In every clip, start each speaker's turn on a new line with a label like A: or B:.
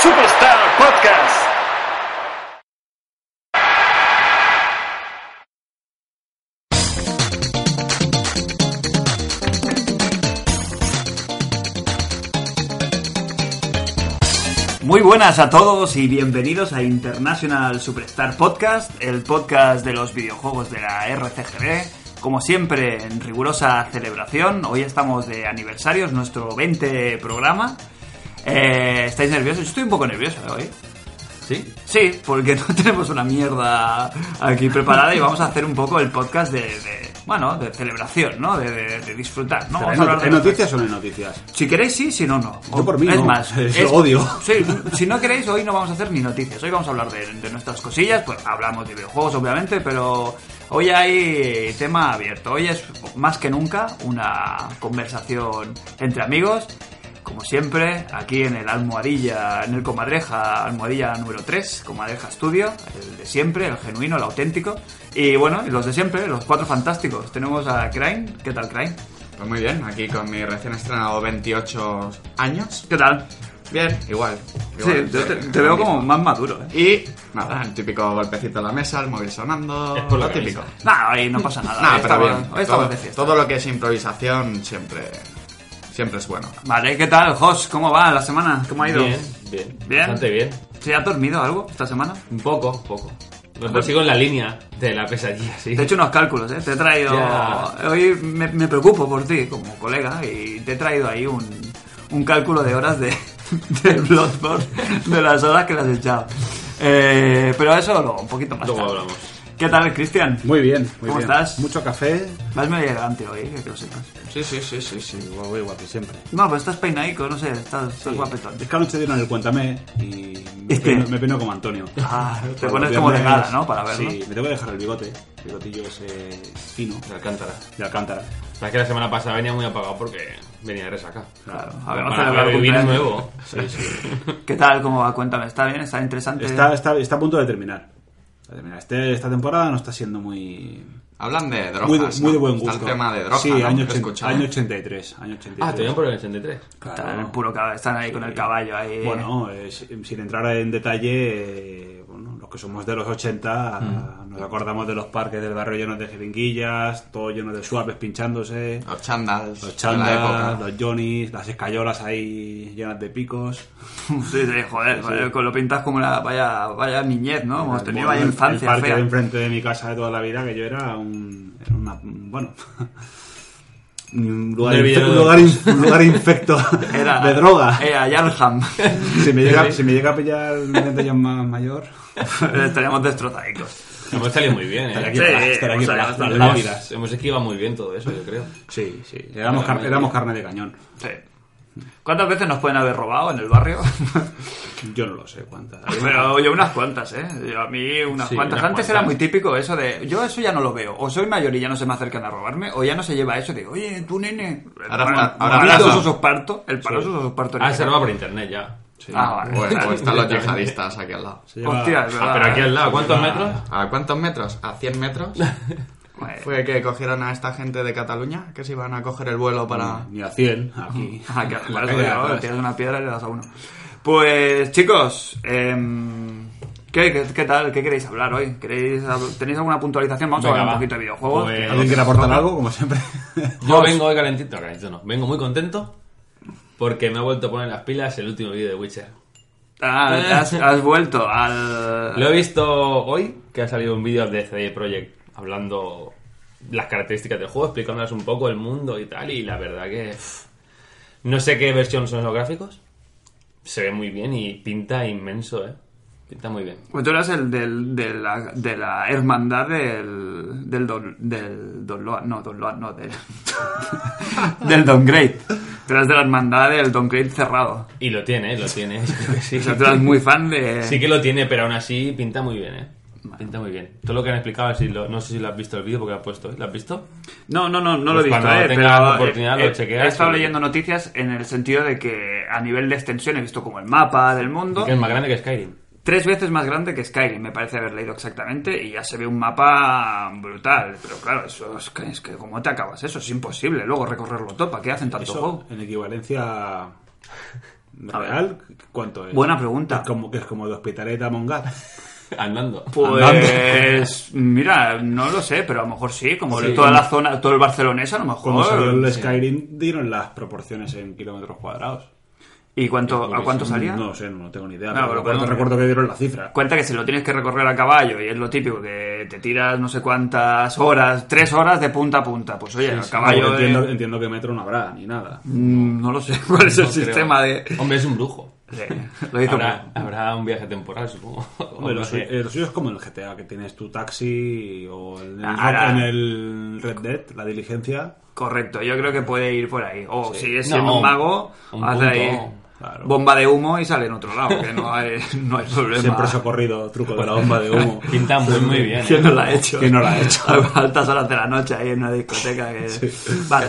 A: Superstar Podcast.
B: Muy buenas a todos y bienvenidos a International Superstar Podcast, el podcast de los videojuegos de la RCGB. Como siempre, en rigurosa celebración, hoy estamos de aniversario, es nuestro 20 programa. Eh, ¿Estáis nerviosos? Yo estoy un poco nervioso eh, hoy.
C: ¿Sí?
B: Sí, porque no tenemos una mierda aquí preparada y vamos a hacer un poco el podcast de, de, bueno, de celebración, ¿no? De, de- de disfrutar, ¿no? Vamos a hablar de
C: ¿Hay
B: los-
C: noticias o no hay noticias?
B: si queréis, sí, si no, no.
C: Yo por mí
B: Es
C: no.
B: más,
C: Lo
B: es-
C: odio.
B: Sí, si no queréis, hoy no vamos a hacer ni noticias. Hoy vamos a hablar de, de nuestras cosillas. Pues hablamos de videojuegos, obviamente, pero hoy hay tema abierto. Hoy es más que nunca una conversación entre amigos. Como siempre, aquí en el almohadilla, en el comadreja, almohadilla número 3, comadreja estudio, el de siempre, el genuino, el auténtico. Y bueno, y los de siempre, los cuatro fantásticos. Tenemos a Crane. ¿Qué tal, Crane?
D: Pues muy bien, aquí con mi recién estrenado 28 años.
B: ¿Qué tal?
D: Bien, igual.
B: Sí,
D: igual,
B: yo te,
D: eh,
B: te
D: lo
B: veo
D: mismo.
B: como más maduro, ¿eh?
D: Y nada, el típico golpecito a la mesa, el móvil sonando.
C: Es por la
D: lo típico.
C: camisa.
B: Nah, hoy no pasa nada.
D: Nada,
B: hoy
D: pero
B: estamos-
D: bien.
B: Hoy estamos
D: todo,
B: de fiesta.
D: todo lo que es improvisación siempre, siempre es bueno.
B: Vale, ¿qué tal, Jos? ¿Cómo va la semana? ¿Cómo ha ido?
C: Bien, bien,
B: Bien.
C: Bastante bien.
B: ¿Sí has dormido algo esta semana?
C: Un poco, poco. Mejor sigo en la línea de la pesadilla, sí.
B: Te he hecho unos cálculos, ¿eh? Te he traído...
C: Ya.
B: Hoy me, me preocupo por ti como colega y te he traído ahí un, un cálculo de horas de, del Bloodborne, de las horas que las has echado. Eh, pero eso luego, un poquito más
C: Luego
B: tarde.
C: hablamos.
B: ¿Qué tal, Cristian?
E: Muy bien, muy
B: ¿Cómo
E: bien.
B: estás?
E: Mucho café.
B: Vas muy elegante hoy, eh, que lo sepas.
D: Sí, sí, sí, sí, sí.
E: Igual, igual que siempre.
B: No, pero estás peinaico, no sé, estás, estás guapetón.
E: Es que anoche dieron el Cuéntame y
B: ¿Y
E: me,
B: qué?
E: peino, me peino como Antonio.
B: Ah, te
E: Todos
B: pones
E: los
B: como de
E: viernes.
B: gala, ¿no? Para verlo.
E: Sí, me tengo que dejar el bigote. El bigotillo ese fino
C: De Alcántara.
E: de Alcántara.
C: La verdad que la semana pasada venía muy apagado porque venía de resaca.
B: Claro,
C: Para
B: habíamos celebrado
C: vivir
B: cumpleaños.
C: nuevo. Sí, sí.
B: ¿Qué tal? ¿Cómo va? Cuéntame, ¿está bien? ¿Está interesante?
E: Está, está, está a punto de terminar. Está a terminar. Este- esta temporada no está siendo muy...
D: Hablan de drogas.
E: Muy, de- muy de
D: ¿no?
E: buen
D: Está
E: gusto.
D: el tema de drogas.
E: Sí,
D: ¿no?
E: año,
D: Que he
E: 80
D: escuchado.
E: año 83. Año 83.
C: Ah, te voy por el 83.
E: Claro.
B: Están, en el puro cab- están ahí con el caballo ahí.
E: Bueno, eh, si- sin entrar en detalle, eh, bueno, los que somos de los 80
B: Mm.
E: nos acordamos de los parques del barrio llenos de jeringuillas, todo lleno de suaves pinchándose,
D: ¿eh?
B: Ah,
D: Los chandals.
E: los
D: de
E: chandas,
D: la época.
E: los johnnies, las escayolas ahí llenas de picos.
B: sí, sí, joder, joder, con lo pintas como una vaya, vaya niñez, ¿no? Hemos tenido vaya
E: El-
B: infancia
E: El parque
B: fea.
E: de enfrente de mi casa de toda la vida, que yo era un... era una- bueno... Un lugar, infe-
C: Un hervidero
E: un
C: de-
E: lugar, in- un lugar infecto
B: Era, eh,
E: de droga.
B: Era Yarham.
E: Si me llega, si me llega a pillar gente ya más mayor,
B: Estaríamos destrozadicos.
C: Hemos salido muy bien,
E: estaré
C: ¿eh?
E: aquí, para, estaré aquí
B: o sea,
E: para
B: hasta
E: las
B: el
C: Hemos-
E: lápidas.
C: Hemos esquivado muy bien todo eso, yo creo.
E: Sí, sí. Éramos, car-
C: Claramente.
E: éramos carne de cañón.
B: Sí. ¿Cuántas veces nos pueden haber robado en el barrio?
E: Yo no lo sé cuántas.
B: Pero yo unas cuantas, ¿eh? Yo a mí unas
C: Sí,
B: cuantas.
C: unas
B: Antes era
C: cuantas.
B: muy típico eso de... Yo eso ya no lo veo. O soy mayor y ya no se me acercan a robarme, o ya no se lleva eso de... Oye, tú, nene...
D: Ahora-
B: Bueno,
D: ahora-
B: ahora
D: ahora-
B: los osos parto, el palo de los osos parto.
C: Ah, se roba por internet ya.
B: Ah, vale.
D: O, o están los yihadistas aquí al lado.
E: Se llama-
B: Hostia, es verdad.
C: pues, Ah, pero aquí
B: ¿eh?
C: al lado, ¿cuántos metros?
D: ¿A cuántos metros? ¿A 100 metros?
B: Bueno,
D: Fue que cogieron a esta gente de Cataluña que se iban a coger el vuelo para.
E: Ah, Ni a 100, aquí.
B: ajá, Ah, que- por eso
E: calle
B: digo,
E: de atrás.
B: tiras una piedra y le das a uno. Pues, chicos, em, ¿qué, qué, qué tal? ¿Qué queréis hablar hoy? ¿Queréis, hab- ¿Tenéis alguna puntualización? Vamos
C: Venga,
B: a hablar
C: va.
B: un poquito de videojuegos.
C: Pues-
E: ¿Alguien quiere aportar algo, como siempre?
C: Yo vengo hoy calentito, no, calentito no. Vengo muy contento porque me ha vuelto a poner las pilas el último vídeo de Witcher.
B: Ah,
C: Eh,
B: has, has vuelto al...
C: Lo he visto hoy, que ha salido un vídeo de CD Projekt hablando las características del juego, explicándolas un poco el mundo y tal, y la verdad que pff, no sé qué versión son los gráficos. Se ve muy bien y pinta inmenso, eh. Pinta muy bien.
B: Pues tú eras el del, de, la, de la hermandad del, del, don, del Don Loa, no, Don Loa, no, del, del Don Great. Tú eras de la hermandad del Don Great cerrado.
C: Y lo tiene, eh, lo tiene. yo creo que sí.
B: O sea, tú eras muy fan de...
C: Sí que lo tiene, pero aún así pinta muy bien, eh. Pinta muy bien. Todo lo que han explicado, si lo- no sé si lo has visto el vídeo porque lo has puesto. ¿eh? ¿Lo has visto?
B: No, no, no, no lo he
C: Pues
B: visto.
C: cuando
B: eh,
C: tengas
B: pero,
C: la oportunidad
B: eh,
C: lo
B: eh,
C: chequeas
B: He estado
C: y-
B: leyendo noticias en el sentido de que a nivel de extensión he visto como el mapa del mundo.
C: Que es más grande que Skyrim.
B: Tres veces más grande que Skyrim, me parece haber leído exactamente, y ya se ve un mapa brutal. Pero claro, eso es que, es que ¿cómo te acabas eso? Es imposible luego recorrerlo todo. ¿Para qué hacen tanto
E: Eso,
B: juego?
E: en equivalencia... ¿Real? ¿Cuánto es?
B: Buena pregunta.
E: Es como, que es como de Hospitalet a Mongat.
C: Andando.
E: pues,
B: Pues mira, no lo sé, pero a lo mejor sí, como
C: Sí.
B: toda la zona, todo el barcelonés a lo
E: Cuando salió
B: mejor.
E: el Skyrim dieron las proporciones en kilómetros cuadrados.
B: ¿Y cuánto, a cuánto
C: Porque
B: salía?
E: No sé, no tengo ni idea.
B: Ah,
E: pero
B: pero
E: recuerdo,
B: podemos-
E: recuerdo que dieron la cifra.
B: Cuenta que si lo tienes que recorrer a caballo y es lo típico que te tiras no sé cuántas horas, tres horas de punta a punta. Pues oye, a caballo.
E: Porque entiendo,
B: eh,
E: entiendo que metro no habrá ni nada.
B: mm, No lo sé cuál es el
C: No creo.
B: sistema de.
C: Hombre, es un brujo.
B: de- lo hizo
C: Habrá, habrá un viaje temporal, supongo.
E: Hombre, lo,
C: No
E: suyo,
C: sé.
E: eh, lo suyo es como en el GTA, que tienes tu taxi o en el,
B: Ah, Ahora-
E: en el Red Dead, la diligencia.
B: Correcto, yo creo que puede ir por ahí. O
C: Sí.
B: si es
C: No,
B: siendo un mago,
C: un
B: hace
C: punto,
B: ahí
E: claro.
B: bomba de humo y sale en otro lado, que no hay, no hay problema.
E: Siempre socorrido, truco de la bomba de humo.
C: Pinta muy, muy bien.
B: ¿Quién
C: ¿eh?
B: no la ha hecho?
E: ¿Quién no la ha hecho?
B: A altas horas de la noche ahí en una discoteca. Que... Vale,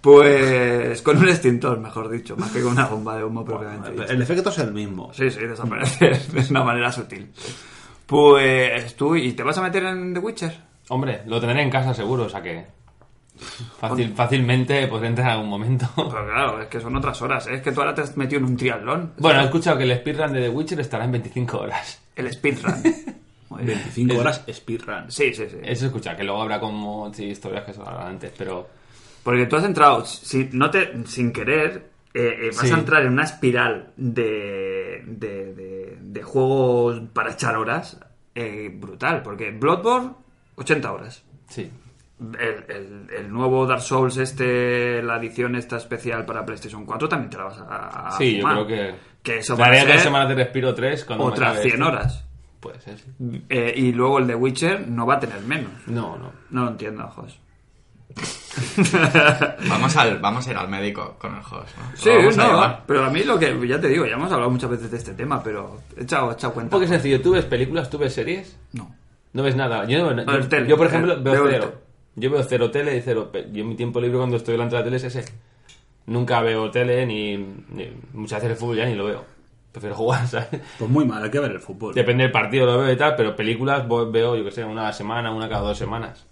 B: pues con un extintor, mejor dicho, más que con una bomba de humo propiamente dicha.
E: El efecto es el mismo.
B: Sí, sí, desaparece de una manera sutil. Pues tú, ¿y te vas a meter en The Witcher?
C: Hombre, lo tendré en casa seguro, o sea que. Fácil, fácilmente podré entrar en algún momento.
B: Pero Pues claro, es que son otras horas, ¿eh? es que tú ahora te has metido en un triatlón.
C: Bueno, he escuchado que el speedrun de The Witcher estará en 25 horas.
B: El speedrun. Muy bien.
E: 25 horas speedrun.
B: Sí, sí, sí.
C: Eso escucha, que luego habrá como sí, historias que se hablarán antes, pero.
B: Porque tú has entrado, si no te, sin querer, eh, eh, vas
C: Sí.
B: a entrar en una espiral de, de, de- de juegos para echar horas eh, brutal. Porque Bloodborne, 80 horas.
C: Sí.
B: El, el- el nuevo Dark Souls, este, la edición esta especial para PlayStation 4, también te la vas a. a
C: Sí, yo
B: fumar.
C: creo que.
B: Ah, Que eso va
C: Daré
B: a
C: tres
B: ser
C: semanas de respiro 3 cuando. me
B: otras
C: acabe
B: 100
C: esto.
B: horas.
C: Puede ser. sí.
B: Eh, y luego el de Witcher no va a tener menos.
C: No, no.
B: No lo entiendo, Jos.
D: Vamos, al, vamos a ir al médico con el host. ¿no?
B: Sí,
D: Lo vamos a
B: no,
D: llevar.
B: pero a mí lo que, ya te digo, ya hemos hablado muchas veces de este tema, pero he echado, he echado
C: Un
B: cuenta.
C: poco sencillo, tú ves películas, tú ves series,
B: No.
C: no ves nada. Yo, no-
B: A ver,
C: yo-
B: Ah, tele.
C: yo, por ejemplo, veo,
B: Veo el
C: cero.
B: tele.
C: Yo veo cero tele y cero. pe- Yo mi tiempo libre cuando estoy delante de la tele es ese. Nunca veo tele ni, ni- muchas veces el fútbol ya ni lo veo. Prefiero jugar, ¿sabes?
E: Pues muy mal, hay que ver el fútbol.
C: Depende del partido, lo veo y tal, pero películas voy- veo, yo que sé, una a la semana, una cada dos semanas.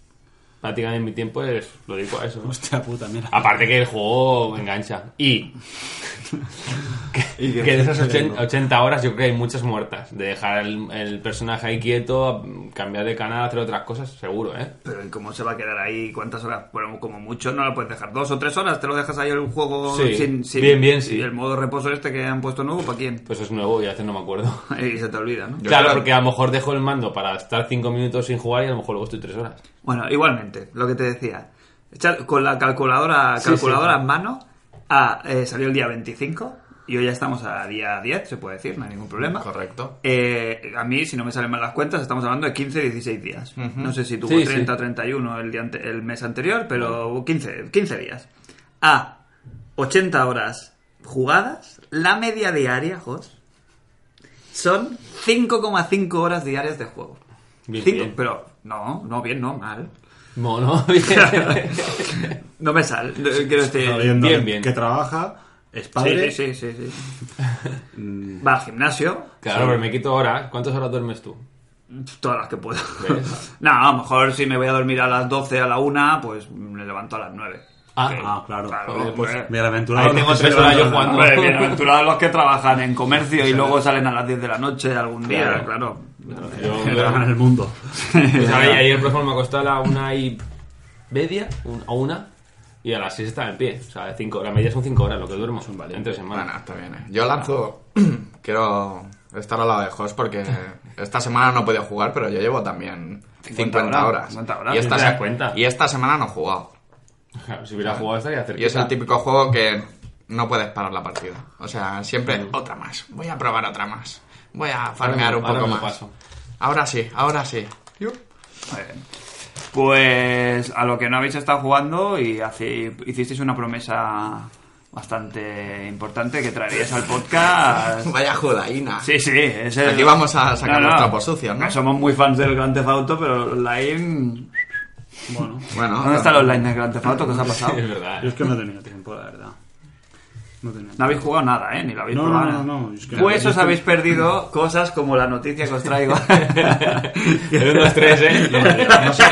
C: Prácticamente mi tiempo es, lo dedico a eso. ¿no?
E: Hostia puta, mira.
C: Aparte que el juego engancha. Y
E: Y
C: que de esas 80, 80 horas yo creo que hay muchas muertas. De dejar el, el personaje ahí quieto, cambiar de canal, hacer otras cosas, seguro, ¿eh?
B: Pero ¿y cómo se va a quedar ahí? ¿Cuántas horas? Bueno, como mucho no la puedes dejar. ¿Dos o tres horas? ¿Te lo dejas ahí el juego
C: Sí,
B: sin, sin-
C: bien, bien, sí.
B: Y el modo reposo este que han puesto nuevo, ¿para quién?
C: Pues es nuevo y hace no me acuerdo.
B: Y se te olvida, ¿no?
D: Yo
C: claro,
D: creo-
C: porque a lo mejor dejo el mando para estar 5 minutos sin jugar y a lo mejor luego estoy 3 horas.
B: Bueno, igualmente, lo que te decía. Echar- con la calculadora,
C: Sí,
B: calculadora
C: sí.
B: en mano, a, eh, salió el día 25 y hoy ya estamos a día 10, se puede decir, no hay ningún problema.
D: Correcto.
B: Eh, a mí, si no me salen mal las cuentas, estamos hablando de 15, 16 días. No sé si tuvo
C: Sí,
B: 30,
C: sí.
B: 31 el, día ante- el mes anterior, pero 15, 15 días. A 80 horas jugadas, la media diaria, Jos, son 5,5 horas diarias de juego.
C: Bien,
B: Cinco,
C: bien.
B: Pero no, no bien, no mal.
C: Mono, bien.
B: No me sale, quiero decir...
E: Sabiendo
C: bien,
E: que-
C: bien.
E: que trabaja, es padre.
B: Sí, sí, sí, sí, sí. Va al gimnasio,
C: Claro, pero me quito horas. ¿Cuántas horas duermes tú?
B: Todas las que puedo.
C: ¿Ves?
B: no, a lo mejor si me voy a dormir a las 12, a la 1, pues me levanto a las 9.
C: Ah,
B: Que-
E: Ah, claro.
B: Claro,
E: pues,
B: hombre.
E: mira, aventura.
C: Ahí tengo tres horas yo jugando.
B: Hombre, bienaventurados los que trabajan en comercio y luego salen a las 10 de la noche algún día, claro.
C: Yo,
E: en el mundo.
C: pues ahora, ayer, por ejemplo, me acosté a la una y media, un- a una, y a las 6 estaba en pie. O sea, de cinco, la media son 5 horas lo que duermo. Son entre semana.
D: Bueno, está bien. ¿eh? Yo lanzo. Quiero estar al lado de host porque esta semana no he podido jugar, pero yo llevo también
B: 50
D: 50,
B: horas,
D: horas.
B: 50 horas,
D: Y,
B: ¿no
D: esta
C: te das
D: se-
C: cuenta?
D: y esta semana no he jugado.
C: Claro, si hubiera jugado estaría cerca.
D: Y es el típico juego que no puedes parar la partida. O sea, siempre otra más. Voy a probar otra más. Voy a farmear
C: me-
D: un
C: ahora
D: poco
C: me lo
D: más.
C: paso.
D: Ahora sí, ahora sí.
B: Muy bien. Pues a lo que no habéis estado jugando y hace- hicisteis una promesa bastante importante que traerías al podcast.
D: Vaya judaína.
B: Sí, sí, es el-
D: Aquí vamos a sacar los trapos sucios, ¿no?
B: Somos muy fans del Grand Theft Auto, pero los line...
E: Bueno,
D: Bueno, Ah, Eh,
B: ¿Dónde están los line del Grand Theft Auto? ¿Qué os ha pasado?
C: Es
E: yo
C: verdad.
E: es que no he tenido tiempo, la verdad. No tenía.
B: No habéis jugado nada, ¿eh? Ni lo habéis
E: No,
B: probado.
E: no,
B: nada.
E: no, no, es que no,
B: pues
E: yo
B: os
E: estoy-
B: habéis perdido cosas como la noticia que os traigo.
C: El 1-2-3, ¿eh? No, no, no sé.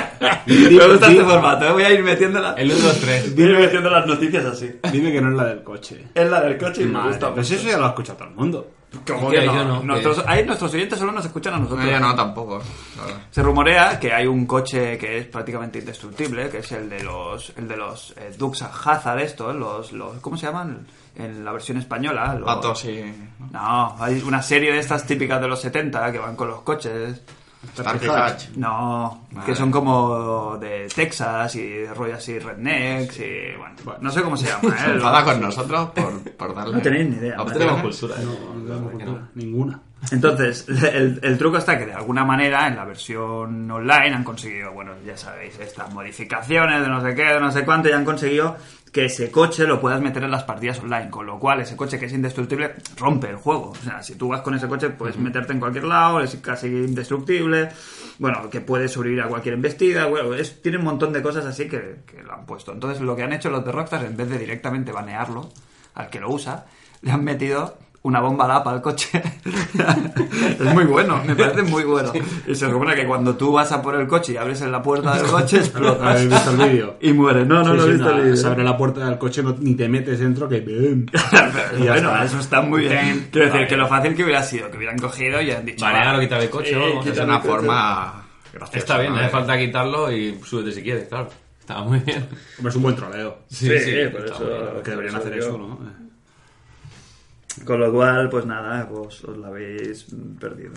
B: Me gusta este formato, ¿eh? voy a ir metiéndola.
C: El 1-2-3.
B: Voy a ir metiendo las noticias así.
E: Dime que no es la del coche.
B: Es la del coche y me gusta.
E: Pues eso ya lo ha escuchado todo el mundo.
B: ¿Cómo
C: ¿Qué?
B: que no?
C: Yo no,
B: Nosotros- ahí nuestros oyentes solo nos escuchan a nosotros.
D: No, yo no, tampoco. la verdad.
B: Se rumorea que hay un coche que es prácticamente indestructible, que es el de los el de los eh, Dukes Hazard estos, los, los ¿cómo se llaman? En la versión española, los
D: Patos y...
B: No, hay una serie de estas típicas de los 70 que van con los coches.
D: Starkey Hatch.
B: No, que
D: Vale.
B: son como de Texas y rollo así rednecks y bueno, no sé cómo se llama,
D: Se
B: ¿eh?
D: enfada con nosotros por, por darle...
B: No tenéis ni idea,
D: opciones.
B: madre.
C: Tenemos cultura. ¿eh?
E: No, no tenemos cultura. Ninguna.
B: Entonces, el, el truco está que de alguna manera en la versión online han conseguido, bueno, ya sabéis, estas modificaciones de no sé qué, de no sé cuánto, y han conseguido que ese coche lo puedas meter en las partidas online, con lo cual ese coche que es indestructible rompe el juego. O sea, si tú vas con ese coche puedes meterte en cualquier lado, es casi indestructible, bueno, que puede sobrevivir a cualquier embestida, bueno, es- tiene un montón de cosas así que, que lo han puesto. Entonces, lo que han hecho los de Rockstar, en vez de directamente banearlo al que lo usa, le han metido una bomba lapa al coche. es muy bueno, me parece muy bueno. Y se supone que cuando tú vas a por el coche y abres en la puerta del coche, explotas.
E: ¿Habéis visto el vídeo?
B: Y mueres. No, no
E: Sí,
B: lo he
E: sí,
B: visto
E: nada,
B: el vídeo.
E: Se abre la puerta del coche, no- ni te metes dentro, que... ¡bum! Y ya
B: bueno,
E: está.
B: eso está muy bien. Quiero decir
C: Vale.
B: que lo fácil que hubiera sido, que hubieran cogido y han dicho.
C: Banear
B: "Va".
C: o quitar el coche o algo.
D: Es una forma... graciosa,
C: Está bien,
D: ¿no?
C: no hace falta quitarlo y súbete si quieres, claro. Está muy bien.
E: Hombre, es un buen troleo.
C: Sí, sí,
B: por
C: está
B: eso-
C: muy bien.
B: por
E: Que deberían
B: eso
E: hacer
B: yo-
E: eso, ¿no? Eh,
B: Con lo cual, pues nada, vos os la habéis mm, perdido.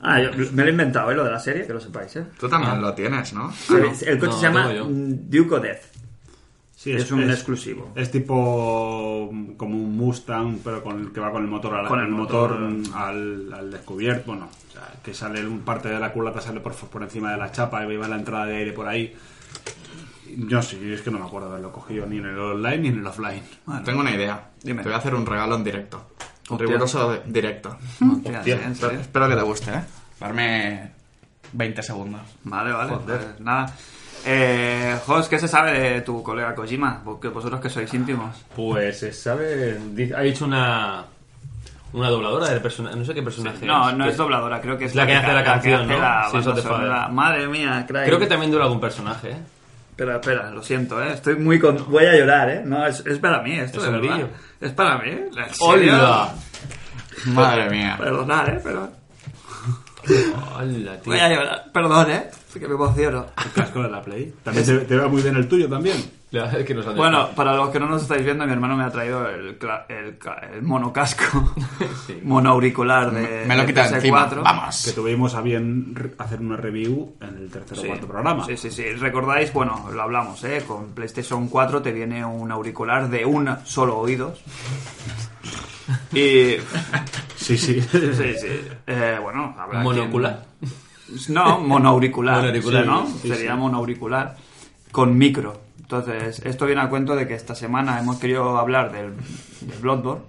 B: Ah, yo me lo he inventado, ¿eh? Lo de la serie, que lo sepáis, ¿eh?
D: Tú también lo tienes, ¿no?
B: El coche
C: No,
B: se llama
C: tengo yo.
B: mm, Duke of Death.
E: Sí,
B: es un exclusivo.
E: Es tipo mm, como un Mustang, pero con el que va con el motor al,
B: Con el motor.
E: mm, al, al descubierto. Bueno, o sea, que sale un parte de la culata, sale por, por encima de la chapa y va la entrada de aire por ahí. Yo sí, yo es que no me acuerdo haberlo cogido ni en el online ni en el offline.
D: Tengo una idea.
B: Dime.
D: Te voy a hacer un regalo en directo. Un
B: Hostia.
D: riguroso de- directo.
B: Hostia, sí, en
D: Espero,
B: serio.
D: espero que te guste, ¿eh? Darme 20 segundos.
B: Vale, vale, pues nada. Eh, Jos, ¿qué se sabe de tu colega Kojima? Porque vosotros que sois íntimos.
C: Pues se sabe. dice- Ha hecho una. Una dobladora del personaje. No sé qué personaje
B: No,
C: es.
B: no
C: Que-
B: es dobladora, creo que es
C: Es la que hace la canción,
B: hace
C: ¿no?
B: la
C: Sí,
B: banda
C: eso te jode.
B: sonora. Madre mía, crack.
C: Creo que también dura algún personaje, ¿eh?
B: Espera, espera, lo siento, ¿eh? Estoy muy con... Voy a llorar, ¿eh? No, es, es para mí esto,
C: Es
B: de
C: un
B: verdad.
C: brillo.
B: Es para mí. ¿en serio?
C: ¡Hola!
D: Madre mía.
B: Perdonad, ¿eh? Pero...
C: ¡Hola, tío!
B: Voy a llorar. Perdón, ¿eh? Es que me emociono.
E: El casco de la Play. También te, te va muy bien el tuyo también.
C: La verdad es que nos han
B: Bueno,
C: dejado.
B: para los que no nos estáis viendo, mi hermano me ha traído el, cla- el, ca- el monocasco,
C: Sí.
B: monoauricular de
D: Me lo
B: de
D: quita de encima.
B: PS4.
E: Que
D: Vamos.
E: tuvimos a bien re- hacer una review en el tercer o
B: Sí.
E: cuarto programa.
B: Sí, sí, sí. Recordáis, bueno, lo hablamos, ¿eh? Con PlayStation 4 te viene un auricular de un solo oídos. Y.
E: Sí,
B: Sí,
E: sí.
B: sí. Eh, bueno, habrá. quien-
C: Monocular.
B: No, monoauricular.
C: Monoauricular,
B: sí, ¿no?
C: sí,
B: Sería monoauricular con micro. Entonces, esto viene a cuento de que esta semana hemos querido hablar del, del Bloodborne.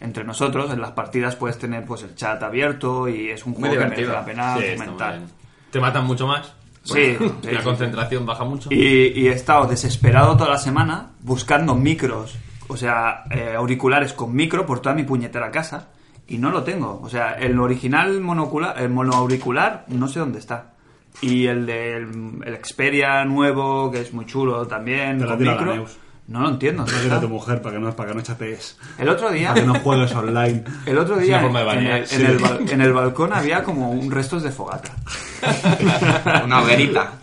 B: Entre nosotros, en las partidas puedes tener pues el chat abierto y es un
D: Muy
B: juego que merece
D: divertido.
B: la pena
C: Sí, está muy
B: comentar.
C: bien. Te matan mucho más.
B: Sí, sí,
C: la
B: sí.
C: concentración baja mucho.
B: Y, y he estado desesperado toda la semana buscando micros, o sea, eh, auriculares con micro por toda mi puñetera casa y no lo tengo. O sea, el original monocular, el monoauricular no sé dónde está. Y el del el Xperia nuevo, que es muy chulo también,
E: Te la
B: con
E: tira la
B: micro,
E: Neus.
B: no lo entiendo. ¿dónde
E: Dáselo a
B: está?
E: tu mujer para que no, para que no chatees.
B: El otro día...
E: Para que no juegues online.
B: El otro
C: Es
B: día
C: una forma de
B: en,
C: banear,
B: el,
C: sí.
B: en el bal- en el balcón había como un restos de fogata.
D: Una hoguerita.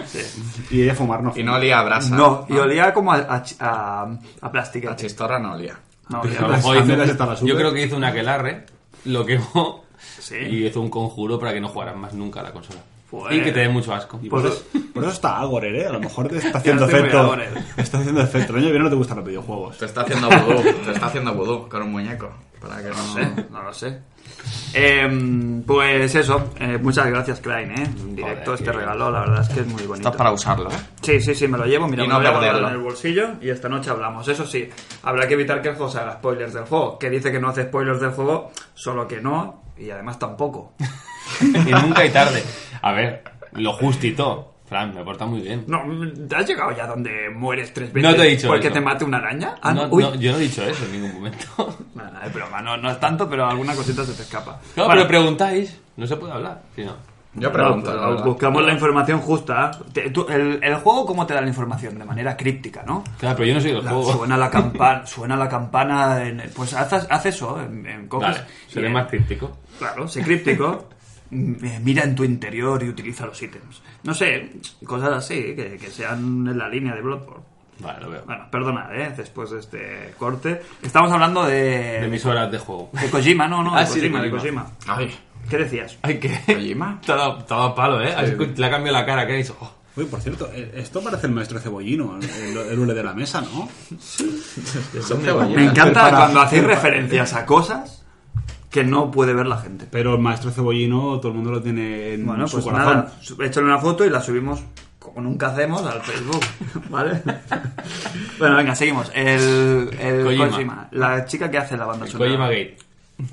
E: Y ella fumar no
D: Y
E: fuma.
D: no olía a brasa.
B: No, y olía como a, a, ch- a, a plástico.
D: La chistorra no olía.
B: No,
C: A lo
B: olía-
C: mejor
E: Las
C: hizo-
E: banderas están a
C: yo
E: súper.
C: creo que hizo una aquelarre, lo quemó
B: Sí.
C: y hizo un conjuro para que no jugaran más nunca a la consola.
B: Joder.
C: Y que te dé mucho asco.
E: Y
B: Pues-
E: por, eso, por eso está Agorer, ¿eh? A lo mejor te está haciendo
B: Ya estoy muy
E: efecto.
B: Agorer.
E: Está haciendo efecto. El año que viene no te gustan los videojuegos.
D: Te está haciendo vudú. Te está haciendo vudú con un muñeco. Para que no...
B: sé, no lo sé. Em, pues eso, eh, muchas gracias, Klein, ¿eh? En directo
C: Joder,
B: este
C: qué
B: regalo, la verdad es que es muy bonito.
D: Estás para usarlo, ¿eh?
B: Sí, sí, sí, me lo llevo, mira,
D: Y
B: me
D: no
B: lo llevo
D: perderlo.
B: en el bolsillo y esta noche hablamos. Eso sí, habrá que evitar que el juego se haga spoilers del juego, que dice que no hace spoilers del juego, solo que no, y además tampoco.
C: Y nunca y tarde. A ver, lo justito. Fran, me porta muy bien.
B: No, mm, ¿te has llegado ya donde mueres tres
C: No
B: veces?
C: te he dicho
B: Porque
C: eso.
B: te mate una araña. Ah,
C: No,
B: uy.
C: no, yo no he dicho eso en ningún momento.
B: Nada, es broma, no, no es tanto, pero alguna cosita se te escapa.
C: Claro,
B: Bueno,
C: pero preguntáis, no se puede hablar, si no.
D: Yo
B: no,
D: pregunto,
B: pero
D: la verdad.
B: buscamos la información justa. Te- tú- el, el juego, ¿cómo te da la información? De manera críptica, ¿no?
C: Claro, pero yo no soy del
B: La-
C: juego.
B: suena la campana, suena la campana, en- pues haz, haz eso, en, en coges-
C: Vale, seré
B: y-
C: más crítico.
B: Claro, sé críptico. m- eh, Mira en tu interior y utiliza los ítems. No sé, cosas así que, que sean en la línea de Bloodborne.
C: Vale, lo veo.
B: Bueno, perdonad, ¿eh? después de este corte. Estamos hablando de.
C: De mis horas de juego.
B: de Kojima, no, no,
C: Ah,
B: de,
C: sí, de
B: Kojima, de
C: Kojima.
B: Kojima.
D: Ay,
B: ¿Qué decías?
C: Ay, que. Te
D: Kojima.
C: ha dado, te ha dado palo, ¿eh? Has escu- Le ha cambiado la cara, que ha dicho. "Oh".
E: Oye, por cierto, eh, esto parece el maestro cebollino, el, el, el hule de la mesa, ¿no?
D: Son
B: Me
D: cebollitas.
B: encanta cuando hacéis referencias a cosas que no puede ver la gente.
E: Pero el maestro cebollino todo el mundo lo tiene en
B: Bueno,
E: su
B: pues
E: corazón.
B: nada, su- échale una foto y la subimos como nunca hacemos al Facebook, ¿vale? bueno, venga, seguimos. El, el
C: Kojima.
B: Kojima, la chica que hace la banda
C: El
B: sonora.
C: Kojima Gate.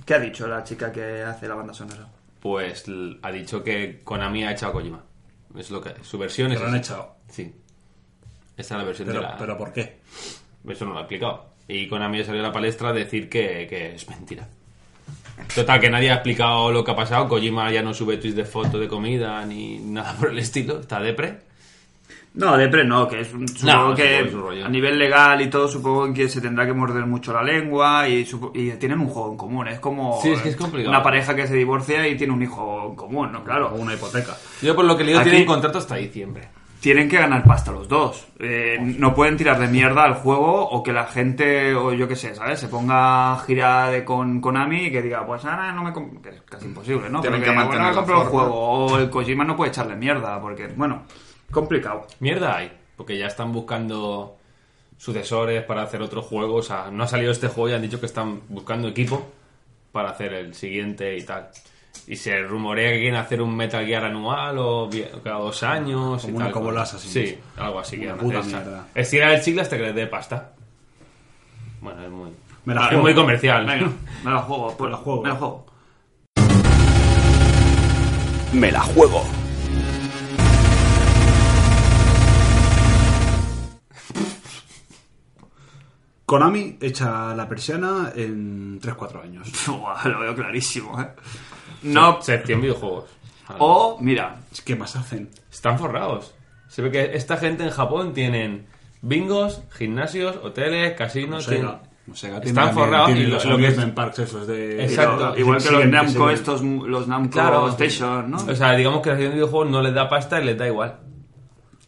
B: ¿Qué ha dicho la chica que hace la banda sonora?
C: Pues l- ha dicho que Konami ha echado a Kojima. Es lo que. Su versión
E: Que
C: es.
E: lo han
C: esa.
E: echado.
C: Sí. Esta es la
B: Pues
C: versión
E: Pero,
C: de la.
E: pero ¿por qué?
C: Eso no lo ha explicado. Y Konami ha salido a la palestra a decir que, que es mentira. Total, que nadie ha explicado lo que ha pasado. Kojima ya no sube tweets de fotos de comida ni nada por el estilo. Está depre.
B: No, Depre no, que es un, supongo que
C: no, supongo que es un rollo.
B: a nivel legal y todo supongo que se tendrá que morder mucho la lengua y, supo- y tienen un juego en común, es como
C: Sí, es que es complicado.
B: una pareja que se divorcia y tiene un hijo en común, ¿no? Claro.
E: O una hipoteca.
C: Yo por lo que leo
B: Aquí-
C: tienen contrato hasta diciembre.
B: tienen que ganar pasta los dos. Eh, no pueden tirar de mierda al juego o que la gente, o yo qué sé, ¿sabes? Se ponga gira de con Konami y que diga, pues ahora no me comp-", que es casi imposible, ¿no?
D: Tienen
B: Pero
D: que
B: que, bueno,
D: mantener
B: me
D: la
B: compro el
D: forma.
B: juego. O el Kojima no puede echarle mierda porque, bueno, complicado.
C: Mierda hay, porque ya están buscando sucesores para hacer otro juego. O sea, no ha salido este juego y han dicho que están buscando equipo para hacer el siguiente y tal. Y se rumorea que quieren hacer un Metal Gear anual o vi- cada dos años.
E: Como
C: y
E: una
C: tal.
E: Cobol Assassins.
C: Sí, algo así.
E: Una
C: quieren
E: puta
C: hacer, o sea,
E: mierda.
C: Estirar el chicle hasta que les dé pasta. Bueno, es muy,
E: Me la
C: es
E: juego.
C: muy comercial.
B: Venga, me la juego, pues
E: Me la juego.
B: Me la juego.
A: Me la juego.
E: Konami echa la persiana en 3-4 años.
B: Buah, lo veo clarísimo, ¿eh? No.
C: Sección videojuegos.
B: O, mira,
E: ¿Qué más hacen?
C: Están forrados. Se ve que esta gente en Japón tienen bingos, gimnasios, hoteles, casinos.
E: Sega.
C: tienen-
E: Como Sega tiene
C: Están
E: también-
C: forrados
E: tiene
C: y lo,
E: los
C: lo que es-
E: amusement parks esos de...
C: Exacto.
B: pero igual que los
E: siguen-
B: Namco,
E: siguen-
B: estos, los Namco
C: Claro.
B: Station, ¿no?
C: O sea, digamos que la sección de videojuegos no les da pasta y les da igual.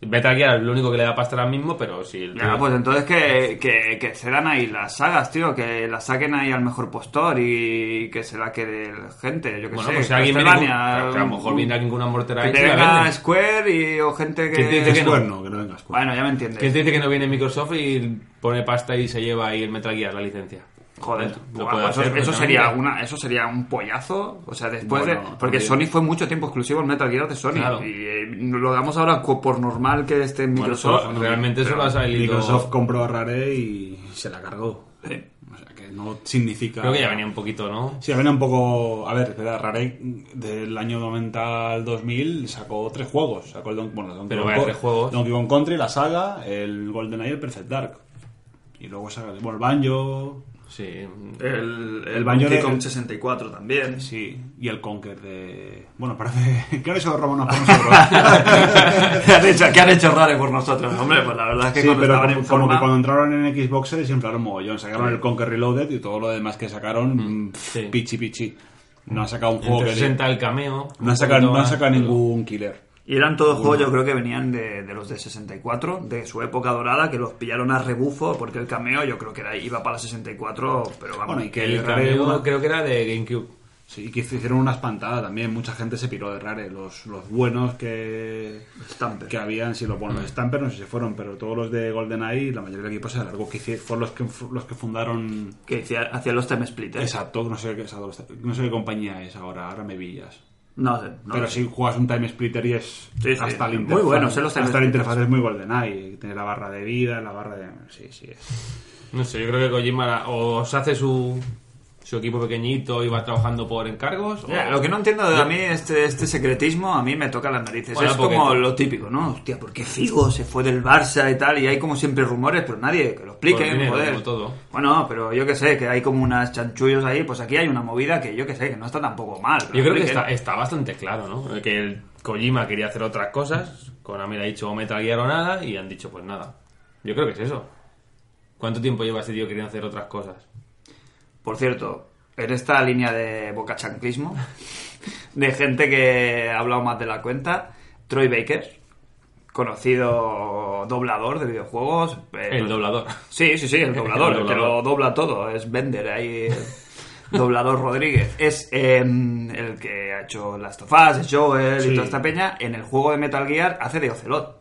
C: Metal Gear es lo único que le da pasta ahora mismo, pero si... el-
B: Ya, pues entonces que, que, que cedan ahí las sagas, tío, que las saquen ahí al mejor postor y que se la quede la gente, yo que
C: bueno,
B: sé.
C: pues si alguien viene... con-
B: Castlevania,
C: Claro, que a lo mejor
B: un-
C: viene alguien con una mortera
B: Que
C: y
B: te
C: te la
B: venga
C: venden.
B: Square y, o gente que...
C: ¿Quién te dice que no?
E: Square no, que no vengas. Square.
B: Bueno, ya me
C: ¿Quién
B: entiendes.
C: te dice que no viene Microsoft y pone pasta y se lleva ahí el Metal Gear, la licencia?
B: Joder,
C: Lo
B: buah,
C: puede
B: eso,
C: hacer
B: eso sería
C: perfectamente.
B: una, eso sería un pollazo. O sea, después
E: Bueno,
B: de. Porque
E: también.
B: Sony fue mucho tiempo exclusivo el Metal Gear de Sony.
C: Claro.
B: Y eh, lo damos ahora co- por normal que esté en
C: Bueno,
B: Microsoft.
C: eso- realmente eso lo ha salido...
E: Microsoft compró a Rare y se la cargó. O sea, que no significa...
C: Creo que ya venía un poquito, ¿no?
E: Sí, venía un poco... A ver, espera, Rare del año 90 al 2000 sacó tres juegos. Sacó el Don... bueno, Donkey
C: Pero
E: Kong
C: vaya,
E: Co-
C: tres juegos.
E: Donkey Kong Country, la saga, el GoldenEye y el Perfect Dark. Y luego saca bueno, el Banjo...
C: Sí.
B: El,
E: el baño
B: Donkey
E: de-
B: Kong 64 también.
E: Sí, y el Conquer de... Bueno, parece... Claro, eso lo robamos por nosotros.
B: ¿Qué han hecho, que han hecho Rare por nosotros? Hombre, pues la verdad es que
E: Sí,
B: cuando
E: pero
B: estaban
E: como,
B: en
E: como
B: forma-
E: que cuando entraron en Xbox se desinflaron mogollón. Sacaron el Conquer Reloaded y todo lo demás que sacaron, mm, pf,
C: sí.
E: pichi pichi. No han sacado un
C: En
E: juego que...
C: 360 el cameo.
E: No
C: un
E: han sacado,
C: poquito
E: no han
C: más,
E: sacado
C: pero-
E: ningún killer.
B: Y eran todos juegos, yo creo que venían de, de los de 64, de su época dorada, que los pillaron a rebufo, porque el cameo yo creo que era, iba para la 64, pero vamos.
E: Bueno, y que
C: El
E: el Rare...
C: cameo
E: bueno,
C: creo que era de GameCube.
E: Sí, y que hicieron una espantada también. Mucha gente se piró de Rare. Los, los buenos que...
B: Stamper.
E: Que habían, si los buenos de Stamper no sé si se fueron, pero todos los de GoldenEye, la mayoría del equipo se alargó. Que hici- fueron los que, los que fundaron...
B: Que hacía- hacían los time splitters.
E: Exacto, no sé, qué, no sé qué compañía es ahora, ahora me villas.
B: No sé. no
E: Pero
B: sé.
E: si juegas un Time Splitter y es
B: Sí, sí.
E: hasta el
B: Muy
E: interfaz.
B: bueno, sé los Time
E: hasta la
B: Splitters.
E: interfaz es muy GoldenEye. Tiene la barra de vida, la barra de. Sí, sí. Es.
C: No sé, yo creo que Kojima la- o se hace su su equipo pequeñito y vas trabajando por encargos. o-
B: Ya, lo que no entiendo de a mí este, este secretismo, a mí me toca las narices.
C: Bueno,
B: es
C: porque-
B: como lo típico, ¿no? Hostia, ¿por qué Figo se fue del Barça y tal? Y hay como siempre rumores, pero nadie que lo explique,
C: Por dinero,
B: joder.
C: como todo.
B: Bueno, pero yo que sé, que hay como unas chanchullos ahí, pues aquí hay una movida que yo que sé, que no está tampoco mal. pero
C: Yo creo que
B: expliquen.
C: está, está bastante claro, ¿no? Que el Kojima quería hacer otras cosas, Konami le ha dicho o Metal Gear o nada, y han dicho pues nada. Yo creo que es eso. ¿Cuánto tiempo lleva este tío queriendo hacer otras cosas? eh.
B: Por cierto, en esta línea de bocachanclismo, de gente que ha hablado más de la cuenta, Troy Baker, conocido doblador de videojuegos. eh,
C: El doblador.
B: Sí, sí, sí, el doblador,
C: El
B: el que lo
C: doblador.
B: dobla todo, es Bender, ahí el doblador Rodríguez. Es eh, el que ha hecho Last of Us, es Joel y
E: Sí.
B: toda esta peña. En el juego de Metal Gear hace de Ocelot.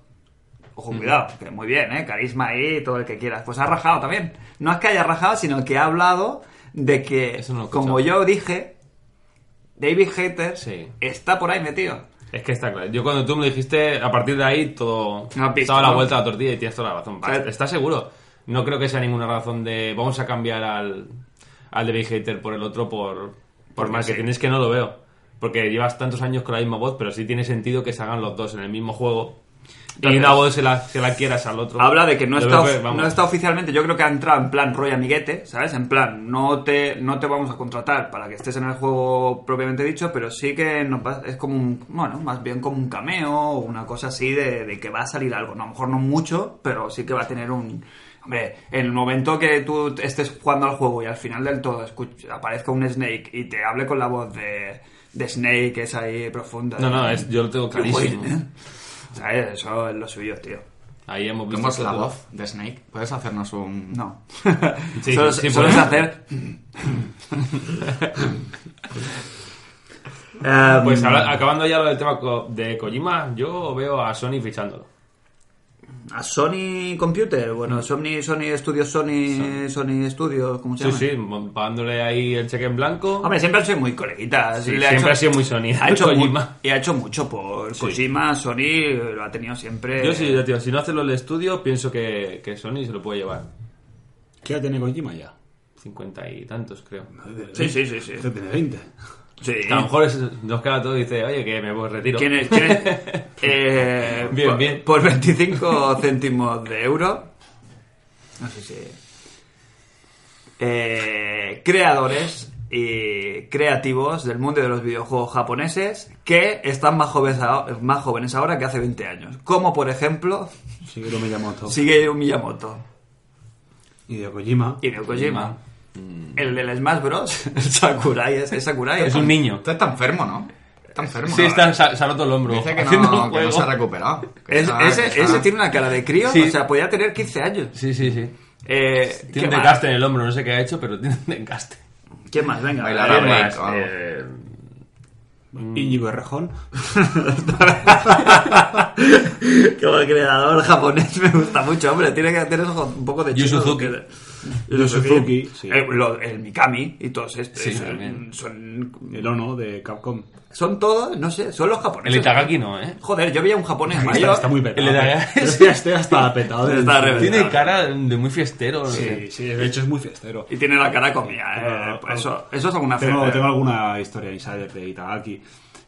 B: Ojo,
C: Mm.
B: cuidado, que muy bien, ¿eh? Carisma ahí, todo el que quieras. Pues ha rajado también. No es que haya rajado, sino que ha hablado de que,
C: Eso no lo he
B: como
C: escuchado.
B: yo dije, David Hater
C: Sí.
B: está por ahí metido.
C: Es que está claro. Yo cuando tú me dijiste, a partir de ahí todo
B: No has visto,
C: estaba la
B: ¿no?
C: vuelta a la tortilla y tienes toda la razón.
B: Claro.
C: ¿Estás seguro? No creo que sea ninguna razón de vamos a cambiar al, al de Big Hater por el otro por, por
B: Porque
C: marketing.
B: sí.
C: Es que no lo veo. Porque llevas tantos años con la misma voz, pero sí tiene sentido que se hagan los dos en el mismo juego. y
B: Entonces-
C: una voz se la, se la quieras al otro.
B: Habla de que no
C: Lo
B: está,
C: veo que, vamos,
B: no está oficialmente, yo creo que ha entrado en plan Roy Amiguete, ¿sabes? En plan, no te, no te vamos a contratar para que estés en el juego propiamente dicho, pero sí que nos va- es como un, bueno, más bien como un cameo o una cosa así de, de que va a salir algo. No, a lo mejor no mucho, pero sí que va a tener un... Hombre, en el momento que tú estés jugando al juego y al final del todo escucha- aparezca un Snake y te hable con la voz de, de Snake, que es ahí profunda.
C: No, no, es- yo lo tengo clarísimo.
B: Wayne, ¿eh? ¿Sabes? Eso es lo suyo, tío.
C: Ahí hemos visto.
D: Tenemos la
C: todo.
D: voz de Snake. ¿Puedes hacernos un...?
B: No.
C: Sí,
B: solo
C: sí,
B: solo
C: sí.
B: es hacer. Em,
C: Pues habla- acabando ya lo del tema co- de Kojima, yo veo a Sony fichándolo.
B: a Sony Computer, bueno, Sony, Sony Studios, Sony, Sony Studios, ¿cómo se
C: Sí,
B: llama?
C: sí, mo- pagándole ahí el cheque en blanco.
B: Hombre, siempre han sido muy coleguitas.
C: Sí,
B: Le
C: siempre ha sido muy Sony.
B: Ha hecho mu-
C: Kojima.
B: y ha hecho mucho por Kojima, Sony lo ha tenido siempre.
C: Yo sí, ya, tío, si no hace lo del estudio, pienso que, que Sony se lo puede llevar.
E: ¿Qué edad tiene Kojima ya?
C: 50 y tantos, creo.
B: Sí, sí, sí, sí.
E: Este tiene 20.
B: Sí.
C: A lo mejor es- nos queda todo y dice, oye, que me voy, retiro.
B: ¿Quién es? quién es? Eh,
C: Bien,
B: por,
C: bien.
B: Por 25 céntimos de euro. No sé si. Eh, creadores y creativos del mundo de los videojuegos japoneses que están más jóvenes, aho- más jóvenes ahora que hace 20 años. Como por ejemplo
E: Shigeru Miyamoto.
B: Shigeru Miyamoto
E: Y de Kojima.
B: y Hideo Kojima. El del Smash Bros. El Sakurai. Es, es Sakurai.
C: Mm. Es un niño.
D: Está está enfermo, ¿no? Está enfermo.
C: Sí,
D: ¿no?
C: está, se ha se ha roto el hombro.
D: Dice que
C: haciendo
D: no,
C: un
D: que no se ha
C: juego.
D: recuperado. Que
B: Es-
D: está-
B: ese,
D: que está-
B: ese tiene una cara de crío.
C: Ah, Sí.
B: O sea, podía tener 15 años.
C: Sí, sí, sí.
B: Eh,
C: Tiene
B: ¿qué
C: un
B: más?
C: desgaste en el hombro, no sé qué ha hecho, pero tiene un desgaste.
B: ¿Quién más? Venga.
D: Bailar
B: eh,
D: a break o algo.
C: Eh,
E: Íñigo Errejón.
B: Como creador japonés me gusta mucho, hombre. Tiene que tener ojo- un poco de
C: Yu
B: chulo.
C: Suzuki.
B: Que-
E: Yu Suzuki, sí.
B: Eh, lo- el Mikami y todos estos.
C: Sí,
B: son,
C: también.
B: son,
E: El Ono de Capcom.
B: son todos, no sé, son los
C: el
B: japoneses.
C: Itagaki no, ¿eh?
B: Joder, yo veía un japonés
E: Está,
B: mayor.
E: está muy petado.
C: El de-
E: Pero este ya está- está petado. de-
B: Está re-
C: Tiene cara de muy fiestero. no sé.
E: Sí, sí, de hecho es muy fiestero.
B: Y tiene la cara comida. eh,
E: Claro,
B: pues
E: claro.
B: eso, eso es alguna
E: Ah, Tengo,
B: fe-
E: tengo alguna historia insider de Itagaki.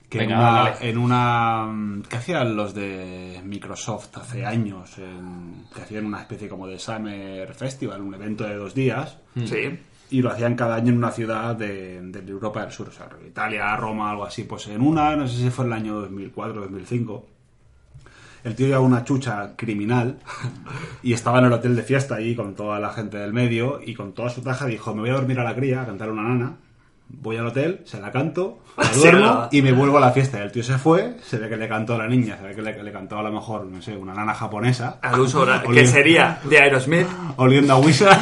E: Que
C: Venga,
E: en, una,
C: dale.
E: en una. mm, ¿Qué hacían los de Microsoft hace años? En- que hacían una especie como de Summer Festival, un evento de dos días.
C: Hmm.
B: Sí.
E: Y lo hacían cada año en una ciudad de, de Europa del Sur, o sea, Italia, Roma, algo así. Pues en una, no sé si fue en el año 2004, 2005. El tío llevaba una chucha criminal y estaba en el hotel de fiesta allí con toda la gente del medio y con toda su taja dijo, me voy a dormir a la cría, a cantar una nana, voy al hotel, se la canto, la
B: Sí,
E: duermo
B: ¿verdad?
E: y me vuelvo a la fiesta. Y el tío se fue, se ve que le cantó a la niña, se ve que le, le cantó a lo mejor, no sé, una nana japonesa,
B: Al uso horario, que
E: Oliendo-
B: sería de Aerosmith.
E: oliendo a Wisa.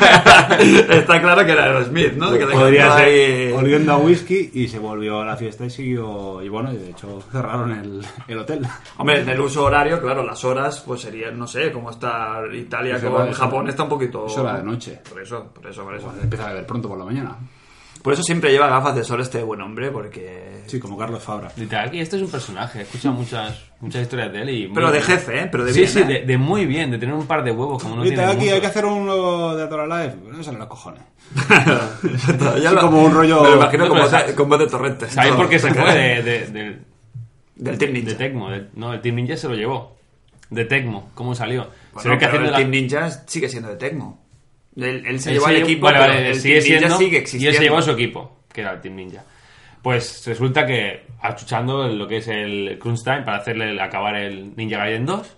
B: Está claro que era Aerosmith, ¿no? Que le
E: Podría
B: cantaba
E: ser
B: ahí-
E: oliendo a whisky y se volvió a la fiesta y siguió. Y bueno, y de hecho cerraron el, el hotel.
B: Hombre, en el uso horario, claro, las horas, pues serían, no sé, como está Italia,
E: Es
B: como
E: hora-
B: Japón está un poquito...
E: es hora de noche.
B: Por eso, por eso, por eso.
E: Pues empieza a beber pronto por la mañana.
B: Por eso siempre lleva gafas de sol este buen hombre, porque...
E: Sí, como Carlos Fabra.
C: Literal, que este es un personaje. He escuchado muchas, muchas historias de él y... muy
B: Pero de
C: bien.
B: jefe, ¿eh? Pero de
C: sí,
B: bien,
C: sí,
B: ¿eh?
C: de, de muy bien, de tener un par de huevos como no
E: Viste,
C: tiene
E: aquí
C: muchos.
E: hay que hacer un nuevo de Atora Life. No salen los cojones.
B: Exacto, ya
E: Sí, como un rollo-
B: Me lo imagino
C: No,
B: como,
C: pero sa-
B: como de torrentes.
C: ¿Sabéis
B: No,
C: por qué se
B: saca-
C: fue de, de- del-
B: Del Team
C: de
B: Ninja.
C: Tecmo? del- no, el Team Ninja se lo llevó. De Tecmo, ¿cómo salió? se
B: Bueno,
C: ve que
B: pero
C: haciendo
B: el
C: la-
B: Team Ninja sigue siendo de Tecmo. Él, él se
C: Él
B: llevó al
C: se lle-
B: equipo,
C: vale,
B: pero
C: vale,
B: el
C: sigue
B: Team Ninja
C: siendo-
B: sigue
C: Y él
B: existiendo.
C: se llevó a su equipo, que era el Team Ninja. Pues resulta que, achuchando lo que es el Crunch Time para hacerle el- acabar el Ninja Gaiden 2,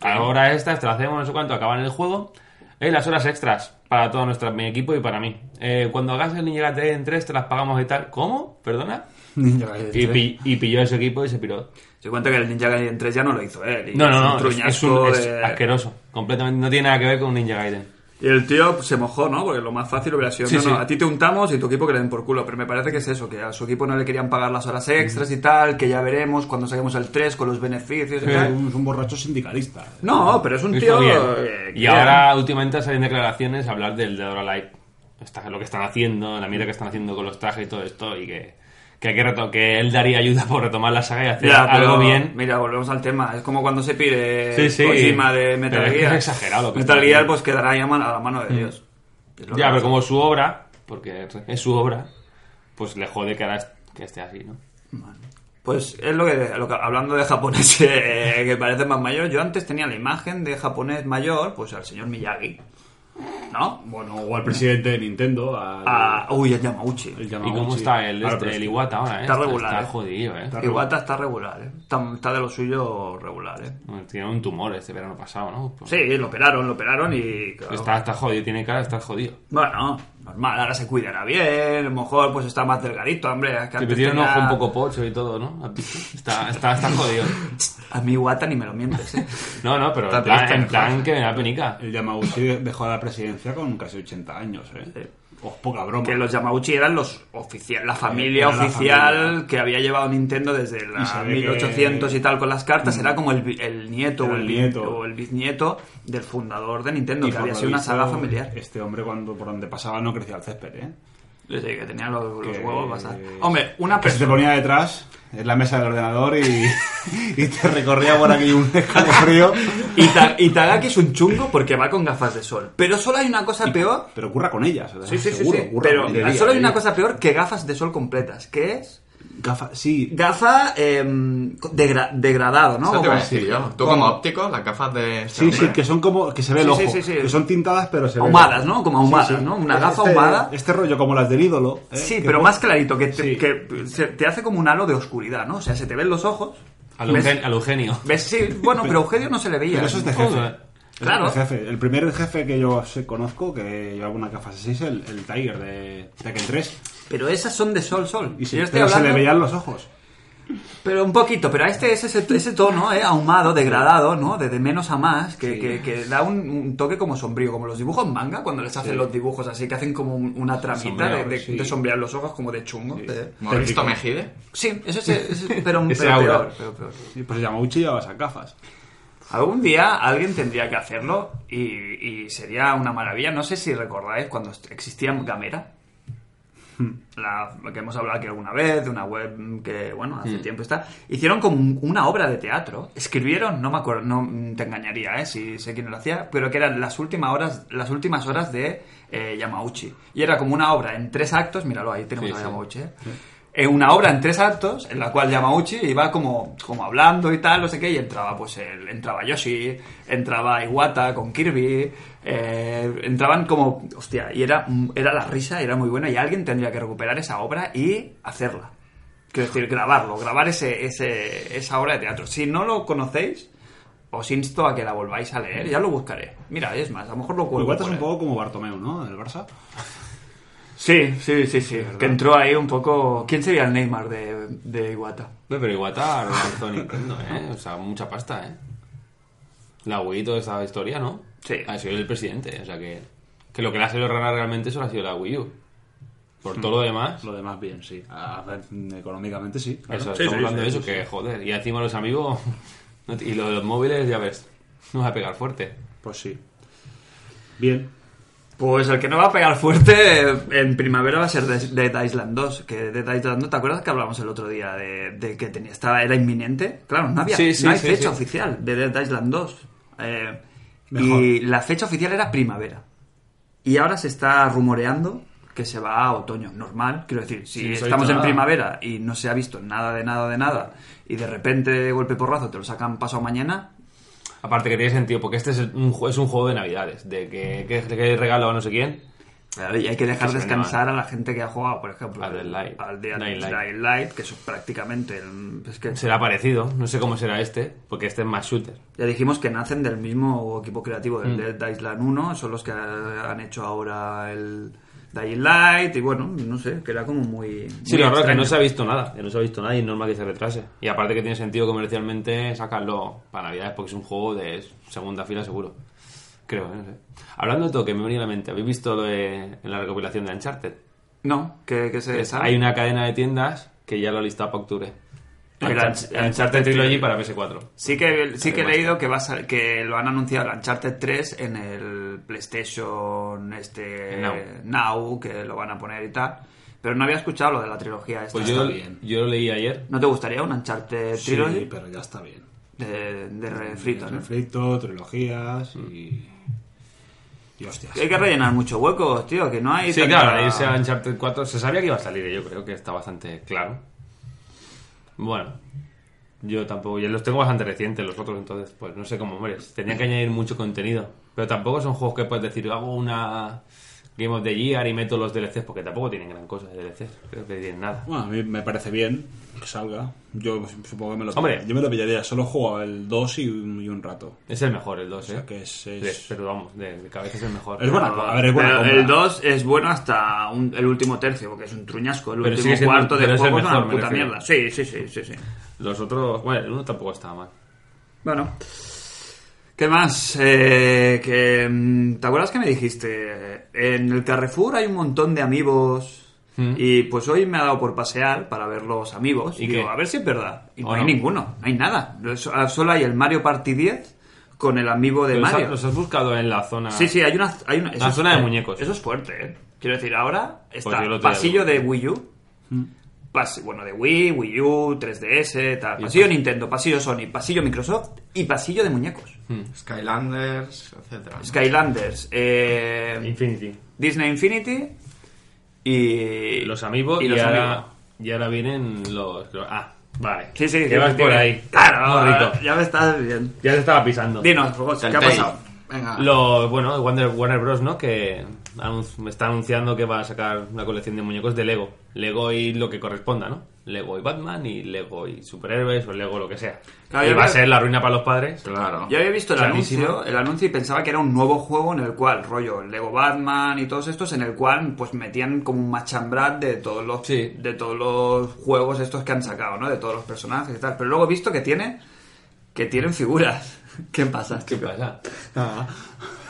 C: a la hora esta, te la hacemos no sé cuánto, acaban el juego, eh, las horas extras para todo nuestro mi equipo y para mí. Eh, cuando hagas el Ninja Gaiden 3 te las pagamos y tal. ¿Cómo? ¿Perdona?
E: Ninja Gaiden
C: Y,
E: 3.
C: pi- y pilló a su equipo y se piró.
B: Se cuenta que el Ninja Gaiden 3 ya no lo hizo él. y
C: No,
B: es un
C: no, no, es, es un-
B: truñasco
C: es
B: de-
C: asqueroso. Completamente, no tiene nada que ver con Ninja Gaiden.
B: Y el tío pues, se mojó, ¿no? Porque lo más fácil hubiera sido,
C: Sí,
B: no, no,
C: sí.
B: a ti te untamos y tu equipo que le den por culo. Pero me parece que es eso, que a su equipo no le querían pagar las horas extras y tal, que ya veremos cuando saquemos el 3 con los beneficios y
E: Es
B: tal.
E: un, es un borracho sindicalista.
B: No, pero es un
C: Hizo
B: tío...
C: bien.
B: eh,
C: Y
B: que-
C: ahora últimamente salen declaraciones a hablar del de Dora Light. Está- lo que están haciendo, la mierda que están haciendo con los trajes y todo esto. Y que, que, hay que, reto- que él daría ayuda por retomar la saga y hacer
B: Ya, pero
C: algo bien.
B: Mira, volvemos al tema. Es como cuando se pide
C: Sí, sí.
B: Kojima de Metal
C: Pero es que
B: Gear.
C: es exagerado lo que
B: Metal
C: está
B: Gear
C: haciendo.
B: pues quedará ya a la mano de Dios. Es lo que
C: Ya, pero
B: pasa.
C: como su obra, porque es su obra, pues le jode que ahora est- que esté así, ¿no?
B: Pues es lo que, lo que- hablando de japonés eh, que parece más mayor, yo antes tenía la imagen de japonés mayor, pues al señor Miyagi, ¿no?
E: Bueno, o al presidente de Nintendo. al-
B: A, uy, el Yamauchi.
E: el
C: ¿Y
E: Yamauchi.
C: cómo está el,
E: Ahora,
C: este,
E: pero
C: el Iwata ahora, eh?
B: está regular,
C: Está
B: eh.
C: jodido, eh.
E: Está-
B: Iwata está regular, ¿eh? Está, está de lo suyo regular, ¿eh?
C: Bueno, Tiene un tumor este verano pasado, ¿no? Pues-
B: Sí, lo operaron, lo operaron y... claro,
C: Está, está jodido, tiene cara, de estar jodido.
B: Bueno, normal, ahora se cuidará bien, a lo mejor pues está más delgadito, hombre. es Que
C: Que
B: antes
C: tiene un
B: tenía-
C: ojo un poco pocho y todo, ¿no? ¿Has visto? Está, está, está jodido.
B: A mí Iwata ni me lo mientes, ¿eh?
C: No, no, pero en
D: Está
C: plan,
E: este
D: triste,
C: en
D: ¿no?
C: plan que me da penica.
E: El Yamauchi dejó la presidencia con casi 80 años, ¿eh? Pues poca broma.
B: que los Yamauchi eran los oficial, la familia
E: Era la
B: oficial
E: familia.
B: que había llevado Nintendo desde la
E: Y se ve
B: 1800
E: que- Mm.
B: y tal con las cartas, era como el, vi- el nieto,
E: Era
B: o el,
E: el
B: vi-
E: nieto.
B: o el bisnieto del fundador de Nintendo,
E: Y
B: que
E: por
B: había
E: lo
B: sido una
E: visto,
B: saga familiar.
E: Este hombre, cuando por donde pasaba, no crecía el césped, ¿eh?
B: Desde que tenía los, los
E: Que-
B: huevos bastante. Hombre, una
E: Que se te
B: persona.
E: ponía detrás, en la mesa del ordenador, y, y te recorría por aquí un escalofrío.
B: Ita- Itagaki es un chungo porque va con gafas de sol. Pero solo hay una cosa peor.
E: Pero curra con ellas, o sea,
B: Sí, sí, sí,
E: Ah, seguro, eh.
B: sí.
E: curra
B: Pero
E: con ellas.
B: solo hay una
E: Ellas-
B: cosa peor que gafas de sol completas, que es
E: Gafa, sí,
B: gafa eh, degra- degradado, ¿no?
D: Eso te iba a
B: Como-
D: decir yo. Tú como óptico, las gafas de... este
E: sí, sí,
D: hombre.
E: que son como, que se ve el
B: Sí,
E: ojo,
B: sí, sí, sí.
E: que son tintadas, pero se ve.
B: Ahumadas, ¿no? Como ahumadas, ¿no? Una
E: Es
B: gafa
E: este-
B: ahumada.
E: Este rollo como las del ídolo. ¿eh?
B: Sí,
E: Que
B: pero
E: vos-
B: más clarito, que, te,
E: Sí.
B: que se- te hace como un halo de oscuridad, ¿no? O sea, se te ven los ojos.
C: Al,
B: ¿Ves?
C: Eugen- al Eugenio.
B: ves- sí, bueno, pero Eugenio no se le veía. ¿eh?
E: Pero eso es de jefe.
C: Joder.
E: Eso
B: Claro.
E: es de jefe. El primer jefe que yo sé- conozco que llevaba una gafa así es el, el Tiger de Tekken 3.
B: Pero esas son de sol, sol.
E: Y sí,
B: Yo estoy
E: pero se le
B: hablando-
E: veían los ojos.
B: Pero un poquito, pero a este es ese, ese tono, ¿eh? Ahumado, degradado, ¿no? De, de menos a más, que, que- que da un, un toque como sombrío, como los dibujos manga, cuando les hacen los dibujos así, que hacen como un- una tramita
C: Sombreado,
B: de, de-
E: sí.
B: de sombrear los ojos, como de chungo. de-
D: ¿Hemos visto Mejide?
B: Sí, eso es, es- pero,
C: Ese
B: pero
C: aura.
B: peor, pero peor.
E: Y Pues Yamauchi llevaba esas gafas.
B: Algún día alguien tendría que hacerlo y, y sería una maravilla. No sé si recordáis cuando est- existía Gamera. La que hemos hablado aquí alguna vez, de una web que, bueno, hace
C: Mm.
B: tiempo está. Hicieron como una obra de teatro. Escribieron, no me acuerdo, no mm, te engañaría, ¿eh? Si sé quién lo hacía, pero que eran las últimas horas, las últimas horas de eh, Yamauchi. Y era como una obra en tres actos, míralo, ahí tenemos
C: Sí,
B: a
C: sí.
B: Yamauchi, ¿eh? Eh, una obra en tres actos en la cual Yamauchi iba como, como hablando y tal, no sé qué, y entraba pues el- entraba Yoshi, entraba Iwata con Kirby, eh, entraban como, hostia, y era, era la risa, era muy buena, y alguien tendría que recuperar esa obra y hacerla. Quiero decir, grabarlo, grabar ese, ese- esa obra de teatro. Si no lo conocéis, os insto a que la volváis a leer, ya lo buscaré. Mira, es más, a lo mejor lo cuelgo.
E: Igual es
B: por
E: un
B: ahí.
E: poco como Bartomeu, ¿no? Del Barça.
B: Sí, sí, sí, sí. Que entró ahí un poco. ¿Quién sería el Neymar de, de Iwata?
C: Hombre, Pero Iwata relanzó Nintendo, ¿eh? O sea, mucha pasta, ¿eh? La Wii, toda esta historia, ¿no?
B: Sí.
C: Ha sido el presidente, o sea que... Que lo que le ha salido rara realmente solo ha sido la Wii U.
E: Mm.
C: Por todo lo demás...
E: Lo demás bien, sí. A ver, económicamente sí. claro.
C: Eso,
B: Sí,
C: estamos
B: sí,
C: hablando
B: sí,
C: de eso,
B: sí,
C: que joder. Y encima los amigos... no te- y lo de los móviles, ya ves. Nos va a pegar fuerte.
E: Pues sí. Bien.
B: Pues el que no va a pegar fuerte eh, en primavera va a ser Des- Dead Island 2. Que Dead Island 2, ¿te acuerdas que hablamos el otro día de, de que tenía, estaba, era inminente? Claro, no había
C: Sí, sí,
B: no hay
C: sí,
B: fecha
C: sí.
B: oficial de Dead Island 2. Eh,
E: Mejor.
B: y la fecha oficial era primavera. Y ahora se está rumoreando que se va a otoño. Normal, quiero decir, si
C: Sí, eso
B: estamos en
C: está-
B: primavera y no se ha visto nada de nada de nada y de repente de golpe porrazo te lo sacan pasado mañana,
C: Aparte que tiene sentido, porque este es un, ju- es un juego de navidades, de que, que, que regalo a no sé quién.
B: Claro, y hay que dejar
C: Que se
B: descansar a la gente que ha jugado, por ejemplo,
C: A Dead Light.
B: al Dead
C: Dying Light.
B: Dying Light, que eso prácticamente. el- es que
C: Será parecido, no sé cómo será este, porque este es más shooter.
B: Ya dijimos que nacen del mismo equipo creativo del
C: Mm.
B: Dead Island 1, son los que ha- han hecho ahora el Dying Light, y bueno, no sé, que era como muy.
C: Sí,
B: muy
C: lo raro que
B: extraño.
C: no se ha visto nada, que no se ha visto nada y es normal que se retrase. Y aparte que tiene sentido comercialmente sacarlo para navidades, porque es un juego de segunda fila seguro. Creo, ¿eh? no sé. Hablando de todo, que me venía a la mente, ¿habéis visto lo de, en la recopilación de Uncharted?
B: No, que, que se.
C: Es-
B: sabe.
C: hay una cadena de tiendas que ya lo ha listado para octubre.
B: Pero
C: Uncharted,
B: Unch-
C: Uncharted Trilogy para PS4.
B: Sí que, sí que he
C: Además.
B: leído que, va a sal- que lo han anunciado el Uncharted 3 en el PlayStation este
C: Now.
B: Now, que lo van a poner y tal. Pero no había escuchado lo de la trilogía esta.
C: Pues
E: Está
C: yo,
E: bien.
C: yo lo leí ayer.
B: ¿No te gustaría un Uncharted Trilogy?
E: Sí, pero ya está bien.
B: de, de refrito, ¿no?
E: Refrito, trilogías y. Y hostias.
B: Hay que rellenar muchos huecos, tío, que no hay...
C: Sí,
B: tanta-
C: claro, irse a Uncharted 4 se sabía que iba a salir, yo creo que está bastante claro. Bueno, yo tampoco, yo los tengo bastante recientes los otros, entonces, pues no sé cómo mueres. Tenían que añadir mucho contenido, pero tampoco son juegos que puedes decir, hago una Game of the Year y meto los DLCs, porque tampoco tienen gran cosa de DLCs, creo que tienen nada.
E: Bueno, a mí me parece bien que salga. Yo supongo que me lo
C: Hombre.
E: Yo me lo pillaría. Solo juego el 2 y, un- y un rato.
C: Es el mejor, el 2, ¿eh?
E: O sea que es. es-
C: De- pero vamos, de, de cabeza es el mejor.
E: Es buena
B: Pero-
E: a ver, es buena
B: pero
E: compra.
B: el 2 es bueno hasta un- el último tercio, porque es un truñasco. El
C: Pero
B: último
C: sigue siendo-
B: cuarto de
C: pero es el
B: juego es una
C: mejor, me
B: puta
C: refiero.
B: mierda. Sí, sí, sí, sí, sí.
C: Los otros, bueno, el 1 tampoco estaba mal.
B: Bueno. ¿Qué más? Eh, que, mm, ¿Te acuerdas que me dijiste? En el Carrefour hay un montón de amigos.
C: Mm.
B: Y pues hoy me ha dado por pasear para ver los amigos.
C: ¿Y
B: Y digo,
C: qué?
B: a ver si es verdad. Y no,
C: ¿O
B: hay
C: no?
B: ninguno, no hay nada. So- ah, Solo hay el Mario Party 10 con el amigo de
C: Pero los,
B: Mario.
C: has, los has buscado en la zona.
B: Sí, sí, hay una, hay una, eso es-
C: Ah. zona de muñecos. Pues
B: Eso es fuerte, ¿eh? Quiero decir, ahora está
C: yo lo tenía
B: pasillo
C: de-
B: de Wii U. pas- bueno, de Wii, Wii U, 3DS, tal.
C: Y
B: Pasillo
C: pas-
B: Nintendo, pasillo Sony, pasillo Microsoft y pasillo de muñecos.
C: Mm.
D: Skylanders, etcétera.
B: Skylanders, eh,
C: Infinity.
B: Disney Infinity y...
C: los amigos y,
B: y los
C: ahora,
B: amigos.
C: y ahora vienen los... Ah, vale.
B: Sí, sí.
C: Que vas
B: sí, sí.
C: por ahí.
B: Claro,
C: Muy rico.
B: ya me estás bien.
C: Ya se estaba pisando.
B: Dinos, José, ¿qué ha
D: Telltale.
B: pasado?
D: Venga.
C: Los, bueno, Warner, Warner Bros, ¿no? Que anun- me está anunciando que va a sacar una colección de muñecos de Lego. Lego y lo que corresponda, ¿no? Lego y Batman y Lego y superhéroes o Lego lo que sea.
B: Claro,
C: y
B: yo
C: va a
B: creo-
C: ser la ruina para los padres.
D: Claro.
B: Yo había visto el
C: Clarísimo.
B: anuncio, el anuncio y pensaba que era un nuevo juego en el cual, rollo, Lego Batman y todos estos, en el cual pues metían como un machambrat de todos los
C: Sí.
B: de todos los juegos estos que han sacado, ¿no? De todos los personajes y tal. Pero luego he visto que tiene que tienen figuras. ¿Qué pasa?
C: ¿Qué pasa?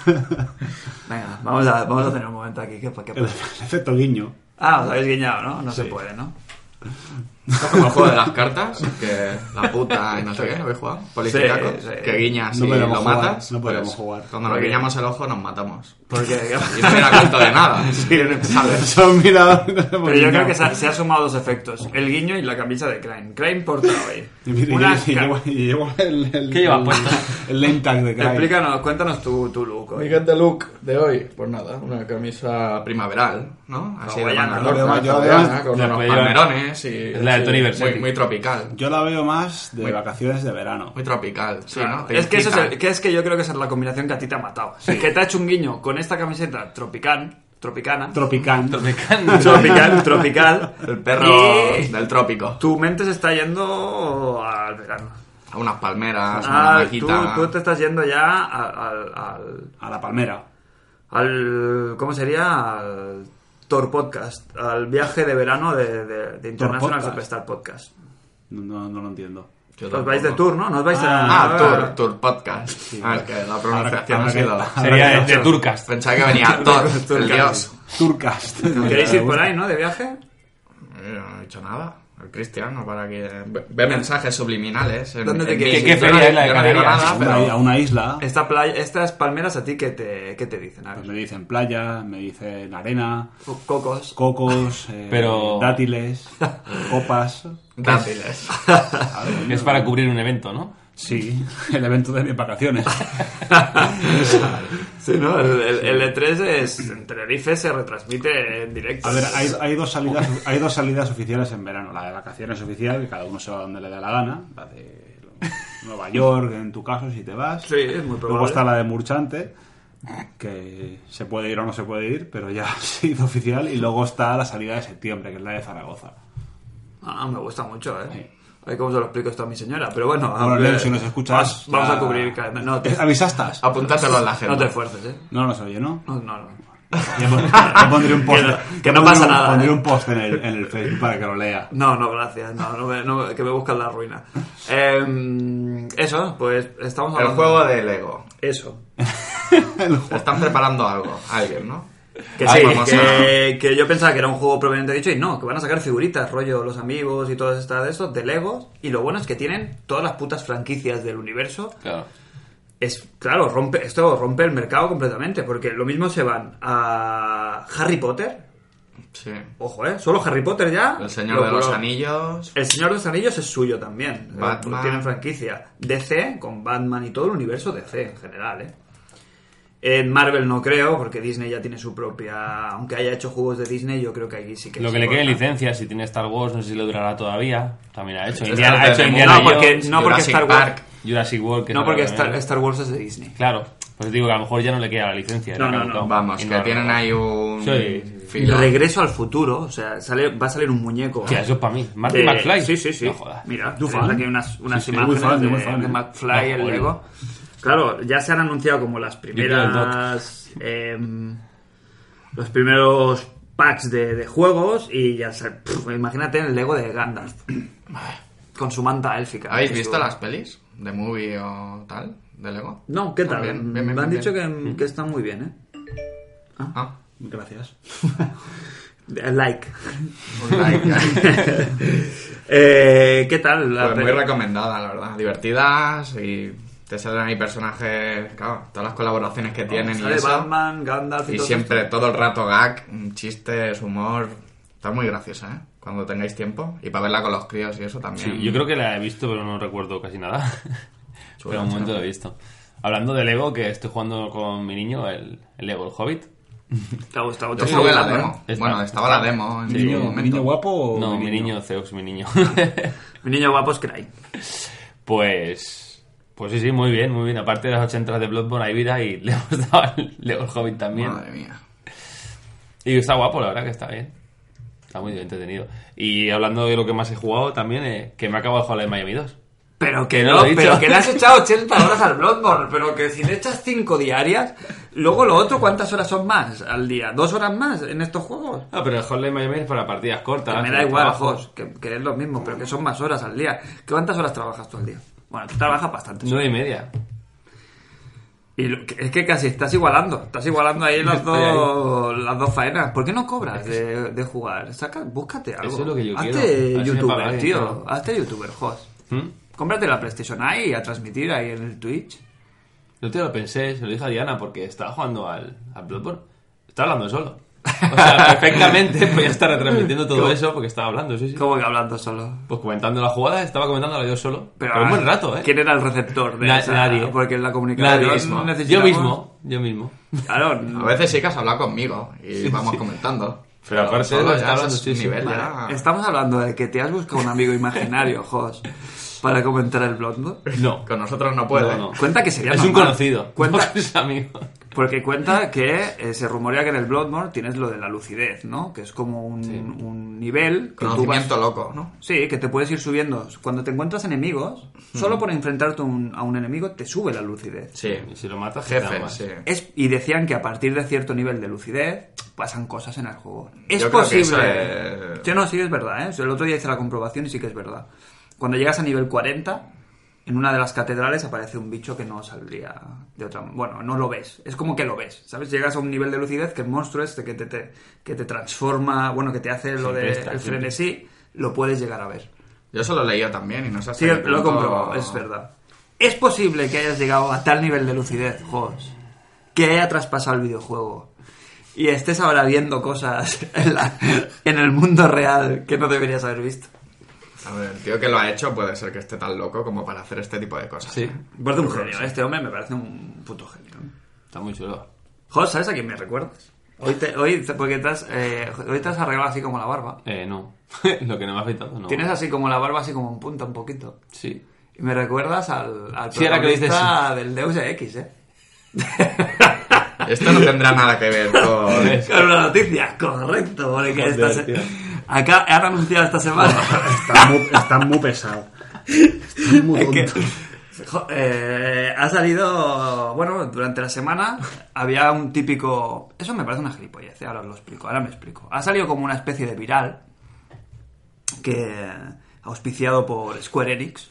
B: Venga, vamos a, vamos a tener un momento aquí. ¿Qué, pa- qué
E: El, el
B: pasa?
E: efecto guiño.
B: Ah, os habéis guiñado, ¿no? No se puede, ¿no?
D: Esto es como el juego de las cartas, que la puta y no sé qué, ¿habéis jugado? Policíaco,
B: Sí, sí.
D: que guiñas
E: No
D: y
E: podemos
D: lo
E: jugar,
D: matas. pues,
E: no podemos jugar.
D: Cuando nos guiñamos el ojo nos matamos.
B: Porque...
D: Y no me da cuenta de nada.
E: Se han mirado.
B: Pero yo creo que se ha, se ha sumado dos efectos. El guiño y la camisa de Crane. Crane Portaway.
E: Y, mira, y-
B: Una
E: y
B: ca-
E: llevo, y llevo el, el,
C: ¿Qué llevas
E: el-
C: puesto?
E: El name tag de Cry.
B: Explícanos, cuéntanos tu, tu look. hoy.
D: de look de hoy, pues nada, una camisa primaveral, ¿no? Así de
B: Hawaiana,
D: manga
B: ¿no?
D: corta,
E: Yo la veo-
D: hawaiana, con
C: la
D: unos
C: playera-
D: palmerones y...
C: La de Tony
D: sí,
C: Versetti.
D: muy, muy tropical,
E: Yo la veo más de
D: Muy-
E: vacaciones de verano.
D: muy tropical, sí,
B: Claro,
D: ¿no? Te
B: es que, eso es,
D: implica.
B: el- que es que yo creo que esa es la combinación que a ti te ha matado. Que te ha hecho un guiño con esta camiseta tropical, tropicana,
E: Tropican.
B: tropical, tropical,
D: El perro
B: y
D: del trópico.
B: tu mente se está yendo al verano.
D: A unas palmeras, a
B: Ah,
D: una
B: tú,
D: majita.
B: tú te estás yendo ya al, al, al-
E: A la palmera.
B: al- ¿cómo sería? Al Tour Podcast, al viaje de verano de, de- de International
E: Podcast.
B: Superstar Podcast.
E: No, no, no lo entiendo.
D: Yo
B: Os pues vais de
D: tampoco.
B: tour, ¿no? No os vais a...
D: Ah, Tour, Tour Podcast. Ah, es que la pronunciación
E: Ahora-
D: ha sido...
E: ahora que-
C: Sería de, de Turcas.
D: Pensaba que venía Thor, el dios.
E: Turcast.
B: ¿Queréis ir por ahí, no? De viaje.
D: Eh, No he dicho nada. al Cristian, no para que ve, ve mensajes subliminales. en-
B: ¿Dónde te
D: en
B: quieres
D: mis-
B: ir? ¿Qué
D: yo no-
C: feria es la de
D: yo no digo
C: Canarias?
D: nada,
E: a, una,
D: pero-
E: a una isla,
B: Esta playa, estas palmeras a ti, ¿qué te, qué te dicen? A
E: pues
B: ver.
E: me dicen playa, me dicen arena,
B: Cocos.
E: cocos, eh,
C: Pero-
E: dátiles, copas.
D: Dátiles.
E: A ver,
C: Es para cubrir un evento, ¿no?
E: Sí, el evento de mis vacaciones.
B: Sí, ¿no? El, el- el E3 es, en Tenerife se retransmite en directo.
E: A ver, hay, hay dos salidas, hay dos salidas oficiales en verano. La de vacaciones oficial, que cada uno se va donde le da la gana. La de Nueva York, en tu caso, si te vas.
B: Sí, es muy
E: Luego
B: probable.
E: está la de Murchante, que se puede ir o no se puede ir, pero ya se hizo oficial. Y luego está la salida de septiembre, que es la de Zaragoza.
B: Ah, me gusta mucho, ¿eh?
E: Sí.
B: Ay, ¿Cómo se lo explico esto a mi señora? Pero bueno,
E: Bueno,
B: eh,
E: Leo, si nos escuchas...
B: vas- Vamos
E: ya-
B: a cubrir cada- No te,
E: ¿Te ¿Avisaste?
D: Apúntatelo en la agenda.
B: no te esfuerces, ¿eh?
E: No nos oye, ¿no?
B: No, no, no.
E: Ya pon- ya pondré un post,
B: Que no-
E: ya
B: que no
E: pondré
B: pasa
E: un-
B: nada,
E: Pondré
B: ¿eh?
E: un post en el, en el Facebook para que lo lea.
B: No, no, gracias. No, no me- no me- que me buscan la ruina. Eh, eso, pues estamos
D: El
B: hablando...
D: juego de Lego.
B: Eso.
D: Están preparando algo, alguien, ¿no?
B: Que
D: Ahí
B: sí,
D: vamos
B: que, que yo pensaba que era un juego propiamente dicho y no, que van a sacar figuritas, rollo los amigos y todas estas de estos, de Lego. Y lo bueno es que tienen todas las putas franquicias del universo.
C: Claro.
B: Es, claro, rompe, esto rompe el mercado completamente, porque lo mismo se van a Harry Potter.
D: Sí.
B: Ojo, ¿eh? Solo Harry Potter ya.
D: El Señor
B: lo
D: de los
B: curó.
D: Anillos.
B: El Señor de los Anillos es suyo también. Eh,
D: Batman.
B: Tienen franquicia. DC, con Batman y todo el universo DC en general, ¿eh? En Marvel no creo, porque Disney ya tiene su propia... Aunque haya hecho juegos de Disney, yo creo que ahí sí que...
C: Lo
B: se
C: que le quede
B: corta.
C: licencia, si tiene Star Wars, no sé si lo durará todavía. También ha hecho.
D: Sí,
C: Indiana,
D: Star
C: ha
D: Wars
C: hecho
D: Este de
C: Indiana
B: mundo. No, porque-
C: Jones,
B: no, porque
D: Jurassic
B: Star Wars-
D: Park.
C: Jurassic World. que
B: No,
C: será
B: porque
C: lo de
B: Star,
C: menos.
B: Star Wars es de Disney.
C: Claro. Pues digo que a lo mejor ya no le queda la licencia.
B: No,
C: le ha
B: no, no.
C: caducado.
D: Vamos,
C: Y
D: que
C: no-
D: tienen ahí un...
C: Sí, sí, sí.
D: filo.
B: Regreso al futuro, o sea, sale, va a salir un muñeco.
C: Hostia, eso es para mí. Marty
B: Eh,
C: McFly.
B: Sí, sí, sí.
C: No jodas.
B: Mira,
E: Yo
B: tenemos
E: fan.
B: aquí unas, unas
E: Sí, sí,
B: imágenes
E: muy fan,
B: de,
E: yo muy fan,
B: de
E: eh.
B: McFly,
C: No,
B: el
C: joder.
B: Lego. Claro, ya se han anunciado como las
C: quiero el doc.
B: primeras... em, los primeros packs de, de juegos y ya se... pff, imagínate el Lego de Gandalf. Con su manta élfica.
D: ¿Habéis
B: Que
D: visto
B: su-
D: las pelis? ¿De movie o tal? ¿De Lego?
B: No, ¿qué tal?
D: Bien, bien, bien,
B: Me han
D: bien.
B: dicho que, que están muy bien, ¿eh?
D: Ah,
E: Gracias.
B: Like.
D: un like.
B: Eh, ¿Qué tal? La
D: Pues muy
B: peli?
D: recomendada, la verdad. Divertidas y te salen ahí personajes, claro, todas las colaboraciones que tienen y
B: Sale
D: eso.
B: Batman, Gandalf y,
D: y
B: todo
D: siempre,
B: esto.
D: todo el rato gag, mm, chistes, humor. Está muy graciosa, ¿eh? Cuando tengáis tiempo. Y para verla con los críos y eso también.
C: Sí, yo creo que la he visto, pero no recuerdo casi nada. pero un momento la he visto. Hablando de Lego, que estoy jugando con mi niño, el, el Lego, el Hobbit.
B: Te ha gustado. te
D: Yo
B: ha
D: jugué la
B: gustado, ¿eh?
D: demo.
C: Está-
D: bueno, estaba la demo en
C: Sí.
D: su
E: Niño,
D: momento.
E: niño guapo
B: Oh,
E: o
C: no, mi niño, Zeus, mi niño.
B: Mi niño guapo es Cry.
C: pues. Pues sí, sí, muy bien, muy bien. Aparte de las 80 de Bloodborne, hay vida y le hemos dado al Lego el Hobbit también.
D: Madre mía.
C: Y está guapo, la verdad que está bien. Está muy bien entretenido. Y hablando de lo que más he jugado también, eh, que me ha acabado de jugar la de Miami 2.
B: Pero que
C: Que no
B: no,
C: lo he
B: pero
C: dicho.
B: que le has echado 80 horas al Bloodborne, pero que si le echas 5 diarias, luego lo otro, ¿cuántas horas son más al día? ¿Dos horas más en estos juegos?
C: Ah, pero el Hotline Miami es para partidas cortas.
B: Que me da
C: para
B: igual,
C: Ah, trabajo.
B: Jos, que, que es lo mismo, pero que son más horas al día. ¿Que ¿Cuántas horas trabajas tú al día? Bueno, tú trabajas bastante.
C: Nueve y media.
B: Y lo- que- es que casi estás igualando, estás igualando ahí las
C: Estoy
B: dos, las dos faenas. ¿Por qué no cobras de, de jugar? Saca, búscate algo.
C: Eso es lo que yo
B: Hazte
C: quiero. A ver si me
B: youtuber,
C: paga alguien,
B: tío.
C: claro.
B: Hazte youtuber, Jos.
C: ¿Mm?
B: Cómprate la PlayStation ahí y a transmitir ahí en el Twitch.
C: Yo te lo pensé, se lo dije a Diana porque estaba jugando al, al Bloodborne. Estaba hablando solo. O sea, perfectamente podía estar retransmitiendo todo eso porque estaba hablando, sí, sí.
B: Como que hablando solo.
C: Pues comentando la jugada, estaba comentándola yo solo. Pero,
B: ah,
C: un buen rato, ¿eh?
B: ¿Quién era el receptor de
C: Na-
B: esa?
C: nadie.
B: Porque en la comunicación
C: Nadie mismo. Yo
B: necesitamos-
C: mismo, yo mismo.
B: Claro,
D: A veces sí que has hablado conmigo y vamos comentando.
C: Pero aparte
D: solo
C: de lo que
D: ya
C: está hablando,
D: es
C: sí, sí,
D: nivel
C: vale.
D: ya-
B: estamos hablando de que te has buscado un amigo imaginario, Jos, para comentar el blondo.
C: No.
D: Con nosotros no puede.
C: No, no.
B: Cuenta que sería
C: es un
B: normal.
C: conocido.
B: Cuenta-
C: No es amigo.
B: Porque cuenta que eh, se rumorea que en el Bloodborne tienes lo de la lucidez, ¿no? Que es como un, un nivel que tú vas...
D: Conocimiento loco, ¿no?
B: Sí, que te puedes ir subiendo. Cuando te encuentras enemigos, solo por enfrentarte a un- a un enemigo te sube la lucidez.
D: Sí.
C: Y si lo matas, te da
D: Jefe,
C: más.
D: sí.
B: Es- y decían que a partir de cierto nivel de lucidez pasan cosas en el juego. Es
D: Yo creo que
B: posible.
D: eso es-
B: Sí, no, sí, es verdad. ¿eh? El otro día hice la comprobación y sí que es verdad. Cuando llegas a nivel 40, en una de las catedrales aparece un bicho que no saldría de otra. Bueno, no lo ves. Es como que lo ves. ¿Sabes? Llegas a un nivel de lucidez que el monstruo este que te, te- que te transforma, bueno, que te hace lo
C: Sí,
B: del
C: presta,
B: el
C: sí.
B: frenesí, lo puedes llegar a ver.
D: Yo se lo leía también y no sé hasta
B: Sí,
D: qué
B: lo he
D: punto-
B: comprobado, es verdad. Es posible que hayas llegado a tal nivel de lucidez, Jos, que haya traspasado el videojuego y estés ahora viendo cosas en, la- en el mundo real que no deberías haber visto.
D: A ver, el tío que lo ha hecho puede ser que esté tan loco como para hacer este tipo de cosas.
C: Sí,
B: Me parece un genio, este hombre me parece un puto genio.
C: está muy chulo.
B: Jos, ¿sabes a quién me recuerdas? Hoy te, hoy te- porque te has, eh, hoy te has arreglado así como la barba.
C: Eh, no. Lo que no me ha afectado, no.
B: Tienes así como la barba así como en punta un poquito.
C: Sí.
B: Y me recuerdas al, al
C: Sí, ahora que lo dices,
B: protagonista del Deus Ex, ¿eh?
D: Esto no tendrá nada que ver con...
B: Con una noticia, correcto, porque
C: Joder,
B: esta se-
C: tío.
B: acá han anunciado esta semana.
E: Está muy, está muy pesado. Está muy
B: Es que,
E: tonto.
B: jo- eh, ha salido, bueno, durante la semana había un típico, eso me parece una gilipollez, eh, ahora os lo explico, ahora me explico. Ha salido como una especie de viral que auspiciado por Square Enix,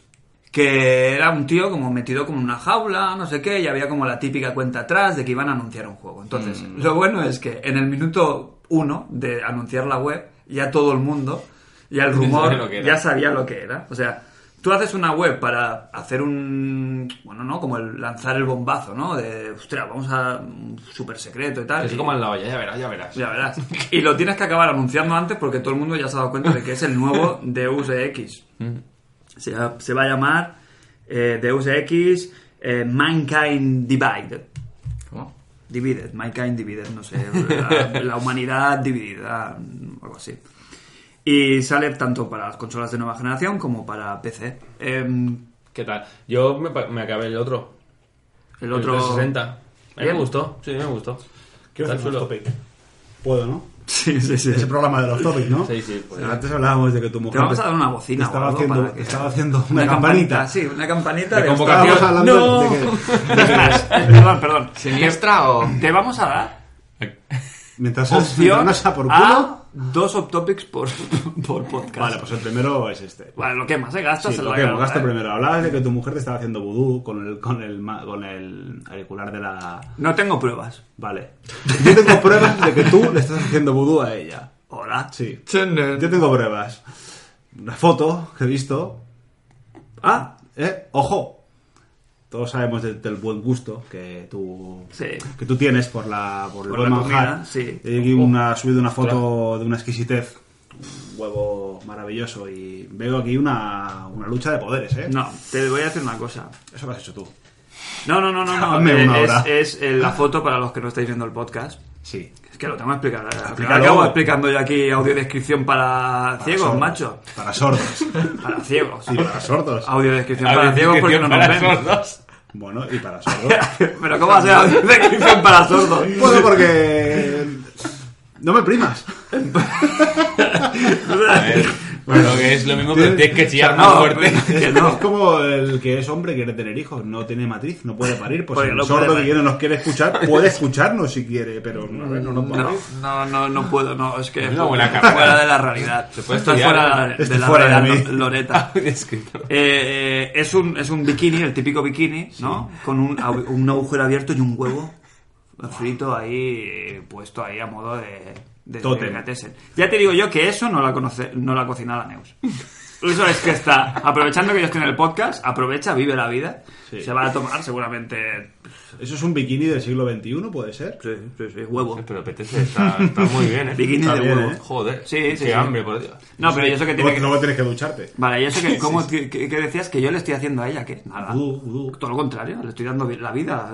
B: que era un tío como metido como en una jaula, no sé qué, y había como la típica cuenta atrás de que iban a anunciar un juego. Entonces, lo bueno es que en el minuto uno de anunciar la web, ya todo el mundo, ya el
C: Ya
B: rumor,
C: sabía lo que era.
B: ya sabía lo que era. O sea, tú haces una web para hacer un, bueno, ¿no? Como el lanzar el bombazo, ¿no? De, ostras, vamos a un super secreto y tal.
C: Es
B: y-
C: como en la olla, ya verás, ya verás.
B: ya verás. Y lo tienes que acabar anunciando antes porque todo el mundo ya se ha dado cuenta de que es el nuevo Deus Ex.
C: Mm.
B: Se, va- se va a llamar eh, Deus Ex eh, Mankind Divided.
D: ¿Cómo?
B: Divided, Mankind Divided, no sé. La, la humanidad dividida, algo así. Y sale tanto para las consolas de nueva generación como para PC. Em,
C: ¿Qué tal? Yo me, pa- me acabé el otro.
B: el otro.
C: 60. A mí me
B: Bien.
C: gustó, sí, me gustó.
E: Quiero
C: Está
E: hacer un
C: chulo.
E: topic. Puedo, ¿no?
B: Sí, sí, sí.
E: Ese programa de los topics, ¿no?
C: Sí, sí, pues.
E: Antes hablábamos de que tu mujer.
B: Te vamos a dar una bocina. o
E: Estaba
B: algo
E: haciendo,
B: para que-
E: estaba haciendo una, campanita.
B: Sí, una campanita
C: De
B: de
C: convocación.
E: Estábamos hablando
B: No.
E: de que
B: perdón, perdón.
D: ¿Siniestra o...?
B: Te vamos a dar
E: mientras
B: opción
E: mientras a por culo.
B: a dos optopics por, por podcast.
E: Vale, pues el primero es este.
B: Vale, lo quemas, ¿eh? Gastas
E: Sí,
B: el
E: lo que
B: regalo,
E: gasto
B: ¿eh?
E: primero. Hablabas de que tu mujer te estaba haciendo vudú con el, con el, ma- con el auricular de la.
B: No tengo pruebas.
E: Vale. Yo tengo pruebas de que tú le estás haciendo vudú a ella.
B: Hola.
E: Sí. Yo
D: Yo
E: tengo pruebas. Una foto que he visto. Ah, eh, ojo. Todos sabemos del, del buen gusto que tú,
B: Sí.
E: que tú tienes por la por el
B: Por
E: buen
B: la
E: manjar.
B: comida, sí.
E: He una, subido una foto de una exquisitez, un huevo maravilloso y veo aquí una, una lucha de poderes, ¿eh?
B: No, te voy a decir una cosa.
E: Eso lo has hecho tú.
B: No, no, no, no. no.
E: Dame una
B: Eh,
E: hora.
B: Es, es, eh, la foto para los que no estáis viendo el podcast.
E: Sí.
B: Es que lo tengo que explicar. eh.
E: Explícalo.
B: Acabo explicando yo aquí audiodescripción para,
E: Para
B: ciegos,
E: sordos.
B: macho. Ah.
E: Para sordos.
B: Para ciegos.
E: Y para sordos.
B: Audiodescripción para ciegos porque no nos
C: Para
B: ven.
C: sordos.
E: Bueno, y para sordos.
B: Pero ¿cómo va a ser audiodescripción para sordos?
E: Puedo porque... No me primas.
C: Bueno, que es lo mismo, pero tienes que chillar más
B: No,
C: fuerte.
B: que
E: Es
B: no.
E: como el que es hombre quiere tener hijos, no tiene matriz, no puede parir. Pues
B: Porque
E: el
B: no puede
E: sordo que
B: parir.
E: viene nos quiere escuchar, puede escucharnos si quiere, pero no, no, no puede.
B: No, no, no, no puedo, no, es que
C: Es una buena
B: está
C: carrera.
B: fuera de la realidad.
C: puede
B: Está
C: estudiar,
B: fuera
C: ¿no?
B: de
E: Está
B: la
E: fuera de
B: realidad,
E: mí.
B: Lo- Loreta. Eh,
C: Descriptor.
B: eh, es, un, es un bikini, el típico bikini, ¿no? Con un, agu- un agujero abierto y un huevo frito ahí, eh, puesto ahí a modo de... de
E: Tótem.
B: delicatessen. Ya te digo yo que eso no la, conoce, no la cocina la Neus. Eso es que está aprovechando que yo estoy en el podcast, aprovecha, vive la vida.
E: Sí.
B: Se va a tomar seguramente
E: Eso es un bikini del siglo XXI, puede ser.
B: Sí, sí, sí, huevo.
C: Pero apetece, está, está muy bien, ¿eh?
B: Bikini
E: Está
B: de
E: bien,
B: huevo.
E: ¿eh?
C: Joder,
B: Sí, sí,
C: qué
B: sí.
C: hambre, por Dios.
B: No, pero yo eso que tiene
E: Luego, luego
B: que...
E: tienes que ducharte.
B: Vale, y eso que... ¿Cómo que, que- que decías que yo le estoy haciendo a ella? que Nada.
E: Vudú, vudú.
B: Todo lo contrario, le estoy dando vi- la vida.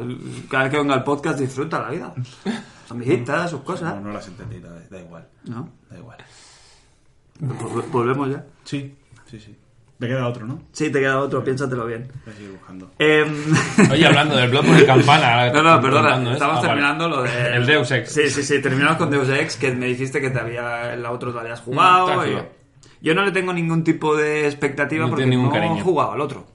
B: Cada vez que venga al podcast disfruta la vida. Sus amiguitas, sus
E: No,
B: cosas.
E: no lo has entendido, da, da igual.
B: ¿No?
E: Da igual.
B: Vol- Pues, Volvemos ya.
E: Sí, sí, sí. Me queda otro, ¿no?
B: Sí, te queda otro, piénsatelo bien.
E: Voy a seguir buscando.
B: Em,
C: Oye, hablando del blog por
B: No,
C: campana.
B: no,
C: contando
B: perdona,
C: eso.
B: estábamos
C: Ah, vale.
B: terminando lo de...
C: El Deus Ex.
B: Sí, sí, sí, terminamos con Deus Ex, que me dijiste que te había, el otro lo habías jugado.
C: Mm, está
B: y-
C: chulo.
B: Yo no le tengo ningún tipo de expectativa
C: No
B: porque
C: tiene ningún
B: no
C: cariño.
B: he jugado al otro.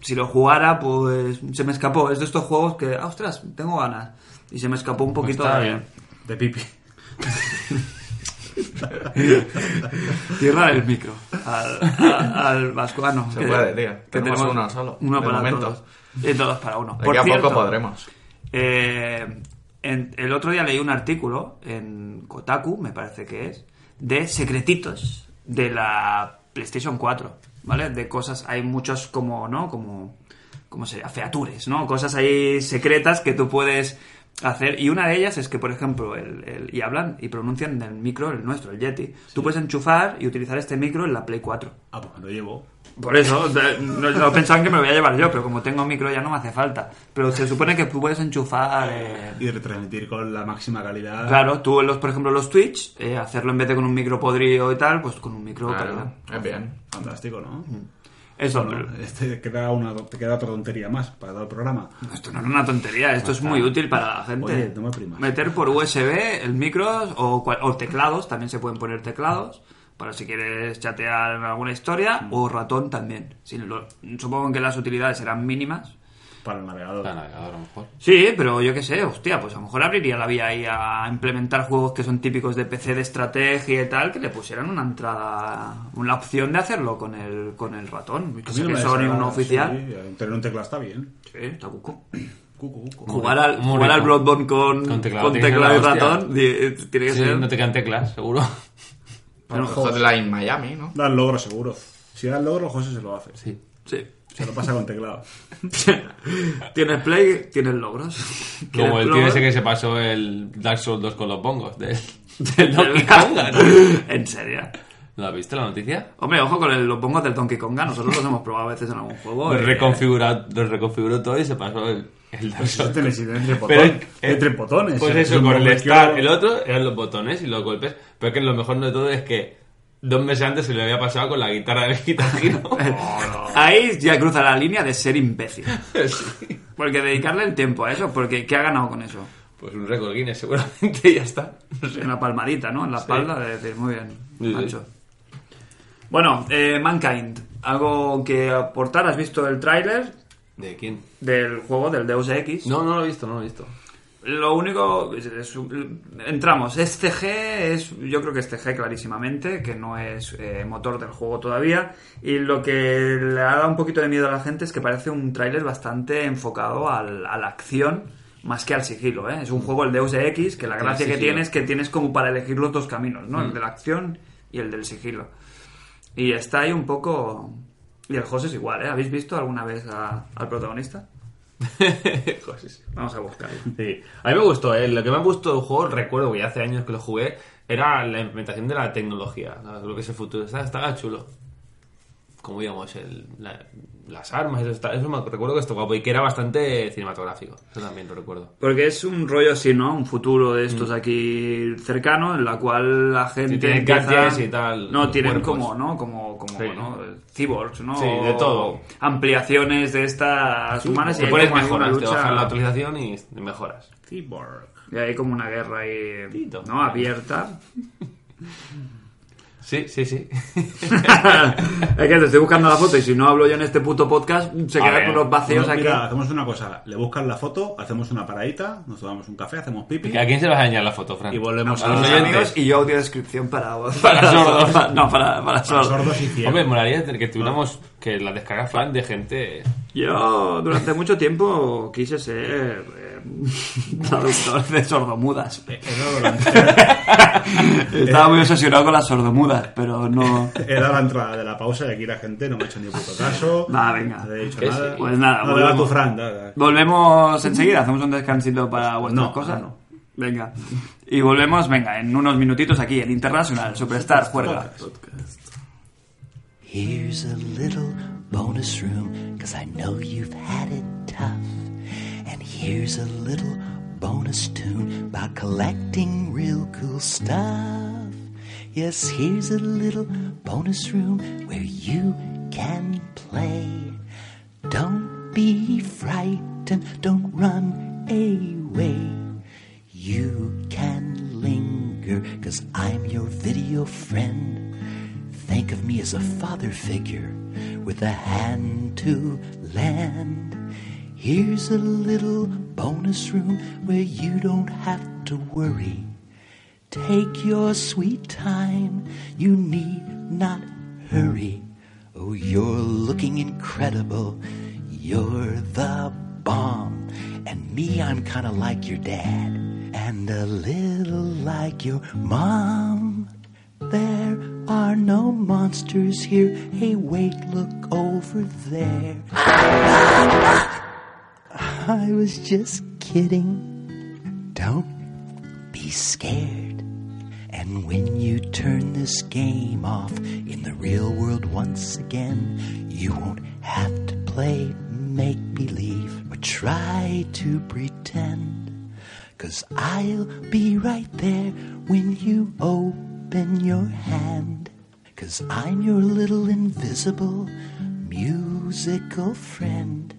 B: Si lo jugara, pues se me escapó. Es de estos juegos que, ah, ostras, tengo ganas. Y se me escapó un poquito
C: Pues está
B: de-
C: bien.
E: De pipi.
B: Cierra el micro al, a- al Ah, vascuano.
D: Se puede, tío. Tenemos uno solo,
B: Uno
D: de
B: para
D: momento.
B: todos. Y todos para uno.
D: De
B: Por
D: aquí a
B: cierto,
D: poco podremos.
B: eh, en- el otro día leí un artículo en Kotaku, me parece que es, de secretitos de la PlayStation 4, ¿vale? De cosas, hay muchos como, ¿no? Como, ¿cómo sería? Features, ¿no? Cosas ahí secretas que tú puedes hacer. Y una de ellas es que, por ejemplo, el, el- y hablan y pronuncian del micro, el nuestro, el Yeti. Tú puedes enchufar y utilizar este micro en la Play 4.
E: Ah, pues me lo llevo.
B: Por eso, de- no, no pensaban que me lo voy a llevar yo, pero como tengo micro ya no me hace falta. Pero se supone que tú puedes enchufar... eh,
E: Y retransmitir con la máxima calidad.
B: Claro, tú en los, por ejemplo, los Twitch, eh, hacerlo en vez de con un micro podrido y tal, pues con un micro calidad.
D: Claro, es bien.
E: Fantástico, ¿no?
B: Eso,
E: Bueno,
B: pero-
E: este queda una, te queda otra tontería más para todo el programa.
B: esto no es una tontería, esto es muy útil para la gente.
E: Oye, no me primas.
B: Meter por USB el micro o, cual- o teclados, también se pueden poner teclados, para si quieres chatear en alguna historia,
E: Mm.
B: o ratón también. Sí, lo- supongo que las utilidades serán mínimas.
E: Para el navegador.
C: Para navegador, a lo mejor.
B: Sí, pero yo qué sé, hostia, pues a lo mejor abriría la vía ahí a implementar juegos que son típicos de PC de estrategia y tal, que le pusieran una entrada, una opción de hacerlo con el, con el ratón.
E: A
B: Que
E: mí
B: sé
E: no
B: que
E: me
B: Sony
E: desagrada,
B: uno oficial.
E: sí, tener un teclado está bien.
B: Sí, está cuco.
E: Cucu, cucu.
B: Jugar al,
C: Muy
B: jugar al
C: rico.
B: Bloodborne con,
C: Con
B: con teclado,
C: teclado tiene que
B: y
C: ser la hostia.
B: ratón di- eh, tiene que
C: Sí,
B: ser
C: no te quedan teclas, seguro.
B: un
D: Los
B: juego.
D: Hotline Miami, ¿no?
E: Da el logro seguro. Si da el logro, José se lo hace.
C: Sí.
B: Sí.
E: Se lo pasa con teclado.
B: tienes play, tienes logros.
C: Como el tío
B: logros?
C: ese que se pasó el Dark Souls 2 con los bongos del, del Donkey
B: Del-
C: Konga, ¿no?
B: en serio.
C: ¿No la viste la noticia?
B: Hombre, ojo con el- los bongos del Donkey Konga. Nosotros los hemos probado a veces en algún juego.
C: Lo
B: y-
C: reconfiguró, lo reconfiguró todo y se pasó el, el Dark Souls.
E: Este necesita entre
C: Pero,
E: botones.
C: eh,
E: entre botones.
C: Pues
E: Si
C: eso,
E: eres un
C: con el
E: hombre
C: Star,
E: izquierdo-
C: el otro eran los botones y los golpes. Pero es que lo mejor de todo es que dos meses antes se le había pasado con la guitarra del guitarrino.
B: Ahí ya cruza la línea de ser imbécil.
C: Sí.
B: Porque dedicarle el tiempo a eso, porque ¿qué ha ganado con eso?
C: Pues un récord Guinness seguramente y ya está. No sé.
B: Una palmadita, ¿no? En la espalda de decir, muy bien,
C: Sí, sí.
B: macho. Bueno, eh, Mankind, algo que aportar. ¿Has visto el tráiler
C: ¿De quién?
B: del juego del Deus Ex?
C: No, no lo he visto, no lo he visto.
B: Lo único, es- es- entramos, es CG, es, yo creo que es CG clarísimamente, que no es eh, motor del juego todavía, y lo que le ha dado un poquito de miedo a la gente es que parece un tráiler bastante enfocado al- a la acción más que al sigilo, ¿eh? Es un juego, el Deus Ex, que la
C: Tiene
B: gracia que
C: sigilo.
B: tiene es que tienes como para elegir los dos caminos, ¿no? El de la acción y el del sigilo. Y está ahí un poco... Y el José es igual, ¿eh? ¿Habéis visto alguna vez a- al protagonista?
C: Joder, sí.
B: Vamos a buscarlo.
C: Sí. A mí me gustó, ¿eh? lo que me ha gustado del juego, recuerdo que ya hace años que lo jugué, era la implementación de la tecnología, ¿no? lo que es el futuro. Está- Estaba, chulo. Como digamos, el- la- las armas, eso, está, eso me recuerdo que esto guapo y que era bastante cinematográfico. Eso también lo recuerdo.
B: Porque es un rollo así, ¿no? Un futuro de estos aquí cercano, en la cual la gente.
C: Mm. tienen
B: empieza-
C: gadgets y tal,
B: No, tienen
C: cuerpos.
B: como, ¿no? Como, como
C: Sí.
B: ¿no? cyborgs, ¿no?
C: Sí, de todo.
B: Ampliaciones de estas humanas y
C: Te
B: hay
C: pones
B: como ahí
C: mejoras,
B: una
C: te
B: lucha-
C: bajas la actualización y mejoras.
E: Cyborg.
B: Y hay como una guerra ahí,
C: Tito.
B: ¿no? Abierta.
C: Sí, sí, sí.
B: es que te estoy buscando la foto y si no hablo yo en este puto podcast, se
C: A ver,
B: quedan unos vacíos
E: No,
B: aquí.
E: mira, hacemos una cosa. Le buscan la foto, hacemos una paradita, nos tomamos un café, hacemos pipi
C: ¿A quién se va a enseñar la foto, Fran?
E: y volvemos
B: a
E: a
B: los
C: oyentes.
B: amigos y yo audiodescripción para, para,
C: sordos.
B: para- no, para, para
E: los
B: sordos.
E: sordos y ciegos.
C: Hombre, molaría que tuviéramos que la descarga Fran de gente...
B: Yo durante mucho tiempo quise ser eh, traductor de sordomudas.
E: Era durante-
B: Estaba muy obsesionado con las sordomudas, pero no...
E: Era la entrada de la pausa y aquí la gente no me ha hecho ni puto caso.
B: Va, venga.
E: No he dicho
C: Que
E: nada.
C: sí.
B: Pues nada,
E: no, dale a tu Fran. dale, dale.
B: Volvemos enseguida, hacemos un descansito para vuestras
E: No,
B: cosas.
E: no, no.
B: Venga. Y volvemos, venga, en unos minutitos aquí en International Superstar Juerga.
F: Here's a little bonus room, cause I know you've had it tough. And here's a little bonus tune about collecting real cool stuff. Yes, here's a little bonus room where you can play. Don't be frightened, don't run away. You can linger, cause I'm your video friend. Think of me as a father figure with a hand to lend. Here's a little bonus room where you don't have to worry. Take your sweet time, you need not hurry. Oh, you're looking incredible, you're the bomb. And me, I'm kinda like your dad, and a little like your mom. There are no monsters here. Hey, wait, look over there. I was just kidding. Don't be scared. And when you turn this game off in the real world once again, you won't have to play make believe or try to pretend. Cause I'll be right there when you open your hand. Cause I'm your little invisible musical friend.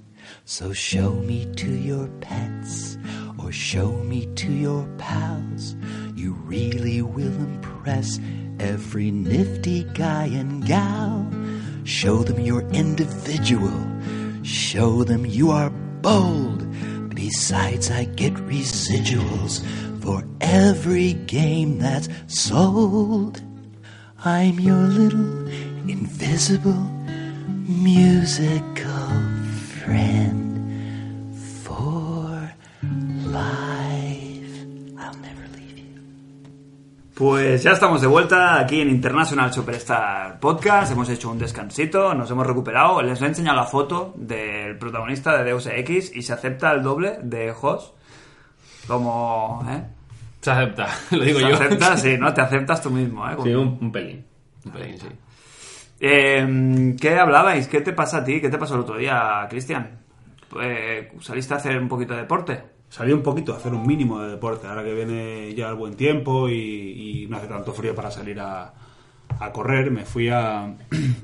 F: So show me to your pets or show me to your pals. You really will impress every nifty guy and gal. Show them you're individual. Show them you are bold. Besides, I get residuals for every game that's sold. I'm your little invisible musical friend for life. I'll never leave you.
B: Pues ya estamos de vuelta aquí en International Superstar Podcast. Hemos hecho un descansito, nos hemos recuperado. Les he enseñado la foto del protagonista de Deus Ex y se acepta el doble de Hoss. Como, ¿eh?
C: Se acepta, lo digo
B: ¿Te
C: yo.
B: aceptas? Sí, ¿no? Te aceptas tú mismo, ¿eh? Como-
C: Sí, un, un pelín. Un pelín, sí.
B: Eh, ¿Qué hablabais? ¿Qué te pasa a ti? ¿Qué te pasó el otro día, Cristian? Eh, ¿Saliste a hacer un poquito de deporte?
E: Salí un poquito a hacer un mínimo de deporte, ahora que viene ya el buen tiempo y, y no hace tanto frío para salir a, a correr, me fui a,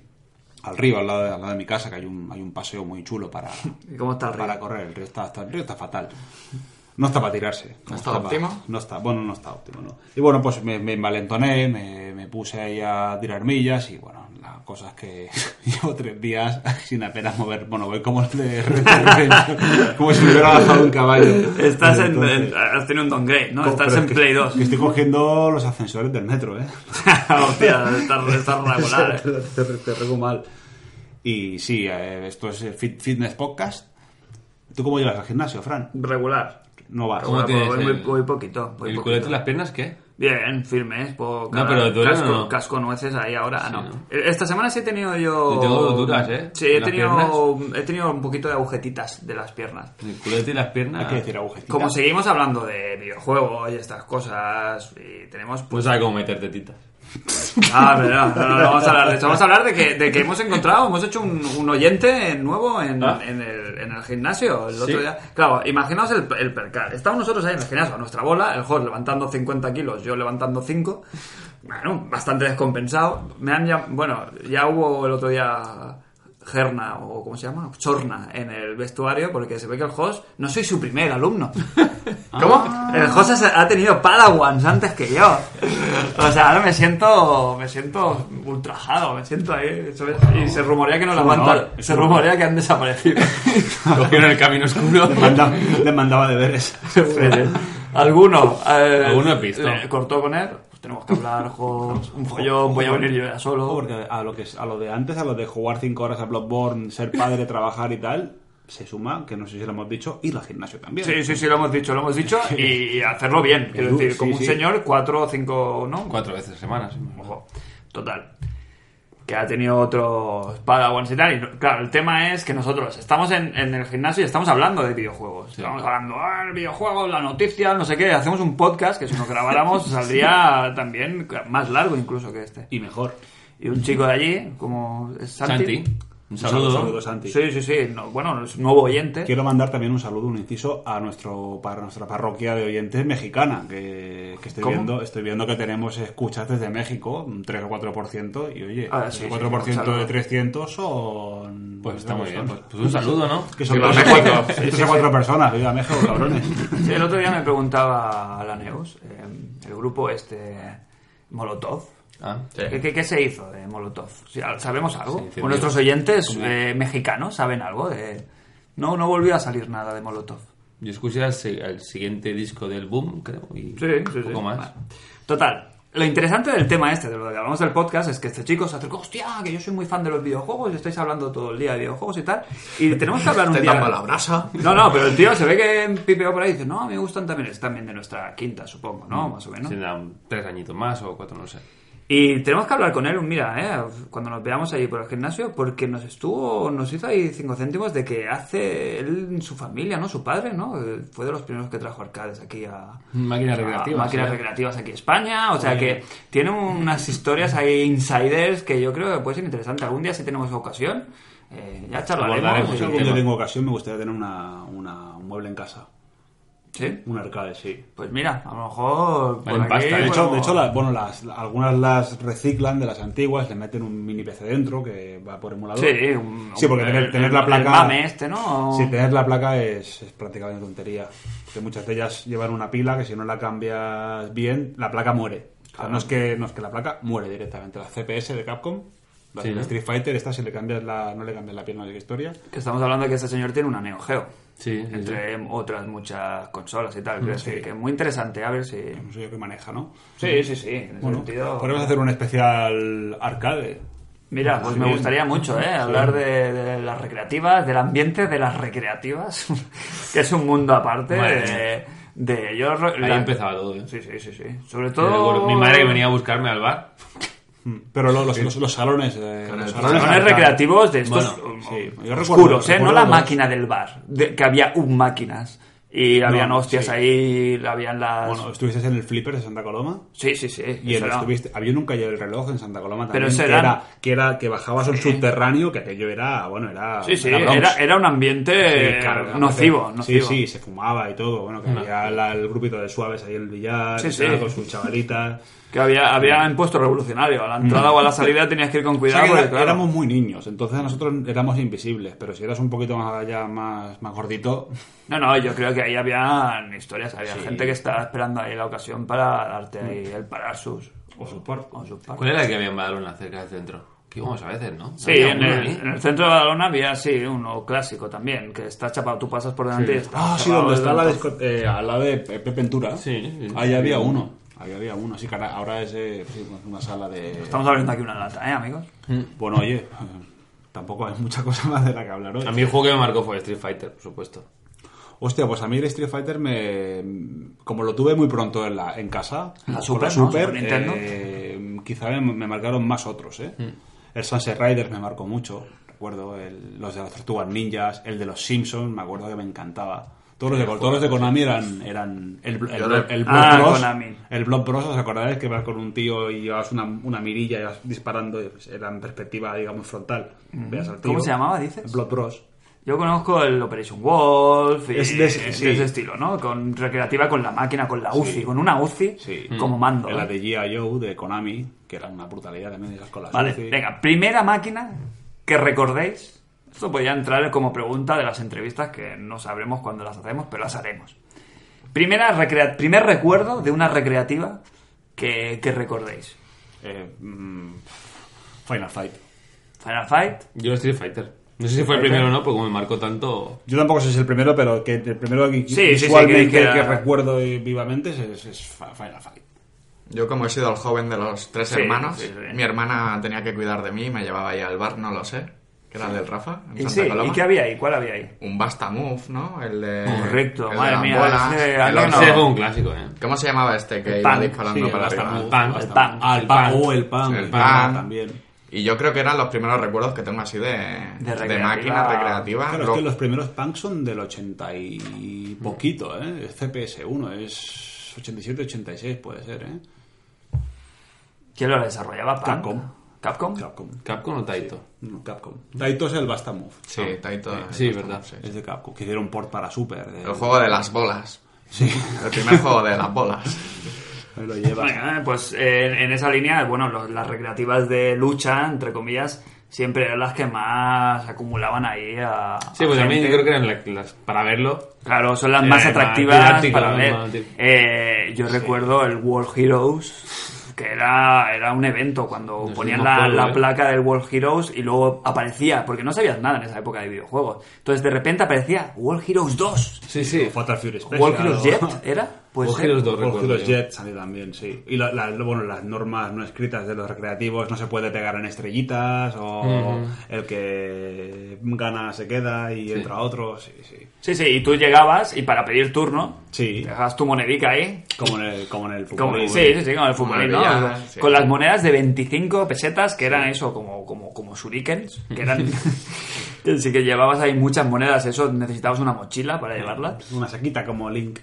E: al río, al lado, de, al lado de mi casa, que hay un, hay un paseo muy chulo para,
B: ¿Y cómo está el río?
E: para correr. El río está, está- el río está fatal. No está para tirarse.
D: ¿No está
E: pa-
D: óptimo?
E: no está, bueno, no está óptimo, no. Y bueno, pues me, me envalentoné, me, me puse ahí a tirar millas y bueno, la cosa es que llevo tres días sin apenas mover, bueno, voy como el de como si me hubiera bajado un caballo.
B: Estás en,
E: Entonces,
B: en- Has tenido un downgrade, ¿no?
E: co-
B: Estás
E: pero
B: en
E: es que-
B: Play 2.
E: que estoy cogiendo los ascensores del metro, ¿eh?
B: Hostia, estás, estás regular, ¿eh?
E: te, te- te rego mal. Y sí, eh, esto es el Fit- Fitness Podcast. ¿Tú cómo llevas al gimnasio, Fran?
B: Regular.
E: No vas.
C: ¿Cómo
B: Regular,
C: tienes
B: voy, voy-
C: el-
B: voy poquito. voy
C: ¿El
B: poquito.
C: culete y las piernas qué?
B: Bien, firmes. Puedo
C: No,
B: cargar
C: pero duras
B: casco,
C: o no.
B: casco nueces ahí ahora.
C: Sí,
B: no. Eh,
C: ¿no?
B: Esta semana sí he tenido yo.
C: Yo tengo duras, ¿eh?
B: Sí, he
C: Las
B: tenido, he tenido un poquito de agujetitas de las piernas.
C: ¿El culete y las
E: Hay
C: piernas?
B: Ah.
E: que decir agujetita.
B: Como seguimos hablando de videojuegos y estas cosas, y tenemos.
C: Pues No sabe cómo meter tetitas.
B: Ah, pero no, no, no, no vamos a hablar de eso. Vamos a hablar de que, de que hemos encontrado, hemos hecho un, un oyente nuevo en,
C: Ah.
B: en el, en el gimnasio el
C: Sí.
B: otro día. Claro, imaginaos el, el percal. Estamos nosotros ahí en el gimnasio, a nuestra bola, el host levantando 50 kilos, yo levantando 5. Bueno, bastante descompensado. Me han llam- Bueno, ya hubo el otro día gerna o cómo se llama chorna en el vestuario porque se ve que el host no soy su primer alumno
D: ¿Cómo?
B: el José se- ha tenido Padawans antes que yo. O sea, ahora me siento, me siento ultrajado, me siento ahí. ¿sabes? Y se rumorea que no la
E: un honor,
B: aguantan.
E: es
B: Se
E: un
B: rumorea que han desaparecido.
C: Cogieron el camino oscuro.
E: Les manda- les mandaba deberes.
B: Alguno. eh,
C: Alguno he visto.
B: le cortó con él. Pues tenemos que hablar, Jos, un follón, voy a venir yo ya
E: No,
B: solo.
E: Oh, porque a lo, que, a lo de antes, a lo de jugar 5 horas a Bloodborne, ser padre, trabajar y tal, se suma, que no sé si lo hemos dicho, ir al gimnasio también.
B: Sí, sí, sí, lo hemos dicho, lo hemos dicho. Y hacerlo bien. Quiero
E: Sí,
B: decir, como
E: sí,
B: un
E: sí.
B: señor, cuatro o cinco, ¿no?
C: Cuatro veces a semana. sí.
B: Ojo, total. Que ha tenido otros Padawans y tal. Y no- claro, el tema es que nosotros estamos en, en el gimnasio y estamos hablando de videojuegos. Estamos hablando, ah, el videojuego, la noticia, no sé qué. Hacemos un podcast que si nos grabáramos saldría también más largo incluso que este.
E: Y mejor.
B: Y un chico de allí, como es Santi.
C: Santi, un saludo.
E: Saludos, Santi.
B: Sí, sí, sí. no- bueno, es nuevo oyente.
E: Quiero mandar también un saludo, un inciso a nuestro para nuestra parroquia de oyentes mexicana, que, que estoy
B: ¿Cómo?
E: viendo estoy viendo que tenemos escuchas desde México, un 3 o 4%, y oye,
B: Ah, sí, sí,
E: 4%
B: un saludo.
E: de 300 son...
C: Pues está
E: ¿cómo
C: muy bien.
E: son?
C: Pues, pues un saludo, ¿no?
E: Que son
D: Viva
E: tres
D: México.
E: cuatro- tres o cuatro personas, viva México, cabrones.
B: Sí, el otro día me preguntaba a la Neus, eh, el grupo este Molotov,
C: Ah.
B: ¿Qué, qué, qué se hizo de Molotov? Si- ¿Sabemos algo?
C: incendió.
B: ¿O nuestros oyentes eh, mexicanos saben algo? de- No, no volvió a salir nada de Molotov.
C: Yo escuché el, si- el siguiente disco del Boom, creo, y un poco más.
B: Vale. Total. Lo interesante del tema este, de lo que hablamos del podcast, es que este chico se acercó, hostia, que yo soy muy fan de los videojuegos y estáis hablando todo el día de videojuegos y tal. Y tenemos que hablar un
D: Te
B: día...
D: dando la brasa.
B: No, no, pero el tío se ve que pipeó por ahí y dice, no, me
C: Mm.
B: gustan también, es también de nuestra quinta, supongo, ¿no? Más o menos.
C: Tendrán tres añitos más o cuatro, no sé.
B: Y tenemos que hablar con él, mira, eh, cuando nos veamos ahí por el gimnasio, porque nos estuvo, nos hizo ahí cinco céntimos de que hace él, su familia, ¿no? Su padre, ¿no? Eh, Fue de los primeros que trajo arcades aquí a...
C: Máquinas
B: a-
C: recreativas,
B: máquinas
C: sí.
B: recreativas aquí en España, o sea
C: Muy
B: que
C: bien.
B: tiene unas historias ahí, insiders, que yo creo que puede ser interesante. Algún día si tenemos ocasión, eh, ya charlaremos.
C: Abordaremos
E: Si
B: y-
E: algún día tengo ocasión, me gustaría tener una, una- un mueble en casa.
B: Sí.
E: Un arcade, sí.
B: Pues mira, a lo mejor...
C: Valen pasta,
E: De
C: Eh,
E: hecho,
B: podemos-
E: de hecho la- bueno, las, algunas las reciclan de las antiguas, le meten un mini PC dentro que va por emulador.
B: Sí, un-
E: sí porque
B: un-
E: tener,
B: el-
E: tener la
B: el
E: placa.
B: mame este, ¿no?
E: Sí, tener la placa es, es prácticamente tontería. Porque muchas de ellas llevan una pila que si no la cambias bien, la placa muere. O sea, no, es que, no es que la placa muere directamente. La CPS de Capcom, la
C: Sí,
E: de
C: ¿no?
E: Street Fighter, esta si le cambias la, no le cambias la pierna de la historia.
B: Que estamos hablando de que este señor tiene una Neo Geo.
C: Sí, sí, Mm,
B: Entre otras muchas consolas y tal. Quiero decir que es muy interesante. A ver si. Mm.
E: No sé yo qué maneja, ¿no?
B: Sí, sí, sí. En ese
E: Bueno,
B: sentido.
E: podemos hacer un especial arcade.
B: Mira, pues me
E: bien.
B: gustaría mucho, ¿eh? Hablar de, de las recreativas, del ambiente de las recreativas, que es un mundo aparte.
C: Madre
B: De, de- yo.
C: Ahí empezaba todo, ¿eh?
B: Sí, sí, sí, sí. Sobre
C: Yo recuerdo
B: todo.
C: Mi madre que venía a buscarme al bar.
E: Pero lo- los, los, los salones, eh,
D: Claro,
E: los
D: los
E: salones
B: Salones
E: arcade.
B: recreativos de estos
E: Bueno,
B: um,
E: sí. Yo
B: oscuros,
E: recuerdo-
B: ¿eh?
E: recuerdo
B: No la
E: dos.
B: máquina del bar, de- que había un máquinas. Y habían
E: No,
B: hostias
E: sí.
B: ahí, habían las...
E: Bueno, estuviste en el Flipper de Santa Coloma.
B: sí, sí, sí.
E: Y
B: eso
E: el-
B: era-
E: estuviste, había un calle del reloj en Santa Coloma también,
B: Pero ese
E: que,
B: era-
E: era, que era que bajabas a un subterráneo, que aquello era, bueno, era...
B: Sí, sí,
E: Bronx.
B: era, era un ambiente
E: Sí, claro, era
B: nocivo,
E: porque-
B: nocivo.
E: Sí, sí, se fumaba y todo, bueno, que había la- el grupito de suaves ahí en el billar,
B: Sí,
E: que
B: sí.
E: estaba con sus chavalitas...
B: Que había, había impuesto revolucionario. A la entrada o a la salida tenías que ir con
E: O sea,
B: cuidado.
E: Mm. que era-
B: porque, claro,
E: éramos muy niños, entonces nosotros éramos invisibles, pero si eras un poquito más allá, más, más gordito,
B: No, no, yo creo que ahí había historias. Había gente que estaba esperando ahí la ocasión para darte ahí
E: Mm.
B: el parar sus... O sus par.
C: ¿Cuál era el que había en Badalona cerca del centro? Que íbamos a veces, ¿no?
B: Sí,
C: Había
B: en
C: uno
B: el,
C: ahí.
B: en el centro de Badalona había, sí, uno clásico también, que está chapado, tú pasas por delante y está
E: Ah, sí,
B: chapado
E: donde está la
B: de-
E: discoteca. al lado de Pepe Ventura.
C: Sí, sí.
E: Ahí había uno. Ahí había uno. Sí, que ahora- ahora es eh, sí, una sala de.
B: Estamos abriendo aquí una lata, ¿eh, amigos?
E: Bueno, oye, eh, tampoco hay mucha cosa más de la que hablar hoy.
C: A mí el juego que me marcó fue Street Fighter, por supuesto.
E: Hostia, pues a mí el Street Fighter me. Como lo tuve muy pronto en, la, en casa.
B: La
E: con
B: Super, ¿no? Super Nintendo. Mm.
E: eh, quizá me, me marcaron más otros, ¿eh? El Sunset Riders me marcó mucho. Recuerdo el- los de las Tortugas Ninjas, el de los Simpsons, me acuerdo que me encantaba. Todos los de, todos los de Konami eran, eran el, bl- el,
D: Yo
E: bl-
D: de-
E: el Block
B: Ah,
E: Bros.
B: Konami.
E: El Block Bros, ¿os acordáis? Que vas con un tío y llevas una, una mirilla y vas disparando, y pues era en perspectiva, digamos, frontal. Veas al tío.
B: ¿Cómo se llamaba, dices?
E: Block Bros.
B: Yo conozco el Operation Wolf y
E: Es de ese, sí.
B: estilo, ¿no? Con recreativa con la máquina, con la UCI, con una UCI
E: Sí.
B: como mando.
E: La
B: ¿eh?
E: de G.I. Joe de Konami, que era una brutalidad también esas colas.
B: Vale,
E: Sí.
B: venga, primera máquina que recordéis. Esto podría entrar como pregunta de las entrevistas que no sabremos cuándo las hacemos, pero las haremos. Primera recrea- primer recuerdo de una recreativa que, que recordéis.
E: Eh, mm, Final Fight.
B: Final Fight,
C: Yo Street Fighter. No sé si fue el primero o no, porque me marcó tanto.
E: Yo tampoco sé si es el primero, pero que el primero
B: Sí,
E: que
B: sí, sí,
E: visualmente
B: que- que-
E: que, recuerdo eh, vivamente es, es- es Fa- Final Fight.
D: Yo como he sido el joven de los tres
B: Sí,
D: hermanos,
B: sí, sí.
D: mi hermana tenía que cuidar de mí y me llevaba ahí al bar, no lo sé, que era el del Rafa, en
B: ¿Y,
D: Santa
B: sí, ¿y
D: Coloma.
B: qué había ahí? ¿Cuál había ahí?
D: Un Basta Move, ¿no? El de...
B: Correcto,
D: el de
B: madre
D: las
B: mía,
D: bolas,
B: ese-
D: el
B: alguien
D: otro-
B: no-
C: Ese fue un clásico, ¿eh?
D: ¿Cómo se llamaba este que
B: El
D: iba
B: pan,
D: disparando
E: sí,
D: para
E: el
D: arriba?
E: Basta
C: El pan,
B: El
C: el
B: pan.
C: pan.
E: Ah, el pan. Oh, el pan.
D: El
E: pan
D: pan.
E: también.
D: Y yo creo que eran los primeros recuerdos que tengo así de, de,
B: recreativa.
D: máquina recreativa.
E: Claro,
D: Lo-
E: es que los primeros punk son del 80 y poquito, ¿eh? Es CPS1, es 87, 86 puede ser, ¿eh?
B: ¿Quién lo desarrollaba? Punk?
E: Capcom.
B: ¿Capcom?
E: Capcom.
C: Capcom o Taito.
E: No, Capcom. Taito es el Basta Move.
D: Sí, está ahí todo.
C: Sí, verdad.
E: Es de Capcom, que hicieron port para Super. de-
D: El juego de las bolas.
E: Sí,
D: El primer juego de las bolas.
E: ahí lo lleva.
B: Bueno, eh, pues eh, en esa línea, bueno, los- las recreativas de lucha, entre comillas, siempre eran las que más acumulaban ahí a.
C: Sí,
B: a
C: pues también
B: gente.
C: creo que eran la- las. Para verlo.
B: Claro, son las más
C: Eh, más
B: atractivas
C: didáctico,
B: para ver.
C: más di-
B: Eh, yo recuerdo el World Heroes, que era, era un evento cuando
C: Nos
B: ponían
C: dimos
B: la,
C: polvo,
B: la
C: eh.
B: placa del World Heroes y luego aparecía, porque no sabías nada en esa época de videojuegos. Entonces de repente aparecía World Heroes 2,
C: Sí, sí.
E: Fatal Fury Special.
B: World Heroes
E: o-
B: Jet, ¿era? Pues
C: Cogí los dos,
E: Porque
C: recuerdo
E: los
C: yo.
E: Jets salió también, sí. Y la- la- bueno, las normas no escritas de los recreativos no se puede pegar en estrellitas o el que gana se queda y entra otro, sí, sí.
B: Sí, sí, y tú llegabas y para pedir turno,
E: Sí.
B: dejabas tu monedica ahí.
E: Como en el, como en el fútbol.
B: Como, sí, sí, sí, como el futbolín, ¿no?
D: Maravilla, sí.
B: Con las monedas de 25 pesetas, que eran eso, como, como, como shurikens, que eran... que sí que llevabas ahí muchas monedas, eso, necesitabas una mochila para llevarlas.
E: Una saquita como Link.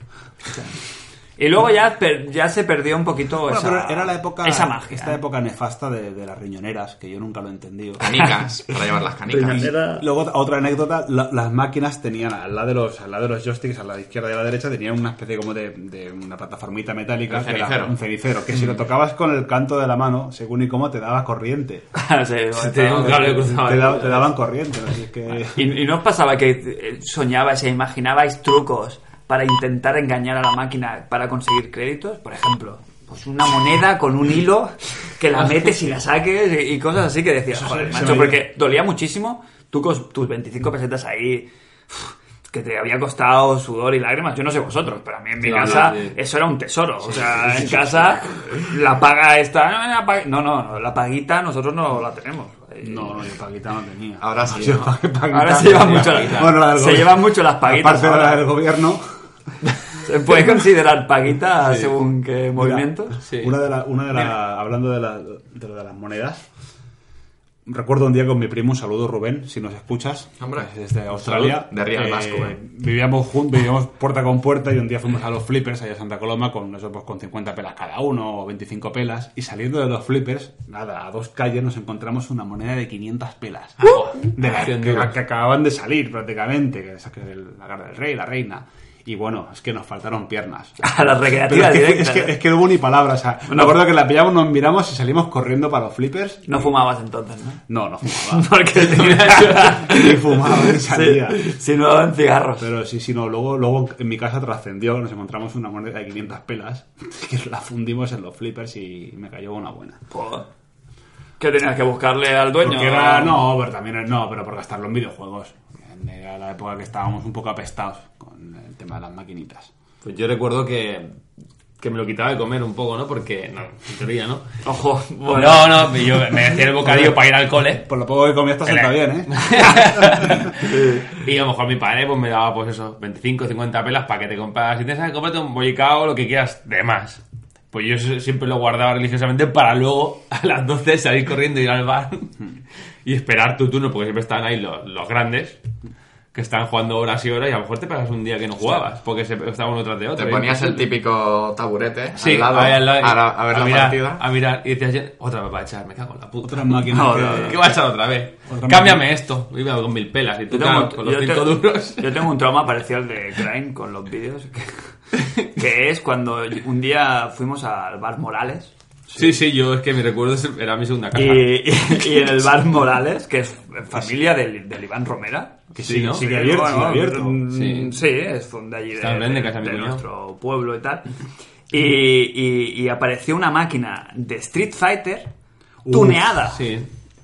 B: Y luego ya, per- ya se perdió un poquito
E: Bueno,
B: Pues esa,
E: pero era la época,
B: esa magia. ¿eh?
E: esta época nefasta de, de las riñoneras, que yo nunca lo he entendido.
D: Canicas, para llevar las canicas.
E: Luego otra anécdota, la- las máquinas tenían al lado de los, al lado de los joysticks, a la izquierda y a la derecha, tenían una especie como de, de una plataformita metálica,
D: Un
E: que era
D: cenicero.
E: un cenicero, que si lo tocabas con el canto de la mano, según y cómo te daba corriente.
B: Ah, Sí,
C: Se te dio un cable cruzado.
E: Te, da- te daban corriente, así es que
B: ¿Y, y no os pasaba que eh, soñabais e imaginabais trucos para intentar engañar a la máquina para conseguir créditos? Por ejemplo, pues una moneda con un hilo que la metes y la saques y, y cosas así que decías, joder,
E: se
B: macho,
E: me
B: porque dolía muchísimo tú con tus 25 pesetas ahí uf, que te había costado sudor y lágrimas, yo no sé vosotros, pero a mí en mi
C: Sí,
B: casa
C: sí, sí.
B: eso era un tesoro, o sea, en casa la paga esta, no, la paga- no, no, no, la paguita nosotros no la tenemos.
E: no, no, yo paguita no tenía.
D: Ahora sí,
E: Yo
D: ¿no?
E: pa- paguita
B: Ahora
E: no
B: se llevan
E: tenía.
B: mucho,
E: Bueno, la del
B: se
E: gobierno.
B: llevan mucho las paguitas.
E: Aparte de la
B: ahora.
E: del gobierno,
B: Se puede considerar paguita según qué movimiento.
C: Sí.
E: Una de la, una de la, hablando de, la- de lo de las monedas, recuerdo un día con mi primo, un saludo Rubén, si nos escuchas, Eh,
D: Hombre.
E: es desde Australia.
D: de Real Vasco, eh.
E: Vivíamos juntos, vivíamos puerta con puerta y un día fuimos a los flippers allá a Santa Coloma con nosotros pues, con 50 pelas cada uno o 25 pelas y saliendo de los flippers, nada, a dos calles nos encontramos una moneda de 500 pelas. ¡Oh! De la-
C: Cien
E: que,
C: duros.
E: que acababan de salir prácticamente, que esa que es el- la cara del rey, la reina. Y bueno, es que nos faltaron piernas.
B: A la
E: Pero
B: recreativa
E: es, que,
B: directa.
E: es, que, es que no hubo ni palabras. O sea, me acuerdo que la pillamos, nos miramos y salimos corriendo para los flippers.
B: No fumabas entonces, ¿no?
E: No, no
C: Ah.
E: fumaba.
B: Porque tenías...
E: ni fumaba, ni salía.
B: Sí, si no daban cigarros.
E: Pero sí, sí, no. Luego, luego en mi casa trascendió, nos encontramos una moneda de 500 pelas que la fundimos en los flippers y me cayó una buena.
B: Joder. ¿Qué tenías que buscarle al dueño?
E: Porque era, no, pero también era- no, pero por gastarlo en videojuegos. Era la época que estábamos un poco apestados con el tema de las maquinitas.
C: Pues yo recuerdo que, que me lo quitaba de comer un poco, ¿no? Porque, no, en teoría, ¿no?
B: Ojo, bueno.
C: No, no, yo me hacía el bocadillo para ir al cole.
E: Por lo poco que comí esta
C: Era-
E: está bien, ¿eh?
C: y a lo mejor mi padre pues, me daba, pues eso, 25, 50 pelas para que te compras. Si tienes que comprarte "Ah, un bollicao, lo que quieras, de más. Pues yo eso siempre lo guardaba religiosamente para luego a las 12 salir corriendo, ir al bar y esperar tu turno, porque siempre estaban ahí los, los grandes que están jugando horas y horas y a lo mejor te pasas un día que no jugabas porque se, estaban uno tras de otro.
D: Te
C: Y-
D: ponías el típico taburete
C: Sí,
D: al lado,
C: ahí Ah, al lado y-
D: a, a ver la
C: mirar,
D: partida.
C: A mirar, y decías, "Ya, otra vez va a echar, me cago en la puta.
E: Otras máquinas
B: No,
E: que-
B: no, no.
C: ¿Qué va a echar otra vez?
E: Otra
C: Cámbiame esto. Iba con mil pelas y tú
B: Yo tengo,
C: claro, con los
B: yo
C: cinco
B: te-
C: duros.
B: yo tengo un trauma parecido al de Crane con los vídeos. Que, que es cuando un día fuimos al bar Morales.
C: Sí, sí, yo es que mi recuerdo es- era mi segunda casa.
E: Eh,
B: Y, y- y en el bar Morales, que es familia del, del Iván Romera.
E: Que
C: Sí,
E: sí,
C: ¿no?
E: sigue abierto,
B: Bueno,
E: sigue abierto.
B: mm,
C: Sí.
B: Sí, es fue de allí, de,
C: Está en Belén, de casa de mi
B: de
C: cuñado.
B: nuestro pueblo y tal. Y, y- y apareció una máquina de Street Fighter tuneada,
C: Sí,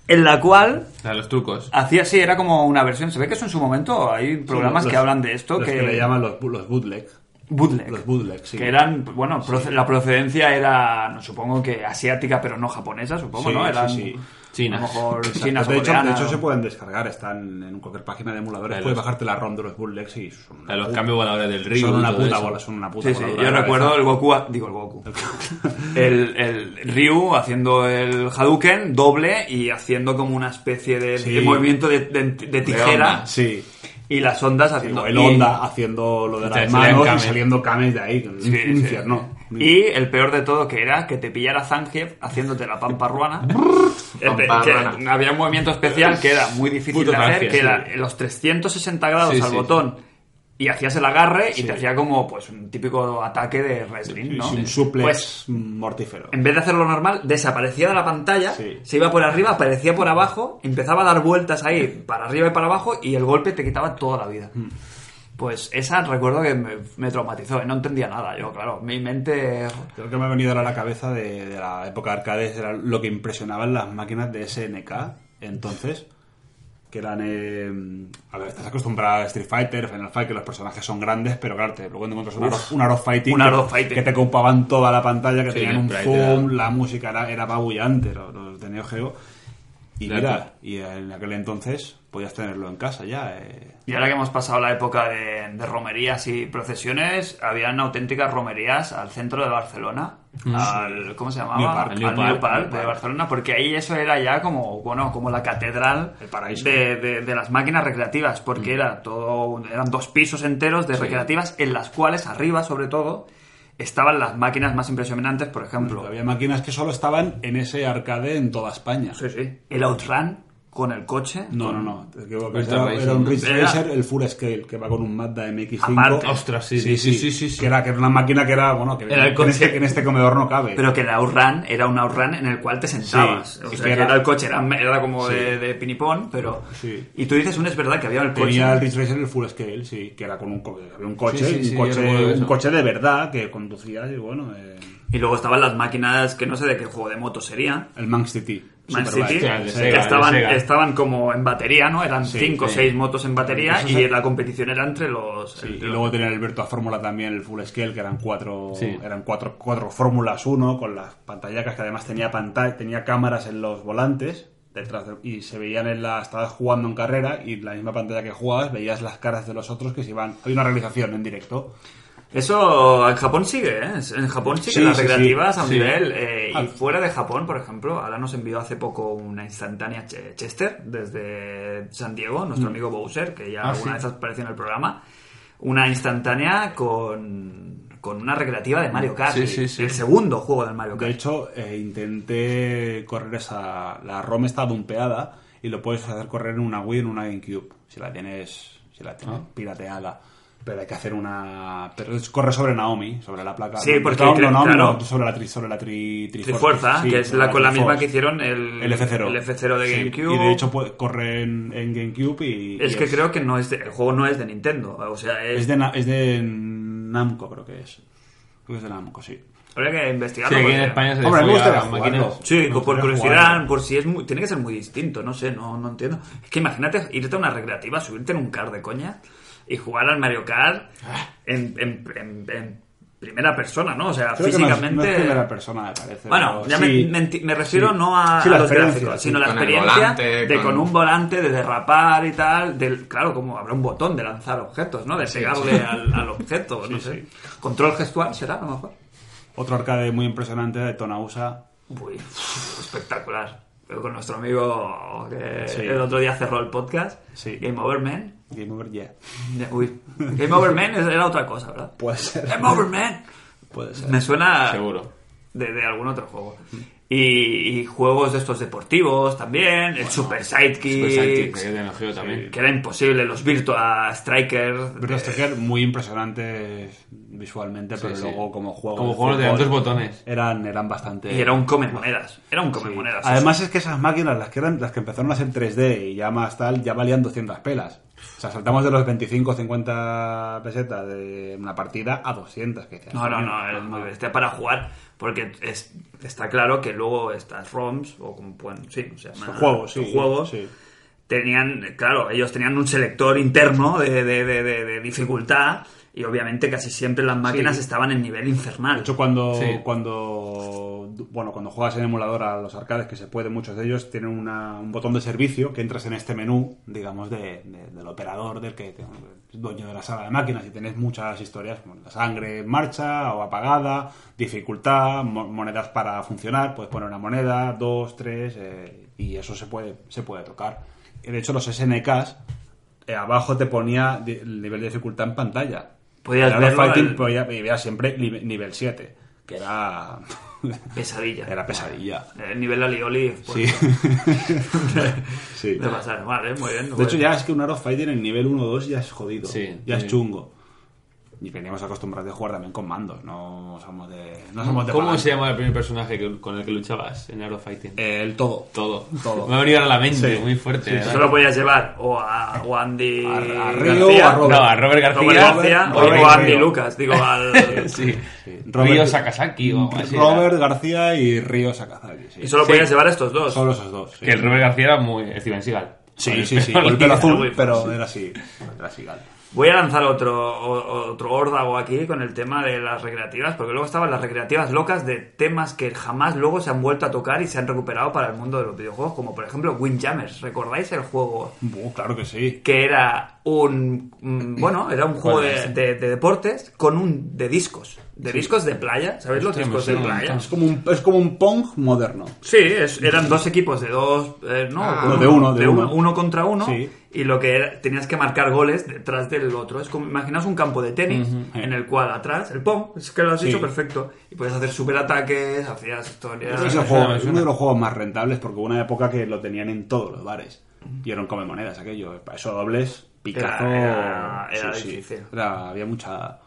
B: en la cual
C: la de los trucos.
B: hacía, sí, era como una versión. Se ve que eso en su momento hay programas
E: Los-
B: que hablan de esto,
E: los
B: que,
E: le llaman los, bu- los bootleg.
B: bootleg.
E: Los bootleg, sí.
B: Que eran, bueno, proce- la procedencia era, no, supongo que asiática, pero no japonesa, supongo,
E: Sí,
B: ¿no?
E: sí,
B: Eran
E: sí.
C: Chinas.
B: A lo mejor
E: Exacto.
B: chinas o
E: de, hecho, de
B: coreanas,
E: hecho,
B: ¿no?
E: se pueden descargar, están en cualquier página de emuladores.
C: De
E: Puedes
C: los-
E: bajarte la ROM de los bootlegs y son
C: La
E: una,
C: de los
E: pu-
C: cambios voladores del río.
E: son
C: y
E: una
C: todo
E: puta
C: eso.
E: bola, son una puta
B: Sí, sí,
E: bola.
B: yo recuerdo el Goku, a- digo el Goku, el, el Ryu haciendo el Hadouken doble y haciendo como una especie de,
E: Sí.
B: de movimiento de, de- de tijera
D: onda.
E: Sí.
B: y las ondas
E: El,
B: haciendo... y-
E: Honda haciendo lo de
C: Sí,
E: las
C: sí, le
E: manos
C: dan
E: y
C: Kamen.
E: saliendo cames de ahí. Un
B: sí, sí.
E: infierno.
B: Y el peor de todo que era que te pillara Zangief haciéndote la pamparruana.
D: Pamparruana.
B: Que había un movimiento especial que era muy difícil
C: Puto
B: de hacer,
C: Zangief,
B: que
C: sí.
B: era los 360 grados
C: Sí,
B: al
C: sí.
B: botón y hacías el agarre y te hacía como pues un típico ataque de wrestling, ¿no?
E: Es un
B: Pues,
E: suplex mortífero.
B: en vez de hacerlo normal, desaparecía de la pantalla,
E: Sí.
B: se iba por arriba, aparecía por abajo, empezaba a dar vueltas ahí, para arriba y para abajo, y el golpe te quitaba toda la vida. Pues esa recuerdo que me, me traumatizó, ¿eh? no entendía nada. Yo, claro, mi mente.
E: Creo que me ha venido ahora a la cabeza de, de la época de arcades era lo que impresionaban las máquinas de SNK entonces que eran... eh, a ver, estás acostumbrada a Street Fighter, Final Fight, que los personajes son grandes, pero claro, te, luego te encuentras un Art- un Art of Fighting,
B: un
E: que-
B: Art of Fighting.
E: que te compaban toda la pantalla, que
C: Sí,
E: tenían
C: el
E: un
C: sprite
E: zoom,
C: era-
E: la música era, era apabullante, los, los de Neo Geo. Y
C: Claro.
E: mira, y en aquel entonces podías tenerlo en casa ya. eh.
B: Y ahora que hemos pasado la época de, de romerías y procesiones, habían auténticas romerías al centro de Barcelona, al, ¿cómo se llamaba?
E: New Park.
B: Al
C: Mm. New Park,
B: New Park
C: New
B: de
C: Park.
B: Barcelona, porque ahí eso era ya como, bueno, como la catedral
E: El paraíso.
B: de, de- de las máquinas recreativas, porque
C: Mm.
B: era todo, eran dos pisos enteros de recreativas en las cuales arriba, sobre todo, estaban las máquinas más impresionantes, por ejemplo,
E: Había máquinas que solo estaban en ese arcade en toda España.
B: el Outrun con el coche.
E: No, no, no. te equivocas.
C: Ridge
E: Era,
C: Racer,
E: era un
C: ¿no?
E: Ridge
B: Era-
E: Racer, el full scale, que va con un Mazda MX5.
B: Aparte.
C: Ostras, sí,
E: sí, sí, sí, sí,
C: sí.
E: Que, era, que era una máquina que era, bueno, que,
C: Era el
E: que en,
C: coche.
E: este, que en este comedor no cabe.
B: Pero que el outrun era un outrun en el cual te sentabas.
E: Sí,
B: o
E: y
B: sea,
E: que
B: que era,
E: era-
B: el coche, era, era como
E: Sí.
B: de, de pinipón, pero...
E: Sí.
B: Y tú dices, un es verdad que había el coche.
E: Tenía el Ridge Racer el full scale, sí, que era con un, co- había un coche,
C: Sí, sí,
E: un,
C: sí, yo recuerdo
E: coche un
C: eso.
E: coche de verdad que conducía y bueno, eh,
B: Y luego estaban las máquinas que no sé de qué juego de moto sería.
E: el Man City.
B: Man
E: Superbike.
B: City,
C: hostia, el de
B: que
C: Sega, el de
B: estaban,
C: Sega.
B: estaban como en batería, ¿no? Eran
E: Sí,
B: 5 o
C: sí.
B: 6 motos en batería
E: Eso
B: y
E: es-
B: la competición era entre los...
E: Sí,
B: entre
E: y
B: los-
E: luego tenía el Virtua Fórmula también, el Full Scale, que eran cuatro,
C: Sí.
E: eran cuatro, cuatro Fórmulas 1 con las pantallacas que además tenía pantalla, tenía cámaras en los volantes detrás de- y se veían en la estabas jugando en carrera y en la misma pantalla que jugabas veías las caras de los otros que se iban había una realización en directo
B: Eso en Japón sigue, ¿eh? En Japón sigue
E: Sí,
B: las
E: sí,
B: recreativas
E: sí.
B: a un
C: Sí.
B: nivel. eh, y
E: Ah.
B: fuera de Japón, por ejemplo, ahora nos envió hace poco una instantánea Ch- Chester desde San Diego, nuestro amigo Bowser, que ya
C: Ah,
B: alguna
C: sí.
B: vez apareció en el programa. Una instantánea con, con una recreativa de Mario Kart.
C: Sí, sí, sí.
B: El segundo juego del Mario
E: de
B: Kart.
E: hecho eh, intenté correr esa la ROM está dumpeada y lo puedes hacer correr en una Wii o en una GameCube si la tienes si la tienes pirateada pero hay que hacer una pero es- corre sobre Naomi sobre la placa
B: Sí,
E: no,
B: porque,
E: no, no,
B: claro,
E: Naomi,
B: claro.
E: no, sobre la tri, sobre la tri,
B: Trifuerza,
E: sí,
B: que es
E: sobre
B: la, con la
E: Triforce.
B: misma que hicieron el,
E: el F0
B: el F0 de
E: Sí,
B: GameCube.
E: y de hecho puede- corre en, en GameCube y
B: es
E: y
B: que creo que no es de- el juego no es de Nintendo. O sea, es,
E: es de, Na- es de Namco creo que es creo que es de Namco sí
B: habría que
C: Sí,
B: investigarlo.
C: aquí en
B: porque-
C: España se
E: Hombre, me gustaría
C: las máquinas.
E: jugarlo.
B: Sí,
E: Me
B: por
E: gustaría
B: curiosidad,
E: jugarlo.
B: por si es muy- tiene que ser muy distinto, no sé, no, no entiendo. Es que imagínate irte a una recreativa, subirte en un car de coña y jugar al Mario Kart
E: Ah.
B: en, en- en- en primera persona, ¿no? O sea,
E: Creo que no es-
B: físicamente...
E: no es primera persona me parece
B: Bueno,
E: pero
B: ya
E: sí.
B: me, me enti- me refiero
E: Sí.
B: no a,
E: Sí,
B: a
E: la
B: los
E: experiencia,
B: gráficos,
E: sí.
B: sino la
D: Con el
B: experiencia
D: volante,
B: de
D: con-
B: con un volante, de derrapar y tal. del- claro, como habrá un botón de lanzar objetos, ¿no? De pegarle Al, al objeto, no sé. Control gestual será, a lo mejor.
E: Otro arcade muy impresionante de Tonausa.
B: Uy, espectacular. Pero con nuestro amigo que
E: Sí.
B: el otro día cerró el podcast,
E: Sí.
B: Game Over Man.
E: Game Over, yeah.
B: Uy, Game Over Man es- era otra cosa, ¿verdad?
E: Puede ser.
B: Game Over Man.
E: Puede ser.
B: Me suena
C: Seguro.
B: de, de algún otro juego. Y, y juegos de estos deportivos también, el Super Sidekick,
C: Pues Active, que es de Neo Geo también.
B: que era imposible, los Virtua Striker.
E: Virtua
B: eh,
E: Striker muy impresionante visualmente, pero
C: sí.
E: luego como juego.
C: Como
E: de
C: juego de
E: fútbol,
C: tantos botones.
E: Eran, eran bastante.
B: eh, Y era un come monedas. Era un come
E: Sí.
B: monedas.
E: Además es que esas máquinas, las que eran, las que empezaron a ser 3D y ya más tal, ya valían 200 pelas. O sea, saltamos de los 25 o 50 pesetas de una partida a 200. Que decías,
B: No, no,
E: coño,
B: no, es muy bestia para jugar, porque es- está claro que luego estas ROMs, o como pueden, sí, o sea,
E: Son juegos,
B: son
E: sí,
B: juegos,
E: sí.
B: tenían, claro, ellos tenían un selector interno de, de- de- de- de dificultad, y obviamente casi siempre las máquinas estaban en nivel infernal.
E: De hecho, cuando,
C: Sí.
E: cuando, bueno, cuando juegas en emulador a los arcades, que se puede, muchos de ellos tienen una- un botón de servicio que entras en este menú, digamos, de- de- del operador, del que te- es dueño de la sala de máquinas y tenés muchas historias, como la sangre en marcha o apagada, dificultad, mo- monedas para funcionar, puedes poner una moneda, dos, tres, eh, y eso se puede, se puede tocar. De hecho, los SNKs, eh, abajo te ponía di- el nivel de dificultad en pantalla.
B: Podías
E: Era el
B: verlo
E: Fighting,
B: al-
E: podía- veía siempre libe- nivel 7, que era,
B: pesadilla.
E: era pesadilla.
B: El nivel alioli,
E: Sí.
B: pues,
E: Sí.
B: de pasar, vale, muy bien.
E: De hecho, ya es que un Art of Fighter en nivel 1 o 2 ya es jodido,
C: Sí,
E: ya
C: sí.
E: es chungo. Y veníamos acostumbrados de jugar también con mandos, no somos de. No somos de
C: ¿Cómo
E: palanca.
C: se llamaba el primer personaje que- con el que luchabas en Arrow Fighting?
E: Eh, el todo.
C: Todo.
E: todo.
C: Me ha venido a la mente,
E: Sí.
C: muy fuerte.
E: Sí,
C: ¿verdad?
B: Solo podías llevar o a, o a Andy
E: A- a
B: García,
E: Río o a Robert.
C: No, a Robert García.
B: Robert García, o
E: Robert
B: o a Andy
E: Río.
B: Lucas, digo, al...
C: Sí.
E: Robert-
C: Río Sakasaki o algo así. era.
E: Robert García y Río Sakazaki. sí.
B: Y solo
C: Sí.
B: podías llevar a estos dos.
E: Solo esos dos. sí.
C: Que el Robert García era muy Steven Seagal.
E: Sí, sí, sí.
C: pelo
E: Con el pelo
C: liso,
E: azul,
C: güey.
E: pero era así. Era así, gal.
B: Voy a lanzar otro, o- otro órdago aquí con el tema de las recreativas, porque luego estaban las recreativas locas de temas que jamás luego se han vuelto a tocar y se han recuperado para el mundo de los videojuegos, como por ejemplo Windjammers. ¿Recordáis el juego
E: Buh, claro que sí.
B: que era un mm, bueno era un juego de, de- de deportes con un de discos de discos de playa sabéis los
C: Hostia, me
B: discos de
C: suena un
B: playa
C: montón.
E: Es como un, es como un Pong moderno.
B: sí es- eran dos equipos de dos eh, no,
D: Ah,
B: con
E: no, de uno, de
B: uno,
E: uno.
B: uno contra uno
E: Sí.
B: y lo que era- tenías que marcar goles detrás del otro es como imaginaos un campo de tenis
E: eh.
B: en el cual atrás el pong es que lo has hecho perfecto y puedes hacer superataques hacías historias
E: Es, el
C: me
E: juego-
C: suena, me
E: es uno
C: suena.
E: de los juegos más rentables porque hubo una época que lo tenían en todos los bares. Y eran come monedas aquello. Eso dobles, picazo.
B: Era- era- era
E: sí, sí.
B: difícil.
E: Era- había mucha,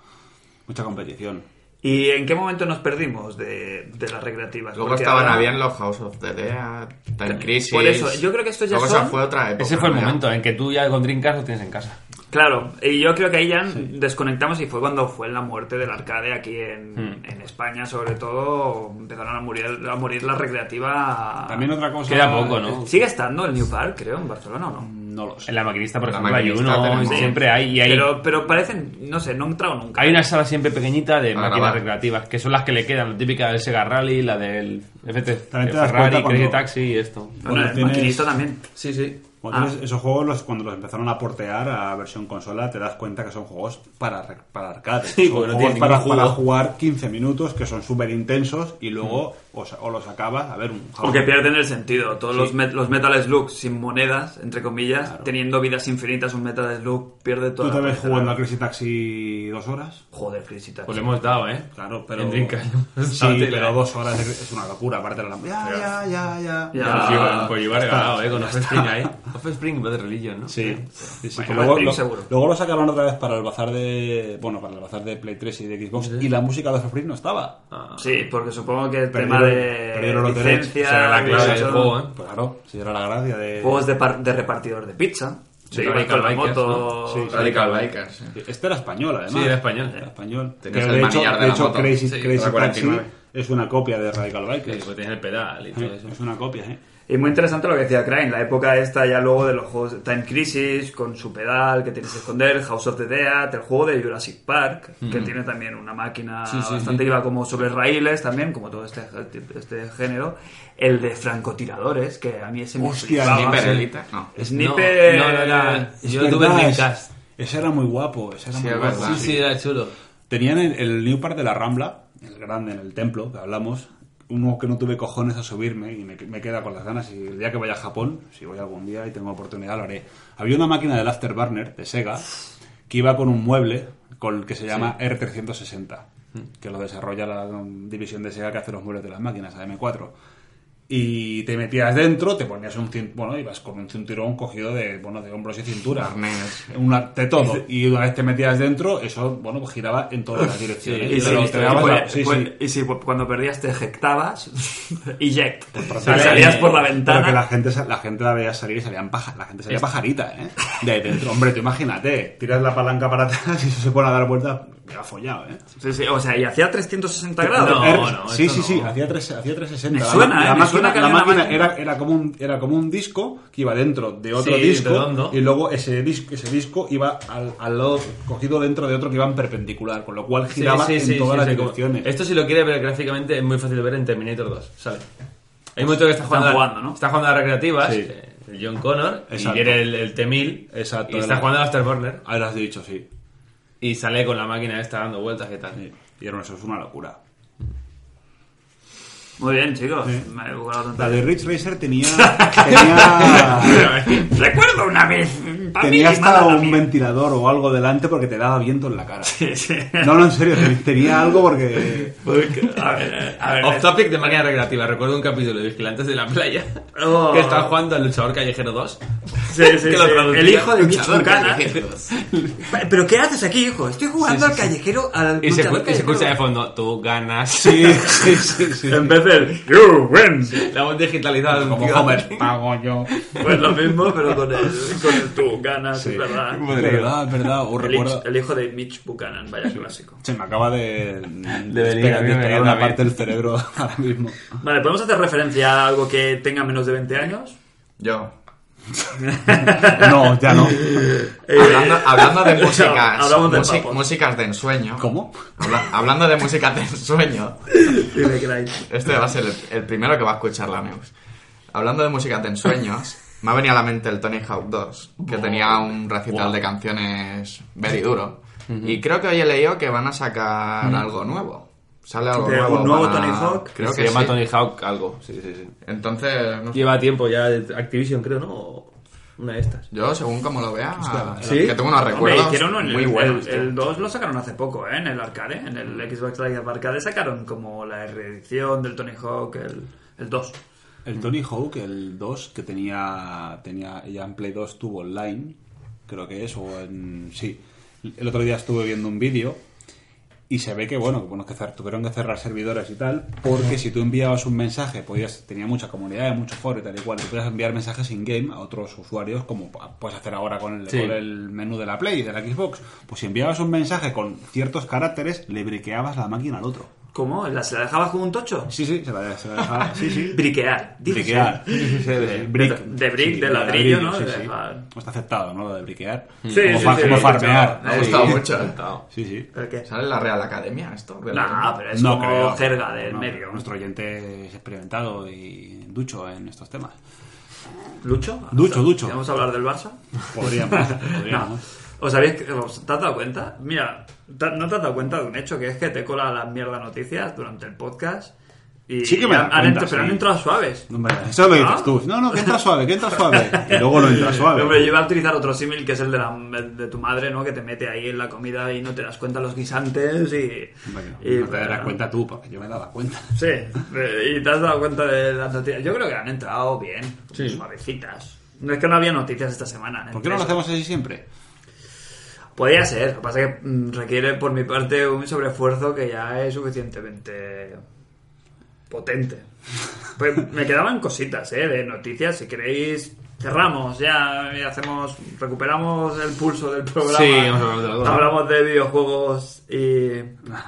E: mucha competición.
B: y en qué momento nos perdimos de, de las recreativas
D: Luego
B: Porque
D: estaban
B: ahora-
D: a bien los House of the Dead, Time Crisis.
B: Por eso, yo creo que esto ya
D: Luego
B: son-
D: esa fue otra época.
C: Ese fue el
D: ¿no?
C: momento en que tú ya con Dreamcast lo tienes en casa.
B: Claro, y yo creo que ahí ya desconectamos y fue cuando fue la muerte del arcade aquí en,
E: Hmm.
B: en España, sobre todo empezaron a morir, a morir la recreativa.
E: También otra cosa.
C: Queda poco, ¿no?
B: Sigue estando el New Park, creo, en Barcelona o no.
E: No lo sé.
C: En la maquinista, por
D: La
C: ejemplo, hay
D: maquinista
C: uno,
D: tenemos.
C: y siempre hay. Y hay,
B: Pero, pero parecen, no sé, no he entrado nunca.
C: hay una sala siempre pequeñita de
D: A
C: máquinas
D: grabar.
C: recreativas, que son las que le quedan, la típica del Sega Rally, la del FT,
E: También te das
C: Ferrari,
E: cuenta
C: Crazy
E: cuando-
C: Taxi y esto.
B: Bueno,
E: Bueno,
B: el
E: tienes-
B: maquinista también. Sí, sí.
E: Cuando
B: Ah.
E: tienes esos juegos, los, cuando los empezaron a portear a versión consola, te das cuenta que son juegos para, re- para arcade.
C: Sí,
E: son
C: porque no
E: juegos
C: tienen
E: para,
C: ningún juego.
E: para jugar 15 minutos, que son súper intensos, y luego o, sa- o los acabas. A ver, un
B: Porque pierden el sentido. Todos los, met- los Metal Slug sin monedas, entre comillas, teniendo vidas infinitas, un Metal Slug pierde todo.
E: Tú te ves jugando a Crazy Taxi dos horas.
B: Joder, Crazy Taxi.
C: Pues le hemos dado, ¿eh?
E: Claro, pero.
C: En Dreamcast.
E: Sí,
C: Dátela,
E: pero
C: eh.
E: dos horas de- es una locura. Aparte de la. Ya, ya, ya, ya.
B: Ya.
C: Pues lleva- pues lleva
E: ya está,
C: regalado, ¿eh? Con Offspring ahí. Offspring y Bad Pues Religion, ¿no?
E: Sí, sí, sí, que
B: Bueno,
E: luego,
B: Spring
E: lo-
B: seguro.
E: luego lo sacaron otra vez para el bazar de. Bueno, para el bazar de Play 3 y de Xbox. Y la música de Offspring no estaba.
C: Ah,
B: Sí, porque supongo que el
E: Perdieron-
B: tema de
E: perdieron los derechos.
B: licencias,
C: Será la clave del
B: son
C: juego, ¿eh?
E: Pues claro, si era la gracia de.
B: juegos de, par- de repartidor de pizza.
C: Sí,
B: Ibas
C: Radical
B: con la
C: Bikers,
B: moto.
E: ¿no? Sí,
D: Radical Bikers. sí.
E: Este era español, además.
C: Sí, era español.
E: Era español.
D: Tenías
E: Que
D: el
E: de hecho,
D: manillar de
E: de
D: la
E: hecho,
D: moto.
E: Crazy,
D: Sí,
E: Crazy
D: la 49.
E: Taxi es una copia de Radical Bikers.
C: Porque pues tienes el pedal y todo eso.
E: Es una copia, ¿eh?
B: Y muy interesante lo que decía Crane, la época esta ya luego de los juegos de Time Crisis, con su pedal que tienes que esconder, House of the Dead, el juego de Jurassic Park, que tiene también una máquina
C: Sí, sí,
B: bastante
C: sí.
B: que va como sobre raíles también, como todo este, este género. El de francotiradores, que a mí ese me
E: Hostia,
B: flipaba.
E: Sniper
B: Ah, Sí.
D: Elite, no.
B: Sniper
C: No, no, no,
B: era-
C: no.
E: Es
C: Yo tuve el
E: verdad, es-
C: Dreamcast.
E: Ese era muy guapo, ese era
D: Sí,
E: muy
D: es
E: guapo.
D: verdad.
C: Sí, sí, era chulo.
E: Tenían el, el New Park de la Rambla, el grande en el templo que hablamos, uno que no tuve cojones a subirme y me, me queda con las ganas. Y el día que vaya a Japón, si voy algún día y tengo oportunidad, lo haré. Había una máquina del Afterburner de Sega que iba con un mueble con el que se llama R360, que lo desarrolla la um, división de Sega que hace los muebles de las máquinas, AM4. Y te metías dentro, te ponías un cin- bueno, ibas con un cinturón cogido de, bueno, de hombros y cintura
D: Arnés.
E: un arte de todo. Y una vez te metías dentro, eso, bueno, pues giraba en todas las direcciones.
B: Y si,
E: Pero
B: y
E: te dabas la-
B: pues-
E: sí,
B: pues-
E: sí.
B: y si cuando perdías te eyectabas, eject, y
E: Sale-
B: salías por la
E: Pero que la
B: ventana.
E: gente, sa- la gente la veía salir y salían paja, la gente salía pajarita, ¿eh? De ahí dentro. Hombre, tú imagínate, tiras la palanca para atrás y eso se pone a dar vueltas, queda follado, ¿eh?
B: Sí, sí, o sea, y hacía 360 grados.
C: No,
E: Er-
C: no,
E: sí,
C: esto
E: sí, sí,
C: no.
E: hacía, tres, hacía 360.
B: Me
E: La-
B: suena,
E: la,
B: ¿eh? Me
E: máquina,
B: suena que
E: la
B: había una
E: máquina
B: máquina.
E: era, era, como un, era como un disco que iba dentro de otro
C: Sí,
E: disco
C: redondo.
E: y luego ese disco, ese disco iba al, al lado, cogido dentro de otro que iba en perpendicular, con lo cual
C: Sí,
E: giraba
C: sí,
E: en
C: sí,
E: todas
C: sí,
E: las
C: sí, como-
E: direcciones.
C: Esto si lo quiere ver gráficamente es muy fácil de ver en Terminator 2, ¿sabes? Hay un momento que está jugando, a-
B: jugando, ¿no?
C: Está jugando a las recreativas,
E: Sí.
C: eh, el John Connor,
E: Exacto.
C: y viene el, el T-1000,
E: Exacto,
C: y está
E: era-
C: jugando a Afterburner,
E: Ah, Ahora lo has dicho, sí.
C: y sale con la máquina esta dando vueltas y tal.
E: Y era, eso es una locura.
B: Muy bien, chicos. Me he jugado
E: La
B: tanto.
E: de Rich Racer tenía. tenía.
B: eh, Recuerdo una vez. papi,
E: tenía hasta
B: mala la
E: un
B: mía.
E: ventilador o algo delante porque te daba viento en la cara.
B: Sí, sí.
E: No, no, en serio, ten- tenía algo porque.
B: Porque- A ver, a ver.
C: Off topic de máquina recreativa. Recuerdo un capítulo de Vigilantes de la Playa
B: Oh.
C: que estaba jugando al luchador callejero 2.
B: Sí, sí,
C: que lo
B: sí.
C: traducía.
B: El hijo de Mitch
D: Luchador
B: Buchanan.
D: callejero.
B: ¿Pero qué haces aquí, hijo? Estoy jugando al callejero. Al
C: Y se,
B: luchador
C: escu- y se escucha de
B: callejero.
C: fondo, tú ganas.
E: Sí, sí, sí. sí.
B: En vez del. You win.
C: La voz digitalizada de un
E: Como
C: tío.
E: Homer. Pago yo.
B: Pues lo mismo, pero con el, con el tú ganas,
E: Sí.
B: es verdad.
E: Es verdad, es verdad. Os
B: El,
E: recuerdo.
B: el hijo de Mitch Buchanan, vaya clásico.
E: Se me acaba de. De
C: venir, a mí me venía
E: una
C: también.
E: parte del cerebro ahora mismo.
B: Vale, ¿podemos hacer referencia a algo que tenga menos de 20 años?
D: Yo.
E: No, ya no.
D: Hablando, hablando de músicas,
B: Eh, hablamos de
D: musi-
B: papos.
D: músicas de ensueño.
E: ¿Cómo?
D: Habla- hablando de músicas de ensueño,
B: Dime, Craig.
D: este va a ser el, el primero que va a escuchar la news. Hablando de músicas de ensueños, me ha venido a la mente el Tony Hawk 2, que tenía un recital de canciones very duro. Y creo que hoy he leído que van a sacar algo nuevo. Sale algo
B: ¿De
D: nuevo.
B: un nuevo
D: para-
B: Tony Hawk?
D: Creo
C: se
D: que
C: llama
D: sí.
C: Tony Hawk algo. Sí, sí, sí.
D: Entonces, no sé.
C: Lleva tiempo ya Activision, creo, ¿no? O Una de estas.
D: yo según como lo vea,
C: ¿Sí?
D: que tengo unos
B: Hombre,
D: recuerdos
B: hicieron un-
D: muy
B: el,
D: buenos.
B: el, el 2 lo sacaron hace poco, ¿eh? En el arcade, en el Xbox Live Arcade sacaron como la reedición del Tony Hawk, el, el 2.
E: El Tony Hawk, el 2, que tenía, tenía ya en Play 2 tuvo online, creo que es, o en... Sí, el otro día estuve viendo un vídeo y se ve que, bueno, que, bueno que cer- tuvieron que cerrar servidores y tal, porque si tú enviabas un mensaje, podías, tenía mucha comunidad, mucho foro y tal y cual, tú podías enviar mensajes in-game a otros usuarios, como pa- puedes hacer ahora con el,
C: Sí.
E: con el menú de la Play y de la Xbox. Pues si enviabas un mensaje con ciertos caracteres, le briqueabas la máquina al otro.
B: ¿Cómo? ¿La, ¿Se la dejabas con un tocho?
E: Sí, sí, se la, se la dejaba- Sí, sí.
B: Briquear. dices,
E: Briquear.
B: ¿eh?
E: De brick.
B: De brick, de ladrillo, ¿no? De dejar.
E: Está aceptado, ¿no? Lo de briquear.
B: Sí,
E: como
B: sí,
E: fa-
B: sí,
E: como
B: sí,
E: farmear.
D: Me ha gustado mucho. ¿eh?
E: Sí, sí.
B: ¿El qué?
D: ¿Sale en la Real Academia esto? De la
B: Nah,
D: gente.
B: pero es como jerga del
E: No,
B: medio.
E: Nuestro oyente es experimentado y ducho en estos temas.
B: ¿Lucho?
E: Ducho, ducho.
B: ¿Vamos a hablar del Barça?
E: Podríamos.
B: No.
E: podríamos.
B: ¿Os, habéis, ¿Os te has dado cuenta? Mira, ta- no te has dado cuenta de un hecho que es que te cola las mierda noticias durante el podcast. Y
E: Sí que me
B: y
E: he
B: han,
E: dado
B: han
E: cuenta,
B: entrado- Pero
E: sí.
B: han entrado suaves.
E: Hombre, eso lo
B: ¿No?
E: dices tú. No, no, que entra suave, que entra suave. Y luego no entra suave.
B: Hombre, yo iba a utilizar otro símil que es el de, la- de tu madre, ¿no? Que te mete ahí en la comida y no te das cuenta los guisantes y...
E: Bueno,
B: y-
E: no te darás cuenta tú, porque yo me daba cuenta.
B: Sí, eh, y te has dado cuenta de las noticias. Yo creo que han entrado bien,
C: Sí.
B: suavecitas. No es que no había noticias esta semana.
E: ¿Por qué no lo hacemos así siempre?
B: Podría ser, lo que pasa es que mm, requiere por mi parte un sobreesfuerzo que ya es suficientemente potente. Pues me quedaban cositas, ¿eh? De noticias, si queréis cerramos ya y hacemos, recuperamos el pulso del programa.
C: Sí, vamos a hablar de Ah, la duda.
B: Hablamos de videojuegos y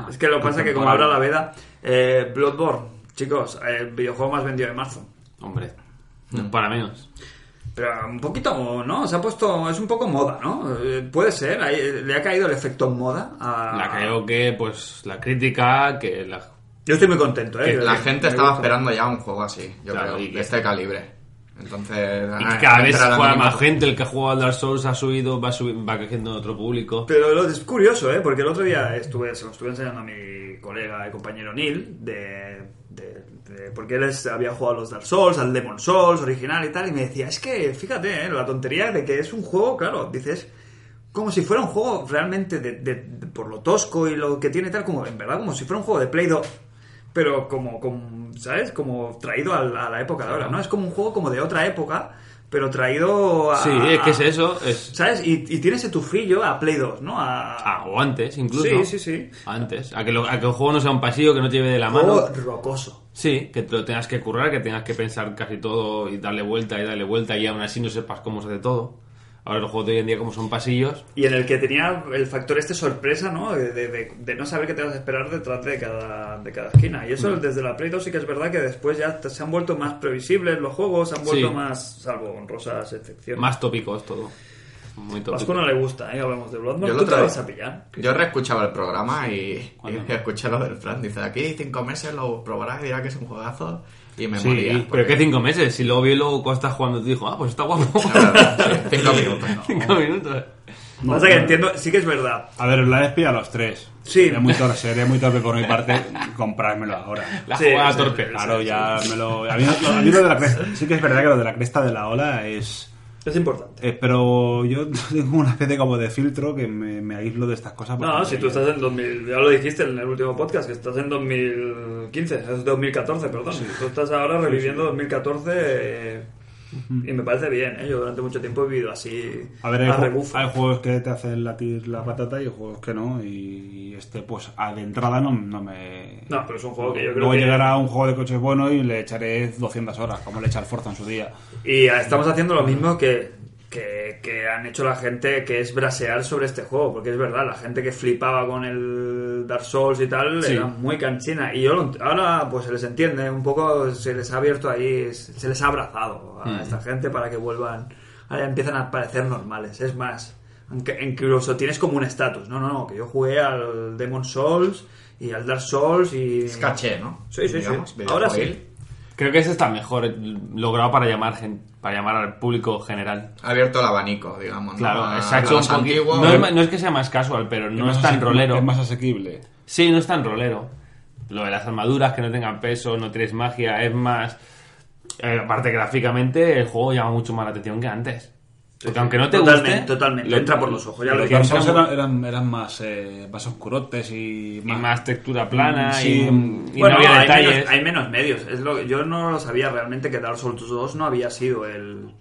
B: es que lo que pasa es que como habrá la veda, eh, Bloodborne, chicos, el videojuego más vendido de marzo.
C: Hombre, no es para menos.
B: Pero un poquito, ¿no? Se ha puesto. Es un poco moda, ¿no? Eh, Puede ser. ahí, eh, le ha caído el efecto moda a.
C: La creo que, pues, la crítica, que la...
B: Yo estoy muy contento, ¿eh?
C: Que
B: Creo
D: La
B: que
D: gente
B: me
D: estaba
B: gusta.
D: esperando ya un juego así, yo
C: Claro,
D: creo,
C: y
D: de este calibre. Entonces,
C: Y
D: ah,
C: cada vez
D: entra la
C: juega
D: mínima.
C: más gente, el que juega al Dark Souls ha subido, va, subi- va creciendo en otro público.
B: Pero lo, es curioso, ¿eh? Porque el otro día estuve, se lo estuve enseñando a mi colega y compañero Neil, de, de- de- porque él es- había jugado a los Dark Souls, al Demon Souls original y tal, y me decía, es que fíjate, ¿eh? la tontería de que es un juego, claro, dices, como si fuera un juego realmente de, de- de- por lo tosco y lo que tiene y tal, como en verdad, como si fuera un juego de Play 2. Pero como, como, ¿sabes? Como traído a la, a la época de ahora, ¿no? Es como un juego como de otra época, pero traído a...
C: Sí, es que es eso, es...
B: ¿Sabes? Y, y tienes ese tufillo a Play 2, ¿no? A,
C: Ah, o antes, incluso.
B: Sí, sí, sí.
C: Antes. A que, lo- a que el juego no sea un pasillo que no te lleve de la mano.
B: juego rocoso.
C: Sí, que te lo tengas que currar, que tengas que pensar casi todo y darle vuelta y darle vuelta y aún así no sepas cómo se hace todo. Ahora los juegos de hoy en día como son pasillos,
B: Y en el que tenía el factor este sorpresa, ¿no? De, de- de- de no saber qué te vas a esperar detrás de cada, de cada esquina. Y eso
C: Mm.
B: desde la Play 2 sí que es verdad que después ya te- se han vuelto más previsibles los juegos, se han vuelto
C: Sí.
B: más, salvo honrosas excepciones.
C: más tópicos todo. Muy
B: Vasco
C: tópico.
B: no le gusta, ¿eh? Hablamos de Bloodborne.
D: Yo el
B: Tú te
D: otro-
B: vas a pillar.
D: Yo reescuchaba el programa y, y escuché lo del Fran. Dice, aquí cinco meses lo probarás y dirá que es un juegazo. Y me
C: Sí,
D: moría.
C: pero
D: porque-
C: que cinco meses. Si luego vi luego cuando estás jugando, te dijo, ah, pues está guapo.
D: La verdad, sí, cinco minutos.
C: cinco minutos.
B: pasa que entiendo, sí que es verdad.
E: A ver, la espía a los tres.
B: Sí.
E: Sería muy torpe, sería muy torpe por mi parte comprármelo ahora.
C: La
B: Sí,
C: jugada
B: sí,
C: torpe.
E: Claro, ya me lo. A mí, a mí lo de la cresta. Sí que es verdad que lo de la cresta de la ola es.
B: Es importante.
E: eh, pero yo tengo una especie como de filtro que me, me aíslo de estas cosas. porque
B: No, si tú estás en 2000, ya lo dijiste en el último podcast, que estás en 2015, es 2014, perdón. Tú estás ahora reviviendo 2014 eh, y me parece bien, ¿eh? Yo durante mucho tiempo he vivido así
E: A ver, hay, ju-
B: rebufo.
E: hay juegos que te hacen latir la patata y juegos que no. Y este, pues, a de entrada no, no me.
B: No, pero es un juego que yo creo
E: Luego
B: que-
E: llegará un juego de coches bueno y le echaré 200 horas, como le echa el Forza en su día.
B: Y estamos haciendo lo mismo que, que, que han hecho la gente, que es brasear sobre este juego, porque es verdad, la gente que flipaba con el Dark Souls y tal
C: Sí.
B: era muy canchina. Y yo lo ent- ahora pues se les entiende, un poco se les ha abierto ahí, se les ha abrazado a esta gente para que vuelvan ahora ya empiezan a parecer normales. Es más, aunque incluso tienes como un estatus. No, no, no, que yo jugué al Demon Souls y al Dark Souls y...
D: Es caché, ¿no?
B: Sí, sí,
D: Digamos,
B: sí. Ahora sí.
D: videojueguil.
C: Creo que ese está mejor eh, logrado para llamar, gen- para llamar al público general.
D: Ha abierto el abanico, digamos. ¿no?
C: Claro,
D: A-
C: se ha
D: a
C: hecho
D: Ah, los
C: un poqui-
D: antiguos.
C: no, es, ma- no es que sea más casual, pero no es tan rolero.
E: Es más asequible.
C: Sí, no es tan rolero. Lo de las armaduras, que no tengan peso, no tienes magia, es más... eh, aparte, gráficamente, el juego llama mucho más la atención que antes. Porque aunque no te
B: Totalmente,
C: guste...
B: totalmente.
C: lo-
B: Entra por los ojos, ya lo
C: que
E: Los Dark Souls
C: entra-
E: eran, eran, eran más, eh, más oscurotes y
C: y más textura plana
E: Sí.
C: y, y
B: Mm, Bueno,
C: no había
B: hay,
C: detalles.
B: menos, hay menos medios. Es lo, yo no lo sabía realmente que Dark Souls 2 no había sido el,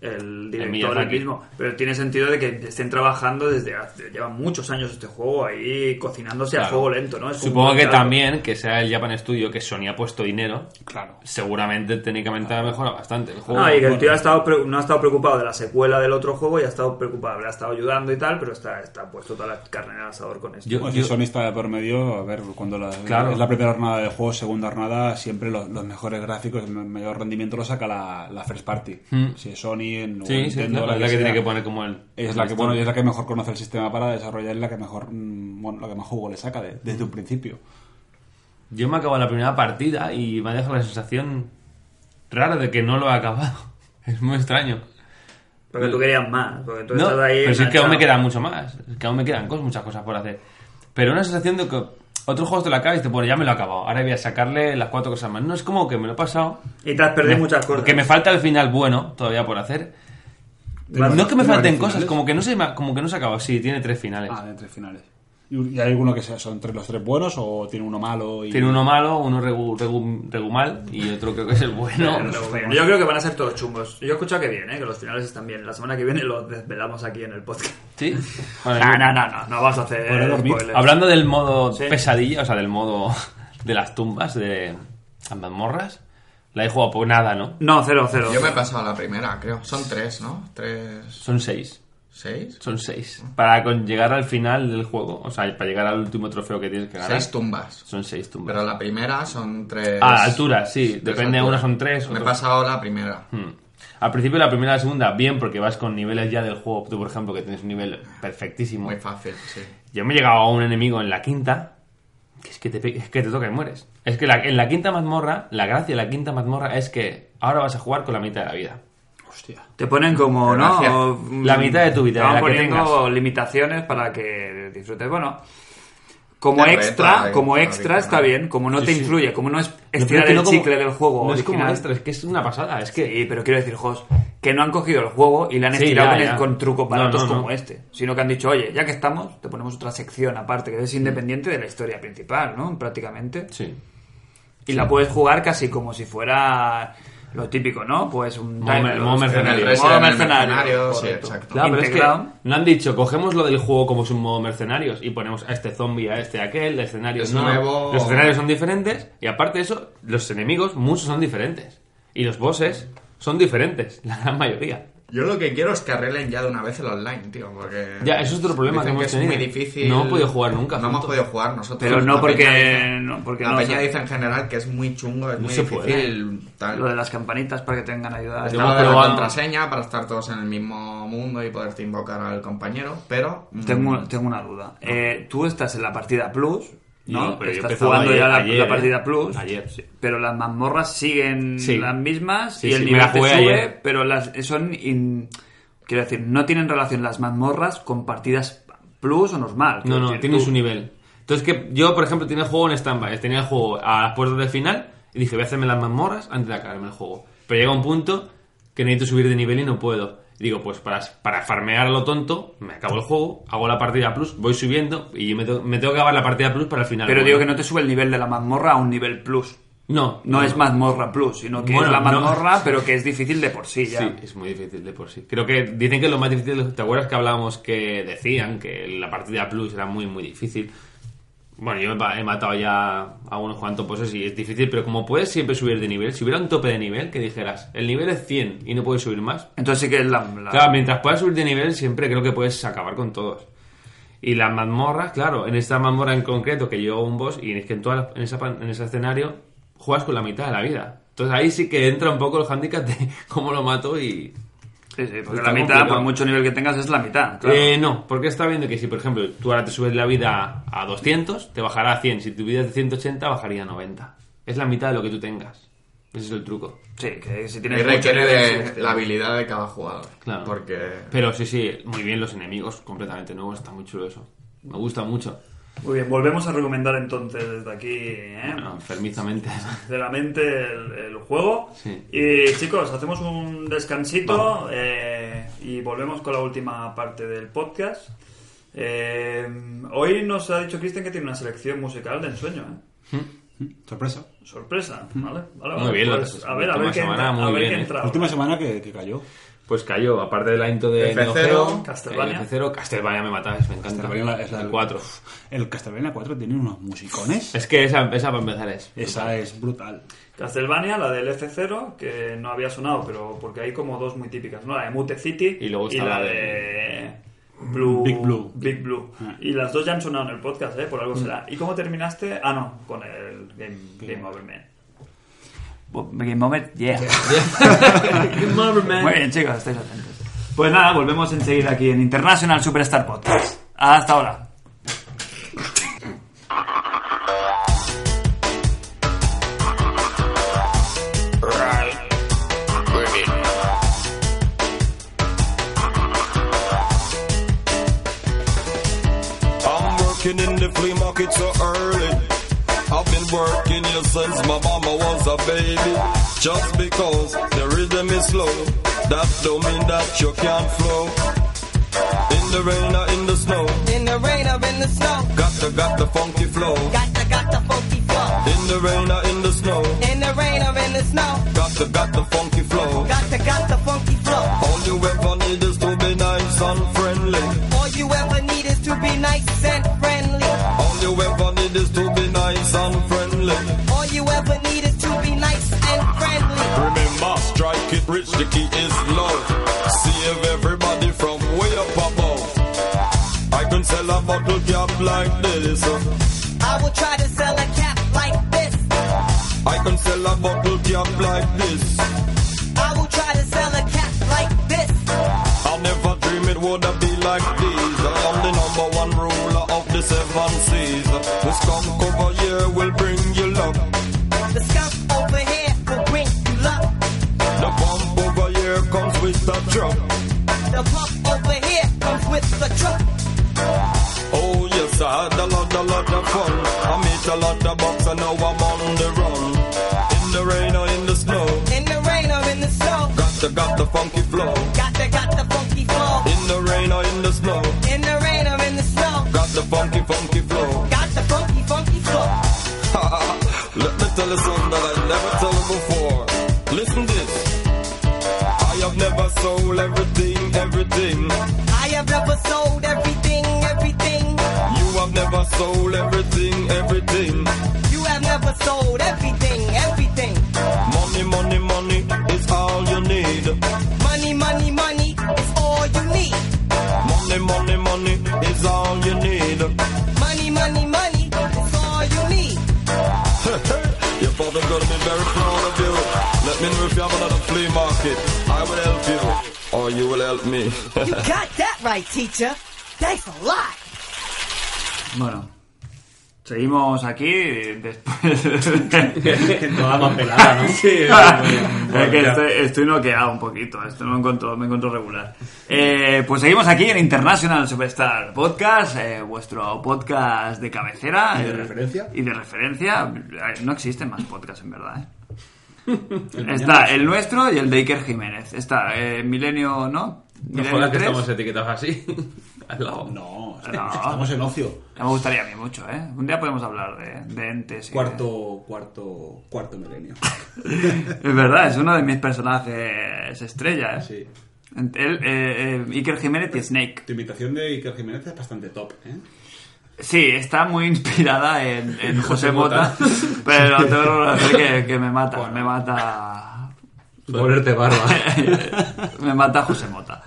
B: el director el
C: Miyazaki.
B: mismo. Pero tiene sentido de que estén trabajando desde hace, llevan muchos años este juego ahí cocinándose a
C: Claro.
B: fuego lento, ¿no? Es como
C: Supongo
B: un-
C: que
B: claro.
C: también que sea el Japan Studio que Sony ha puesto dinero,
E: Claro.
C: seguramente técnicamente ha mejorado bastante el juego.
B: No, y que el
C: Bueno,
B: tío ha estado pre- no ha estado preocupado de la secuela del otro juego y ha estado preocupado, le ha estado ayudando y tal, pero está, está puesto toda la carne en el asador con esto.
C: Yo-
E: Bueno, Pues si Sony está de por medio, a ver, cuando la,
C: Claro.
E: es la primera jornada del juego, segunda jornada, siempre los, los mejores gráficos, el mayor rendimiento lo saca la, la first party. Si es Sony, en, o
C: Hmm. Sí, sí,
E: Nintendo,
C: claro, es la que
E: sea,
C: tiene que poner como el...
E: Es la que, bueno, y es la que mejor conoce el sistema para desarrollar, es la que mejor, mm, bueno, la que más jugo le saca de- desde un principio.
C: Yo me acabo la primera partida y me ha dejado la sensación rara de que no lo he acabado. Es muy extraño.
B: Porque tú querías más, porque tú
C: No,
B: estás ahí
C: pero si es que aún me
B: enganchado.
C: queda mucho más. Es que aún me quedan cosas, muchas cosas por hacer. Pero una sensación de que otros juegos te lo acabas y te bueno, ya me lo he acabado. Ahora voy a sacarle las cuatro cosas más. No, es como que me lo he pasado.
B: Y te has perdido
C: Me-
B: muchas cosas.
C: Que me falta el final bueno todavía por hacer.
E: Vale.
C: No es que me
E: ¿Tiene
C: falten
E: varios
C: cosas,
E: finales?
C: como que no se me- como que no se acaba. Sí, tiene tres finales.
E: Ah, de tres finales. ¿Y y hay alguno que sea, son entre los tres buenos o tiene uno malo? Y...
C: Tiene uno malo, uno regu, regu- regumal y otro creo que es el bueno.
B: Pero bueno, yo creo que van a ser todos chungos. Yo he escuchado que bien, ¿eh? que los finales están bien. La semana que viene los desvelamos aquí en el podcast.
C: Sí. Bueno,
B: Ah, No, no, no, no, no vas a hacer
E: Bueno, dormid.
B: spoilers.
C: Hablando del modo
B: Sí.
C: pesadilla, o sea, del modo de las tumbas, de las mazmorras, la he jugado por nada, ¿no?
B: No, cero, cero.
D: Yo me he
B: cero.
D: pasado la primera, creo. Son tres, ¿no? Tres...
C: Son seis.
D: ¿Seis?
C: Son seis. Para con llegar al final del juego, o sea, para llegar al último trofeo que tienes que ganar,
D: Seis tumbas.
C: son seis tumbas.
D: Pero la primera son tres...
C: Ah, altura, sí.
D: tres
C: Depende,
D: alturas.
C: unas son tres,
D: Me he
C: otras-
D: pasado la primera.
C: Hmm. Al principio la primera y la segunda, bien, porque vas con niveles ya del juego. Tú, por ejemplo, que tienes un nivel perfectísimo.
D: Muy fácil, sí.
C: Yo me he llegado a un enemigo en la quinta, que es que te, pe- es que te toca y mueres. Es que la- en la quinta mazmorra, la gracia de la quinta mazmorra es que ahora vas a jugar con la mitad de la vida.
E: Hostia.
B: Te ponen como,
D: Gracias.
B: ¿no?
C: La mitad de tu vida,
B: Te van
C: la que
B: poniendo
C: tengas.
B: limitaciones para que disfrutes. Bueno, como
D: Te
B: extra,
D: reta,
B: como
D: eh,
B: extra
D: claro.
B: está bien. Como no
C: Sí,
B: te
C: sí.
B: influye, como no es
C: No, pero
B: estirar
C: es que
B: el
C: no como-
B: chicle del juego
C: No es
B: original.
C: como extra, es que es una pasada. Es que
B: Sí, eh, pero quiero decir, Jos, que no han cogido el juego y le han
C: Sí,
B: estirado
C: ya,
B: con, el-
C: ya.
B: con trucos baratos
C: No, no, no.
B: como este, sino que han dicho, oye, ya que estamos, te ponemos otra sección aparte que es independiente de la historia principal, ¿no? Prácticamente.
C: sí.
B: Y la puedes jugar casi como si fuera lo típico, ¿no? Pues un
C: Modo mer-
B: time-
C: modo
B: modo
C: mercenario. En el
D: Resident Evil
B: mercenario,
D: Mercenario, sí,
B: correcto.
D: exacto.
C: Claro, pero es que
B: Integrado.
C: no han dicho, cogemos lo del juego como es un modo mercenarios y ponemos a este zombie, a este, a aquel, escenarios
D: Es
C: no.
D: nuevo.
C: Los escenarios son diferentes y aparte de eso, los enemigos, muchos son diferentes. Y los bosses son diferentes, la gran mayoría.
D: Yo lo que quiero es que arreglen ya de una vez el online, tío, porque...
C: Ya, eso es otro problema
D: dicen
C: que hemos tenido.
D: es muy difícil...
C: No hemos podido jugar nunca
D: No hemos
C: juntos.
D: podido jugar nosotros.
B: Pero no
D: La
B: porque-
D: peña dice-
B: no, porque
D: La
B: no, o
D: peña
B: sea,
D: dice en general que es muy chungo, es
C: no
D: muy
C: se puede.
D: difícil, tal.
B: Lo de las campanitas para que tengan ayuda.
C: Yo-
D: Estaba
C: hemos
D: de la
C: probado-
D: contraseña para estar todos en el mismo mundo y poderte invocar al compañero, pero... mm,
B: Tengo, tengo una duda. Eh, tú estás en la partida Plus, ¿no?
C: No, pero yo he
B: estás
C: empezado
B: jugando
C: ayer-
B: ya la,
C: ayer,
B: la
C: ¿eh?
B: partida Plus.
C: Ayer.
B: Sí. Pero las mazmorras siguen
C: Sí.
B: las mismas
C: Sí,
B: y el
C: sí, me
B: nivel
C: la
B: te
C: jugué
B: sube,
C: ayer.
B: pero las son. in- quiero decir, no tienen relación las mazmorras con partidas Plus o normal.
C: No,
B: Quiero
C: no,
B: decir,
C: tienen
B: tú-
C: su nivel. Entonces, que yo, por ejemplo, tenía el juego en stand-by. Tenía el juego a las puertas del final y dije, voy a hacerme las mazmorras antes de acabarme el juego. Pero llega un punto que necesito subir de nivel y no puedo. Y digo, pues para, para farmear a lo tonto, me acabo el juego, hago la partida plus, voy subiendo y me, tengo- me tengo que acabar la partida plus para el final.
B: Pero
C: Bueno,
B: digo que no te sube el nivel de la mazmorra a un nivel Plus.
C: No,
B: No es mazmorra Plus, sino que
C: Bueno,
B: es la
C: no.
B: mazmorra, pero que es difícil de por sí ya.
C: Sí, es muy difícil de por sí. Creo que dicen que lo más difícil, ¿te acuerdas que hablábamos que decían que la partida plus era muy, muy difícil? Bueno, yo he ma- he matado ya a unos cuantos poses y es difícil, pero como puedes siempre subir de nivel, si hubiera un tope de nivel que dijeras, el nivel es 100 y no puedes subir más,
B: Entonces sí que es la. la-
C: Claro, mientras puedas subir de nivel, siempre creo que puedes acabar con todos. Y las mazmorras, claro, en esta mazmorra en concreto, que yo un boss, y es que en, todas las- en, esa pan- en ese escenario juegas con la mitad de la vida. Entonces ahí sí que entra un poco el handicap de cómo lo mato y.
B: Sí, sí, porque la
C: Está
B: mitad,
C: complicado.
B: por mucho nivel que tengas, es la mitad. Claro.
C: Eh, no, porque está viendo que si, por ejemplo, tú ahora te subes la vida a 200, te bajará a 100. Si tu vida es de 180, bajaría a 90. Es la mitad de lo que tú tengas. Ese es el truco.
B: Sí, que si
D: Y
B: tienes mucho
D: requiere
B: nivel,
D: de la habilidad de cada jugador.
C: Claro.
D: Porque
C: Pero sí, sí, muy bien los enemigos, completamente nuevos. Está muy chulo eso. Me gusta mucho.
G: Muy bien, volvemos a recomendar entonces desde aquí, ¿eh?
C: Bueno, enfermizamente.
G: sinceramente, el, el juego.
C: Sí.
G: Y chicos, hacemos un descansito eh, y volvemos con la última parte del podcast. Eh, hoy nos ha dicho Cristian que tiene una selección musical de ensueño, ¿eh?
E: Sorpresa.
G: Sorpresa, ¿vale? Vale,
C: Muy
G: vale,
C: bien, la
G: pues,
C: respuesta.
G: a ver, a ver
C: Última
G: qué
C: semana,
G: entra.
C: muy
G: a ver
C: bien,
G: qué
C: ¿eh?
G: entra
E: La
G: ahora.
E: última semana que, que cayó.
C: Pues cayó, aparte de la intro de
D: F0,
C: Neo Geo,
G: Castlevania.
C: eh, F0, Castlevania me matas, me encanta.
E: Castlevania es la-
C: el 4.
E: El Castlevania 4 tiene unos musicones.
C: Es que esa, esa para empezar es.
E: Esa es brutal.
G: Castlevania, la del F0, que no había sonado, pero porque hay como dos muy típicas, ¿no? La de Mute City
C: Y luego está
G: la
C: la
G: de...
C: de-
G: Blue,
E: Big Blue.
G: Big Blue.
B: Ah.
G: Y las dos ya han sonado en el podcast, ¿eh? Por
B: Mm.
G: algo será. ¿Y cómo terminaste? Ah, no, con el Game, Game Over Man.
B: Game Over, yeah.
G: Game Over Man.
B: Muy bien, chicos, estáis atentos. Pues nada, volvemos enseguida aquí en International Superstar Podcast. Hasta ahora.
H: I'm working in the flea market so early. I've been working here since my mama was a baby. Just because the rhythm is slow, that don't mean that you can't flow. In the rain or in the snow,
I: In the rain or in the snow.
H: got the got the funky flow.
I: Got the got the funky flow.
H: In the rain or in the snow,
I: In the rain or in the snow.
H: got the got the funky flow.
I: Got the got the funky flow.
H: All you ever need is to be nice and friendly.
I: All you ever need is to be nice and friendly.
H: All you ever need is to be nice and friendly.
I: All you ever need is to be nice and friendly.
H: Remember, strike it rich, the key is love. Save everybody from way up above. I can sell a bottle cap like this.
I: I will try to sell a cap like this.
H: I can sell a bottle cap like this.
I: I will try to sell a cap like this.
H: I never dream it would have be like these. I am the number one ruler of the seven seas. This come over here will bring you luck.
I: The skunk over here will bring you luck.
H: The pump over here comes with a truck.
I: The pump over here comes with the truck.
H: Oh yes, I had a lot, a lot of fun. I meet a lot of bucks and now I'm on the run. In the rain or in the snow,
I: In the rain or in the snow.
H: got the got the funky flow.
I: Got the got the funky flow.
H: In the rain or in the snow,
I: In the rain or in the snow.
H: got the funky funky flow.
I: Got the funky funky flow.
H: Let me tell you something that I never told before. Listen this. I have never sold everything, everything.
I: I have never sold everything, everything.
H: You have never sold everything, everything.
I: You have never sold everything, everything.
H: Money, money, money is all you need.
I: Money, money, money is all you need.
H: Money, money, money is all you need.
I: Money, money, money is all you need.
H: Your father gonna be very proud of you. Let me know if you have another flea market. I will help you, or you will help me.
I: You got that right, teacher. Thanks a lot.
B: Bueno, seguimos aquí después.
C: Toda más pelada, ¿no? Sí,
B: Es que estoy, estoy noqueado un poquito, esto no encuentro, me encuentro regular. Eh, pues seguimos aquí en International Superstar Podcast, eh, vuestro podcast de cabecera.
E: Y de
B: eh,
E: referencia.
B: Y de referencia. Eh, No existen más podcasts, en verdad. ¿eh? Está el nuestro y el de Iker Jiménez. Está eh, Milenio, ¿no?
C: No
B: Milenio
C: jodas que
B: 3.
C: estamos etiquetados así. Al lado.
E: No,
B: No.
E: estamos en ocio.
B: Me gustaría a mí mucho, ¿eh? Un día podemos hablar de, de entes. y de-
E: Cuarto, cuarto, cuarto milenio.
B: Es verdad, es uno de mis personajes estrella, ¿eh?
E: Sí.
B: Él, eh, eh, Iker Jiménez y Snake.
E: Tu invitación de Iker Jiménez es bastante top, ¿eh?
B: Sí, está muy inspirada en, en José Mota, pero tengo que reconocer que, que me mata, me mata...
C: Ponerte barba.
B: me mata José Mota.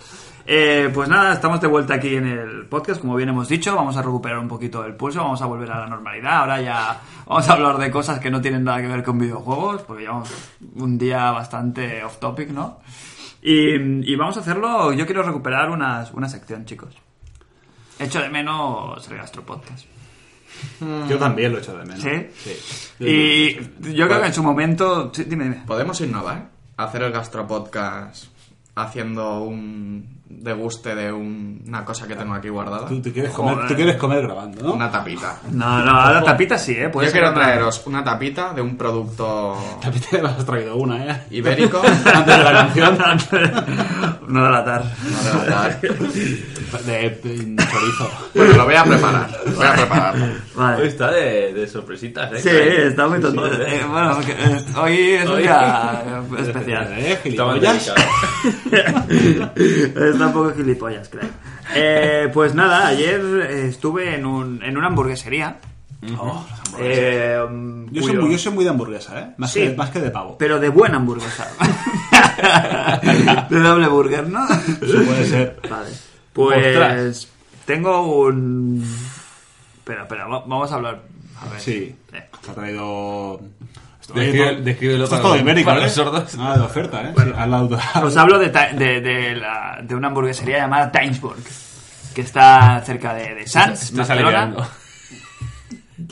B: Eh, pues nada, estamos de vuelta aquí en el podcast, como bien hemos dicho, vamos a recuperar un poquito el pulso, vamos a volver a la normalidad, ahora ya vamos a hablar de cosas que no tienen nada que ver con videojuegos, porque llevamos un día bastante off topic, ¿no? Y, y vamos a hacerlo. Yo quiero recuperar unas, una sección, chicos. Echo de menos el gastropodcast.
E: Yo también lo he hecho de menos.
B: ¿Sí? Pues-
E: Yo
B: Y
E: también lo he hecho de menos.
B: yo creo que en su momento. sí, dime, dime.
D: Podemos innovar, hacer el gastropodcast haciendo un deguste de un- una cosa que tengo aquí guardada.
E: Tú, tú quieres comer,
B: Joder.
E: tú quieres comer grabando, ¿no?
D: Una tapita.
B: No, no, ahora tapita sí, ¿eh? Puede
D: Yo
B: ser
D: quiero
B: otra-
D: traeros una tapita de un producto
E: También te has traído una, ¿eh?
D: ibérico.
E: Antes de la canción.
B: no delatar.
D: No, de verdad.
E: De, de chorizo.
D: Bueno, lo voy a preparar. Voy a prepararlo.
C: Hoy
B: Vale.
C: está de, de sorpresitas, Pues, ¿eh?
B: Sí, está muy tonto. Eh, bueno, que, eh, hoy es un
C: Hoy-
B: día especial.
E: ¿Eh?
C: Estaba
E: Gilipollas.
B: Está un poco gilipollas, creo. Eh, pues nada, ayer eh, estuve en, un, en una hamburguesería.
E: Oh,
B: Eh,
E: yo, soy
B: cuyo-
E: muy, yo soy muy de hamburguesa, ¿eh? Más,
B: Sí.
E: que, más que de pavo.
B: Pero de buena hamburguesa. de doble burger, ¿no?
E: Eso puede ser.
B: Vale. Pues
E: Ostras.
B: tengo un... Espera, espera, va- vamos a hablar. A ver.
E: Sí.
B: Eh,
E: Te ha traído.
C: Describe-
E: Oye, esto
C: descríbelo
E: es
C: para
E: todo
C: los-
E: ibérico,
C: para
E: ¿eh?
C: los sordos.
E: Ah, de oferta, ¿eh? Sí, al lado-
B: Os hablo de, ta- de, de la- de una hamburguesería llamada Timesburg, que está cerca de, de Sants,
C: Estás
B: Barcelona.
C: alegrando.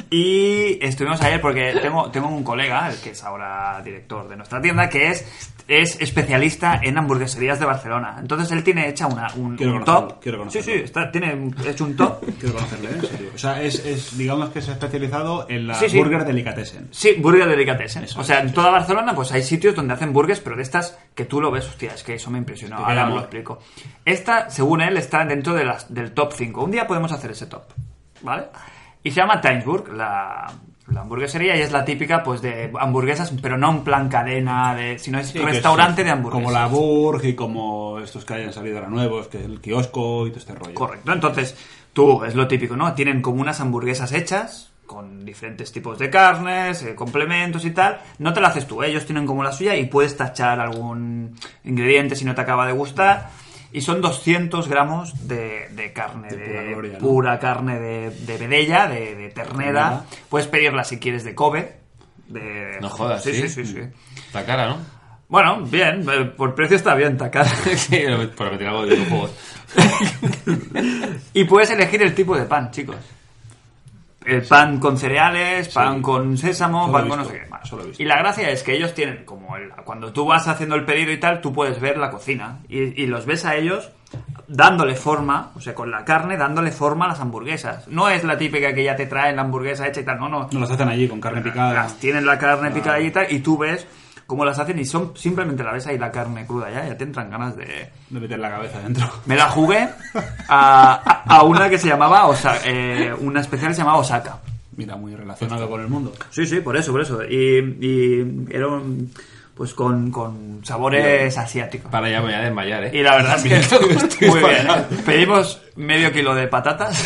B: Y estuvimos ayer porque tengo, tengo un colega, el que es ahora director de nuestra tienda, que es, es especialista en hamburgueserías de Barcelona. Entonces él tiene hecha una, un,
E: Quiero
B: un
E: conocerlo,
B: top.
E: quiero
B: sí,
E: conocerlo.
B: sí, está, tiene hecho un top.
E: Quiero conocerle, ¿eh? En serio. O sea, es, es, digamos que se ha especializado en la
B: Sí, sí.
E: burger delicatessen.
B: Sí, burger delicatessen.
E: Eso
B: o
E: es,
B: sea, en toda Barcelona pues hay sitios donde hacen burgers, pero de estas que tú lo ves, hostia, es que eso me impresionó.
E: Explícalo.
B: Ahora os lo explico. Esta, según él, está dentro de las, del top 5. Un día podemos hacer ese top, ¿vale? Y se llama Timesburg, la, la hamburguesería, y es la típica pues de hamburguesas, pero no en plan cadena, de, sino es
E: Sí, que
B: restaurante
E: sí.
B: de hamburguesas.
E: Como la Burg y como estos que hayan salido ahora nuevos, que es el kiosco y todo este rollo.
B: Correcto, entonces tú, es lo típico, ¿no? Tienen como unas hamburguesas hechas con diferentes tipos de carnes, eh, complementos y tal. No te la haces tú, ¿eh? ellos tienen como la suya y puedes tachar algún ingrediente si no te acaba de gustar. Y son 200 gramos de, de carne, de,
E: De pura gloria, ¿no?
B: pura carne de, de vedella, de, de ternera.
E: Ternera.
B: Puedes pedirla si quieres de Kobe. de-
C: No jodas,
B: sí,
C: ¿sí?
B: sí, sí, sí.
C: Está cara, ¿no?
B: Bueno, bien, eh, por precio está bien, tacar.
C: sí, pero para meter algo de videojuegos.
B: Y puedes elegir el tipo de pan, chicos. El pan con cereales, pan con sésamo,
E: Solo he
B: pan con no
E: visto,
B: sé qué más.
E: solo he visto.
B: Y la gracia es que ellos tienen, como el- cuando tú vas haciendo el pedido y tal, tú puedes ver la cocina. Y, y los ves a ellos dándole forma, o sea, con la carne dándole forma a las hamburguesas. No es la típica que ya te traen la hamburguesa hecha y tal, no, no.
E: No las hacen allí con
B: Ah,
E: carne picada.
B: Las tienen la carne picada y tal, y tú ves cómo las hacen y son simplemente la ves ahí la carne cruda ya, ya te entran ganas de...
E: De meter la cabeza dentro.
B: Me la jugué a, a- a una que se llamaba Osa- eh, una especial que se llamaba Osaka.
E: Mira, muy relacionado con el mundo.
B: Sí, sí, por eso, por eso. Y, y era un- pues con, con sabores asiáticos.
C: Para ya me voy a desmayar, ¿eh?
B: Y la verdad es
C: Mira, me
B: que
C: estoy
B: muy bien. ¿eh?
C: espantando.
B: Pedimos medio kilo de patatas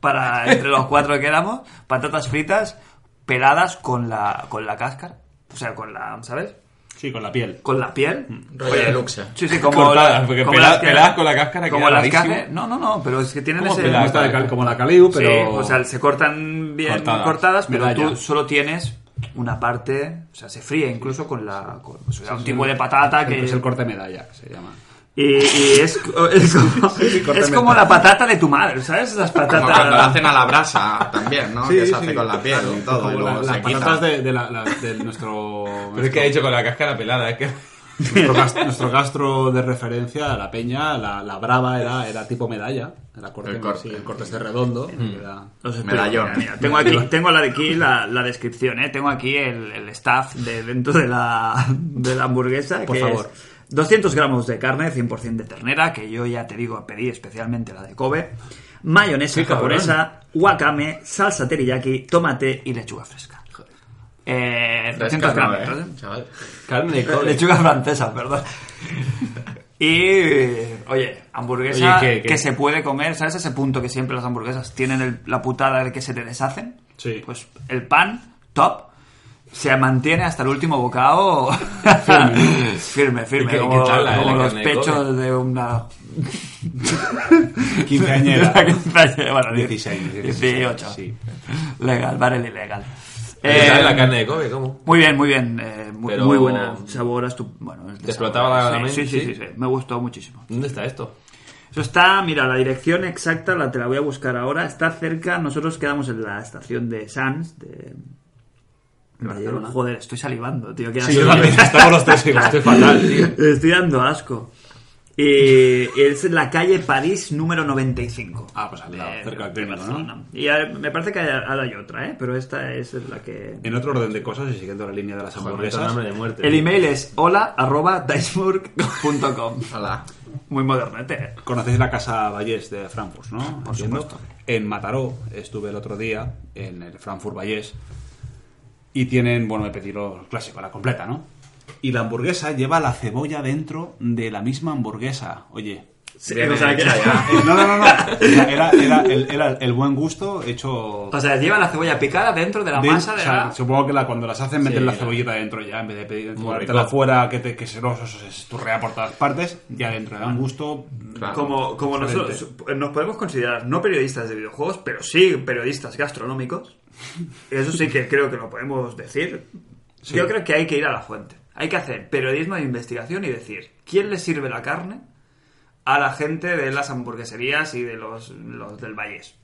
B: para entre los cuatro que éramos, patatas fritas peladas con la con la cáscara, o sea, con la, ¿sabes?
E: Sí, con la piel.
B: Con la piel.
D: Rollo de luxa.
B: Sí, sí, como
C: Cortadas,
B: la-
C: porque
B: como
C: pela-
B: las que-
C: peladas con la cáscara
B: como
C: queda
B: las que
C: rarísimo.
B: hace- No, no, no, pero es que tienen
C: ¿Cómo
B: ese
C: peladas?
E: Como esta de cal- como la caliu, pero.
B: Sí, o sea, se cortan bien cortadas,
E: Cortadas,
B: pero tú
E: medalla.
B: solo tienes una parte, o sea, se fría incluso con la con, o sea, un tipo de patata que
E: Es el corte medalla, que se llama.
B: y, y es, es como,
E: corta
B: es como la patata de tu madre, ¿sabes? Las
D: Como cuando la
B: patatas
D: hacen a la brasa también, ¿no? que se hace con la piel y todo.
E: Como
D: Y luego
E: la-
D: se
E: las
D: quita.
E: patatas de, de la- la- de nuestro.
C: Pero es que ha dicho con la cáscara pelada, es que...
E: nuestro, gastro, nuestro gastro de referencia, la peña, la, la brava era, era tipo medalla. Era corte,
D: El corte.
E: sí, el corte este redondo. era-
B: Os explico,
D: Medallón.
B: mira, mira, tengo aquí, tengo la, aquí la, la descripción, ¿eh? tengo aquí el, el staff de dentro de la, de la hamburguesa.
E: Por
B: que
E: favor.
B: es 200 gramos de carne, 100% de ternera, que yo ya te digo, pedí especialmente la de Kobe. Mayonesa
C: Qué cabrón.
B: japonesa, wakame, salsa teriyaki, tomate y lechuga fresca. Eh, 200
D: Fresca no,
B: gramos.
D: ¿eh?
B: ¿eh?
D: Chaval.
C: Carne de cobre.
B: Lechuga francesa, perdón. Y, eh, oye, hamburguesa
C: Oye, ¿qué, qué?
B: que se puede comer, ¿sabes ese punto que siempre las hamburguesas tienen el- la putada de que se te deshacen?
E: Sí.
B: Pues el pan, top, se mantiene hasta el último bocado
E: Firme.
B: firme, firme,
C: ¿Y qué-
B: como,
C: qué tal la-
B: como
C: la
B: los
C: carne de
B: pechos de una...
E: Quinceañera.
B: Quinceañera, bueno,
E: 16,
B: 18.
E: sí.
B: Legal, barrel ilegal.
C: Te
B: Eh,
C: sabe la carne de Kobe, ¿cómo?
B: Muy bien, muy bien. eh, muy,
C: Pero-
B: muy buena. Sabor a tu... Bueno, es de
C: ¿Te
B: sabor.
C: explotaba la
B: Sí,
C: mente,
B: Sí, sí,
C: sí?
B: sí, sí. Me gustó muchísimo.
C: ¿Dónde está esto?
B: Eso está, mira, la dirección exacta la te la voy a buscar ahora. Está cerca, nosotros quedamos en la estación de Sanz, de...
C: Barcelona.
B: Joder, estoy salivando, tío. que
E: Sí,
B: asco.
E: yo también, estamos los tres igual.
C: Estoy fatal, tío.
B: Estoy dando asco. Y es en la calle París número 95.
E: Ah, pues al lado,
B: de-
E: cerca del
B: de
E: Pirlo, ¿no?
B: Barcelona. Y eh, me parece que hay- ahora hay otra, ¿eh? Pero esta es la que...
E: En otro orden de cosas y siguiendo la línea de las
C: Joder, esto es
E: hamburguesas.
C: hambre de muerte.
B: El email es hola arroba diceburg.com.
D: Hola.
B: Muy modernete. ¿eh?
E: Conocéis la casa Vallés de Frankfurt, ¿no?
B: Por supuesto.
E: En Mataró estuve el otro día, en el Frankfurt Vallés, y tienen, bueno, me pedí los clásicos, la completa, ¿no? Y la hamburguesa lleva la cebolla dentro de la misma hamburguesa. Oye,
B: Sí,
D: Bien
B: o sea,
D: hecho,
B: que-
D: ya.
E: no, no, no, no. Era, era el, era el buen gusto hecho.
B: o sea, lleva la cebolla picada dentro de la
E: de-
B: masa
E: o
B: de
E: sea,
B: la...
E: Supongo que la, cuando las hacen meten
C: Sí,
E: la
C: la-
E: cebollita dentro ya, en vez de pedir
C: Muy
E: guardártela
C: rico.
E: fuera, que, te, que se los se esturrea por todas partes, ya dentro. Da un gusto.
D: Claro.
B: Como, como
E: Ah, Excelente.
B: nosotros nos podemos considerar no periodistas de videojuegos, pero sí periodistas gastronómicos, eso sí que creo que lo podemos decir. Yo creo que hay que ir a la fuente. Hay que hacer periodismo de investigación y decir quién le sirve la carne a la gente de las hamburgueserías y de los, los del Vallés.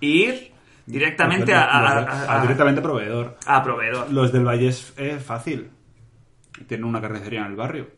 B: Y ir directamente a, a-
E: Los de-
B: a- a-
E: a directamente proveedor.
B: a proveedor.
E: Los del Valle es eh, fácil. Tienen una carnicería en el barrio.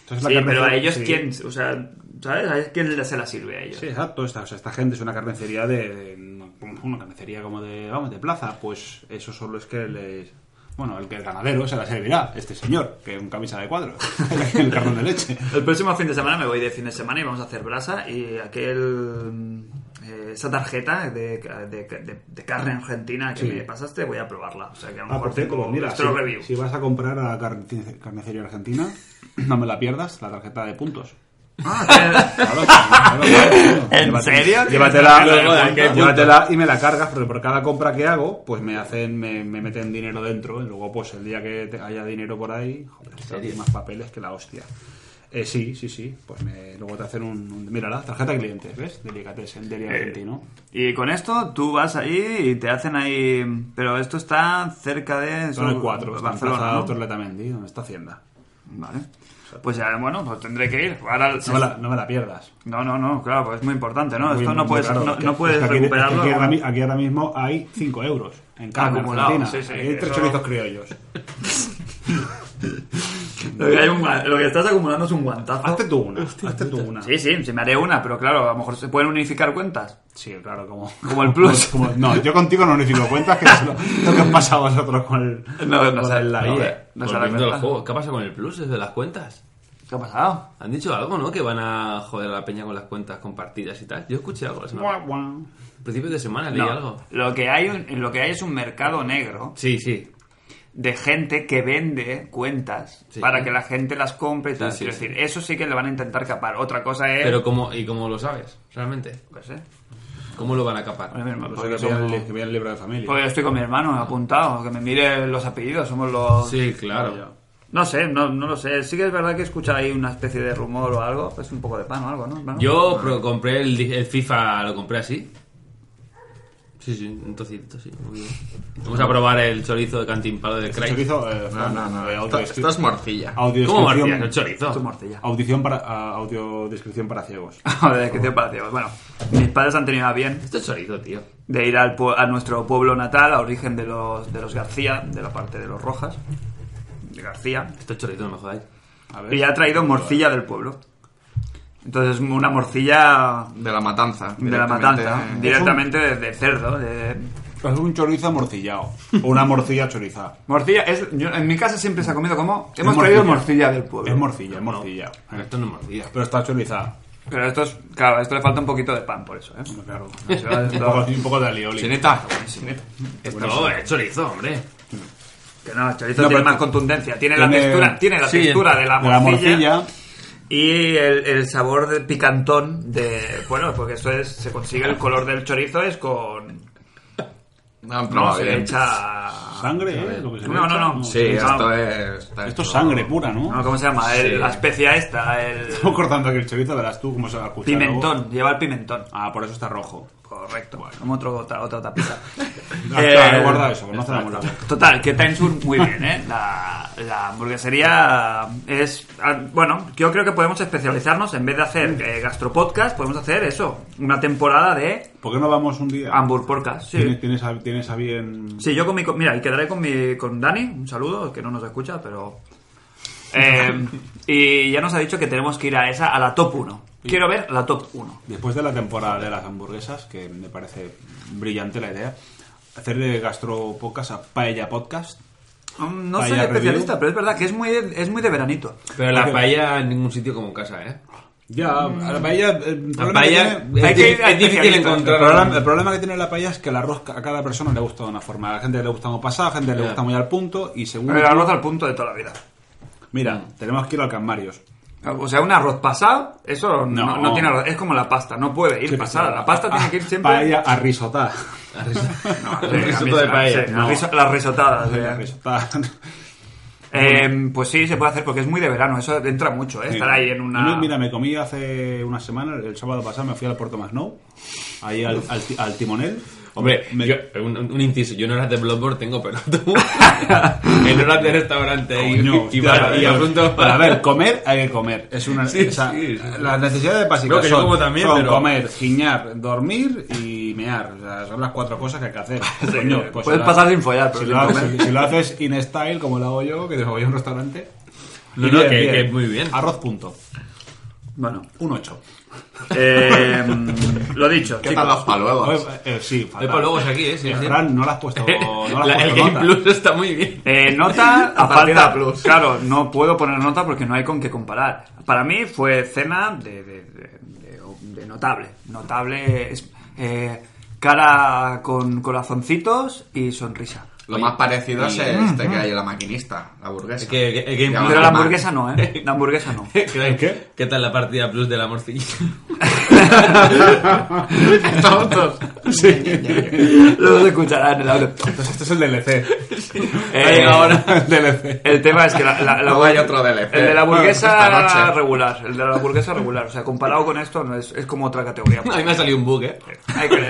E: Entonces, la
B: Sí, pero
E: carnicería-
B: a ellos
E: sí.
B: quién, o sea, ¿sabes? A ellos quién se la sirve a ellos.
E: Sí, exacto. Esta, o sea, esta gente es una carnicería de, de- Una carnicería como de. Vamos, de plaza. Pues eso solo es que les. Bueno, el que el ganadero se la servirá, este señor, que es un camisa de cuadro, el cartón de leche.
B: El próximo fin de semana me voy de fin de semana y vamos a hacer brasa y aquel mm, eh, esa tarjeta de, de, de- de carne argentina que
E: Sí.
B: me pasaste voy a probarla. O sea que a lo
E: Ah,
B: mejor
E: por cierto,
B: tengo
E: pues mira, si,
B: nuestro review.
E: si vas a comprar a la carnice- carnicería argentina, no me la pierdas, la tarjeta de puntos.
B: Ah, que-
E: Claro, claro, claro.
B: ¿En
E: Llévate-
B: serio?
E: Llévatela,
B: Claro, bueno,
E: llévatela-
B: qué punto.
E: llévatela y me la cargas, porque por cada compra que hago, pues me hacen, me, me meten dinero dentro, y luego pues el día que te- haya dinero por ahí, joder, esto tiene más papeles que la hostia. Eh, sí, sí, sí, pues me, luego te hacen un, un- mírala, tarjeta de clientes, ¿ves? Delicatessen, Deli Argentino.
B: eh, y con esto tú vas ahí y te hacen ahí. Pero esto está cerca de.
E: Son el 4,
B: Barcelona. ¿no?
E: Torletamendi, donde está Hacienda.
B: Vale. Pues ya, bueno, pues tendré que ir. Ahora
E: No me la, no me la pierdas.
B: no, no, no, claro, pues es muy importante, ¿no?
E: Muy-
B: esto no
E: muy
B: puedes,
E: claro,
B: no,
E: es que-
B: no
E: es que
B: puedes
E: aquí- es que
B: recuperarlo.
E: Aquí ahora, mi- aquí ahora mismo hay 5 euros en carne
B: Acumulado,
E: argentina.
B: sí, sí,
E: Aquí hay
B: que
E: tres
B: eso-
E: chorizos criollos.
B: Lo que, hay un gua- lo que estás acumulando es un guantazo.
E: Hazte tú una. hazte tú una.
B: Sí, sí, se me haré una, pero claro, a lo mejor se pueden unificar cuentas.
E: Sí, claro, como,
B: Como el plus.
E: como- no, yo contigo no unifico cuentas, que es lo, lo que os pasa a vosotros con el.
B: No, no
E: con
B: sé,
E: el- la E.
B: no,
E: guía.
B: eh. No se la
C: Volviendo
B: cuenta.
C: al juego, ¿qué pasa con el plus desde las cuentas?
B: ¿Qué ha pasado?
C: Han dicho algo, ¿no? Que van a joder a la peña con las cuentas compartidas y tal. Yo escuché algo la
E: Guau,
C: semana.
E: guau.
C: Principios de semana leí
B: No,
C: algo.
B: Lo que, hay un- lo que hay es un mercado negro
C: Sí, sí.
B: de gente que vende cuentas
C: Sí.
B: para que la gente las compre y tal.
C: Sí, sí,
B: Quiero
C: sí.
B: decir, eso sí que le van a intentar capar. Otra cosa es...
C: Pero ¿cómo, ¿y cómo lo sabes? Realmente.
B: qué sé.
C: ¿Cómo lo van a capar?
B: Ahora mismo,
E: Pues
B: porque
E: que vean el li-
B: somos-
E: que vean el libro de familia.
B: porque yo estoy con mi hermano apuntado, que me mire los apellidos, somos los...
C: Sí, claro.
B: No sé, no, no lo sé. Sí que es verdad que escucha ahí una especie de rumor o algo. Es un poco de pan o algo, ¿no? hermano?
E: Ah.
C: Yo pro- compré el, di- el FIFA, lo compré así. Sí, sí, un tocito, sí. muy bien. Vamos a probar el chorizo de cantimpalo de
E: El
C: Craig.
E: chorizo,
B: Pues
E: eh,
D: No, no, no.
E: eh,
D: Esto,
E: audiodescri-
D: esto es morcilla.
C: ¿Cómo
E: audiodescripción-
C: martías el
B: Esto es
C: chorizo?
B: morcilla.
E: Audición para, ah, audiodescripción para ciegos.
B: Joder, qué tío para ciegos. Bueno, mis padres han tenido a bien
C: Esto es Este chorizo, tío.
B: de ir al pue- a nuestro pueblo natal, a origen de los, de los García, de la parte de los Rojas, de García,
C: Esto es Este chorizo, no me jodáis.
E: A ver.
B: y ha traído morcilla del pueblo. Entonces, una morcilla
D: De la matanza.
B: de la matanza,
D: directamente.
B: directamente de, de cerdo. De...
E: Es un chorizo morcillado. O una morcilla chorizada.
B: Morcilla, es, yo- en mi casa siempre se ha comido como.
E: Es
B: Hemos traído
E: morcilla.
B: morcilla del pueblo.
E: Es morcilla, es morcilla. Eh,
C: Esto no es mordida.
E: Pero está chorizada.
B: Pero esto es, claro, a esto le falta un poquito de pan, por eso, ¿eh?
E: Claro.
B: No se va
E: un,
B: del
E: poco,
B: todo.
E: un poco de alioli.
D: Chineta.
E: este
C: Esto
B: eh,
C: es chorizo, hombre.
B: Que no, el chorizo
E: No,
B: tiene
E: pero-
B: más contundencia, tiene, la
E: tiene-
B: textura, tiene la
C: sí,
B: textura de la
E: De la morcilla.
B: Y el, el sabor de picantón de. Bueno, porque eso es. Se consigue el color del chorizo es con.
D: No, han
B: No,
D: probado
B: se le
D: bien.
B: echa.
E: Sangre, ¿eh? Lo que se le
B: No, no,
E: echa,
B: no.
D: Sí,
E: se le echa-
D: esto es... está
E: Esto es
D: hecho-
E: sangre pura,
B: No,
E: ¿no?
B: ¿Cómo se llama? El-
C: Sí.
B: La especia esta, el.
E: Estamos cortando aquí el chorizo, verás tú cómo se va a escuchar.
B: Pimentón, lleva el pimentón.
E: Ah, por eso está rojo.
B: Correcto. Como otro, otra, otra tapita. Eh,
E: Ah, claro, guarda eso, no cerramos la boca.
B: Total, que Timesur muy bien, ¿eh? La, la hamburguesería es... ah, Bueno, yo creo que podemos especializarnos, en vez de hacer eh, gastropodcast, podemos hacer eso, una temporada de
E: ¿Por qué no vamos un día?
B: hamburporcas.
E: ¿Tienes,
B: Sí.
E: tienes, a, tienes a bien.
B: sí, yo con mi... co- Mira, y quedaré con, mi, con Dani, un saludo, que no nos escucha, pero... eh, y ya nos ha dicho que tenemos que ir a esa, a la top 1. Quiero ver la top 1.
E: Después de la temporada de las hamburguesas, que me parece brillante la idea, hacer de gastro podcast a paella podcast.
B: Mm, No
E: Paella
B: soy especialista,
E: review.
B: pero es verdad que es muy de, es muy de veranito.
C: Pero la paella en ningún sitio como en casa, ¿eh?
E: Ah, Ya, a la paella. El
C: La
E: problema,
C: paella
E: que
C: es,
E: tiene,
B: Mm. Hay que ir
C: dif-
B: a
C: es difícil
B: especialistas.
E: el
C: encontrar.
E: problema- el problema que tiene la paella es que el arroz a cada persona le gusta de una forma. A la gente le gusta como pasada, a la gente le
C: Ya.
E: gusta muy al punto y según.
B: El arroz al punto de toda la vida.
E: Mira, tenemos que ir al Canmarios.
B: O sea, un arroz pasado, eso no,
E: No.
B: no tiene arroz. Es como la pasta, no puede ir pasada. La pasta tiene que ir siempre.
E: Paella Ah, a risotar.
B: No,
C: El risotto de paella,
B: sí,
C: no.
B: la riso- Las risotadas.
E: A
B: sí.
E: risotar.
B: Eh, pues sí, se puede hacer porque es muy de verano. Eso entra mucho, ¿eh? Estar ahí en una.
E: No, Mira, me comí hace una semana, el sábado pasado me fui al Puerto Masnou, ahí al, al, ti- al timonel.
C: Hombre,
E: Me-
C: yo- un, un inciso, yo en horas de Bloodborne tengo pero tú. en horas de restaurante y,
E: Coño,
C: y,
E: hostia,
C: bar, y
E: pero-
C: a punto
E: pero a ver, comer hay que comer. Es una,
C: Sí,
E: o sea,
C: sí, sí.
E: Las necesidades básicas
C: Creo que yo
E: son,
C: como también,
E: son
C: pero-
E: comer, giñar, dormir y mear. O sea, son las cuatro cosas que hay que hacer. Coño, pues
B: puedes
E: si lo-
B: pasar sin follar, pero
E: Si
B: sin
E: lo, haces,
B: comer.
E: si lo haces in style, como lo hago yo, que te voy a un restaurante.
C: No,
E: y
C: no, que- que muy bien.
E: Arroz punto.
B: Bueno,
E: Un 8.
B: eh, lo dicho,
D: ¿Qué
B: chicos.
D: tal los paluegos?
E: eh, sí, fatal.
C: Hay luego aquí, ¿eh? Sí, sí.
E: Fran, no lo has puesto. No lo has
C: La- el
E: puesto
C: Game
E: nota.
C: Plus está muy bien.
B: Eh, nota a
D: Partida
B: falta.
D: plus.
B: Claro, no puedo poner nota porque no hay con qué comparar. Para mí fue cena de, de- de- de- de notable. Notable es eh, cara con corazoncitos y sonrisa.
D: Lo más parecido es este que hay en la maquinista, la hamburguesa.
C: Es que- que- que-
D: Ya
C: Ah,
B: Pero la
D: mal.
B: hamburguesa no, ¿eh? La hamburguesa no.
C: ¿Qué? ¿Qué tal la partida plus de la morcilla?
D: Tontos.
B: Luego escucharán ah, el audio.
E: Entonces, este es el DLC.
B: Eh,
C: ahora.
E: El DLC.
B: El tema es que la, la- la-
D: Luego hay otro
B: El
D: DLC.
B: de la
D: Esta
B: hamburguesa
D: noche.
B: regular. El de la hamburguesa regular. O sea, comparado con esto, no es, es como otra categoría.
C: A mí me ha salido un bug, ¿eh?
B: Hay que-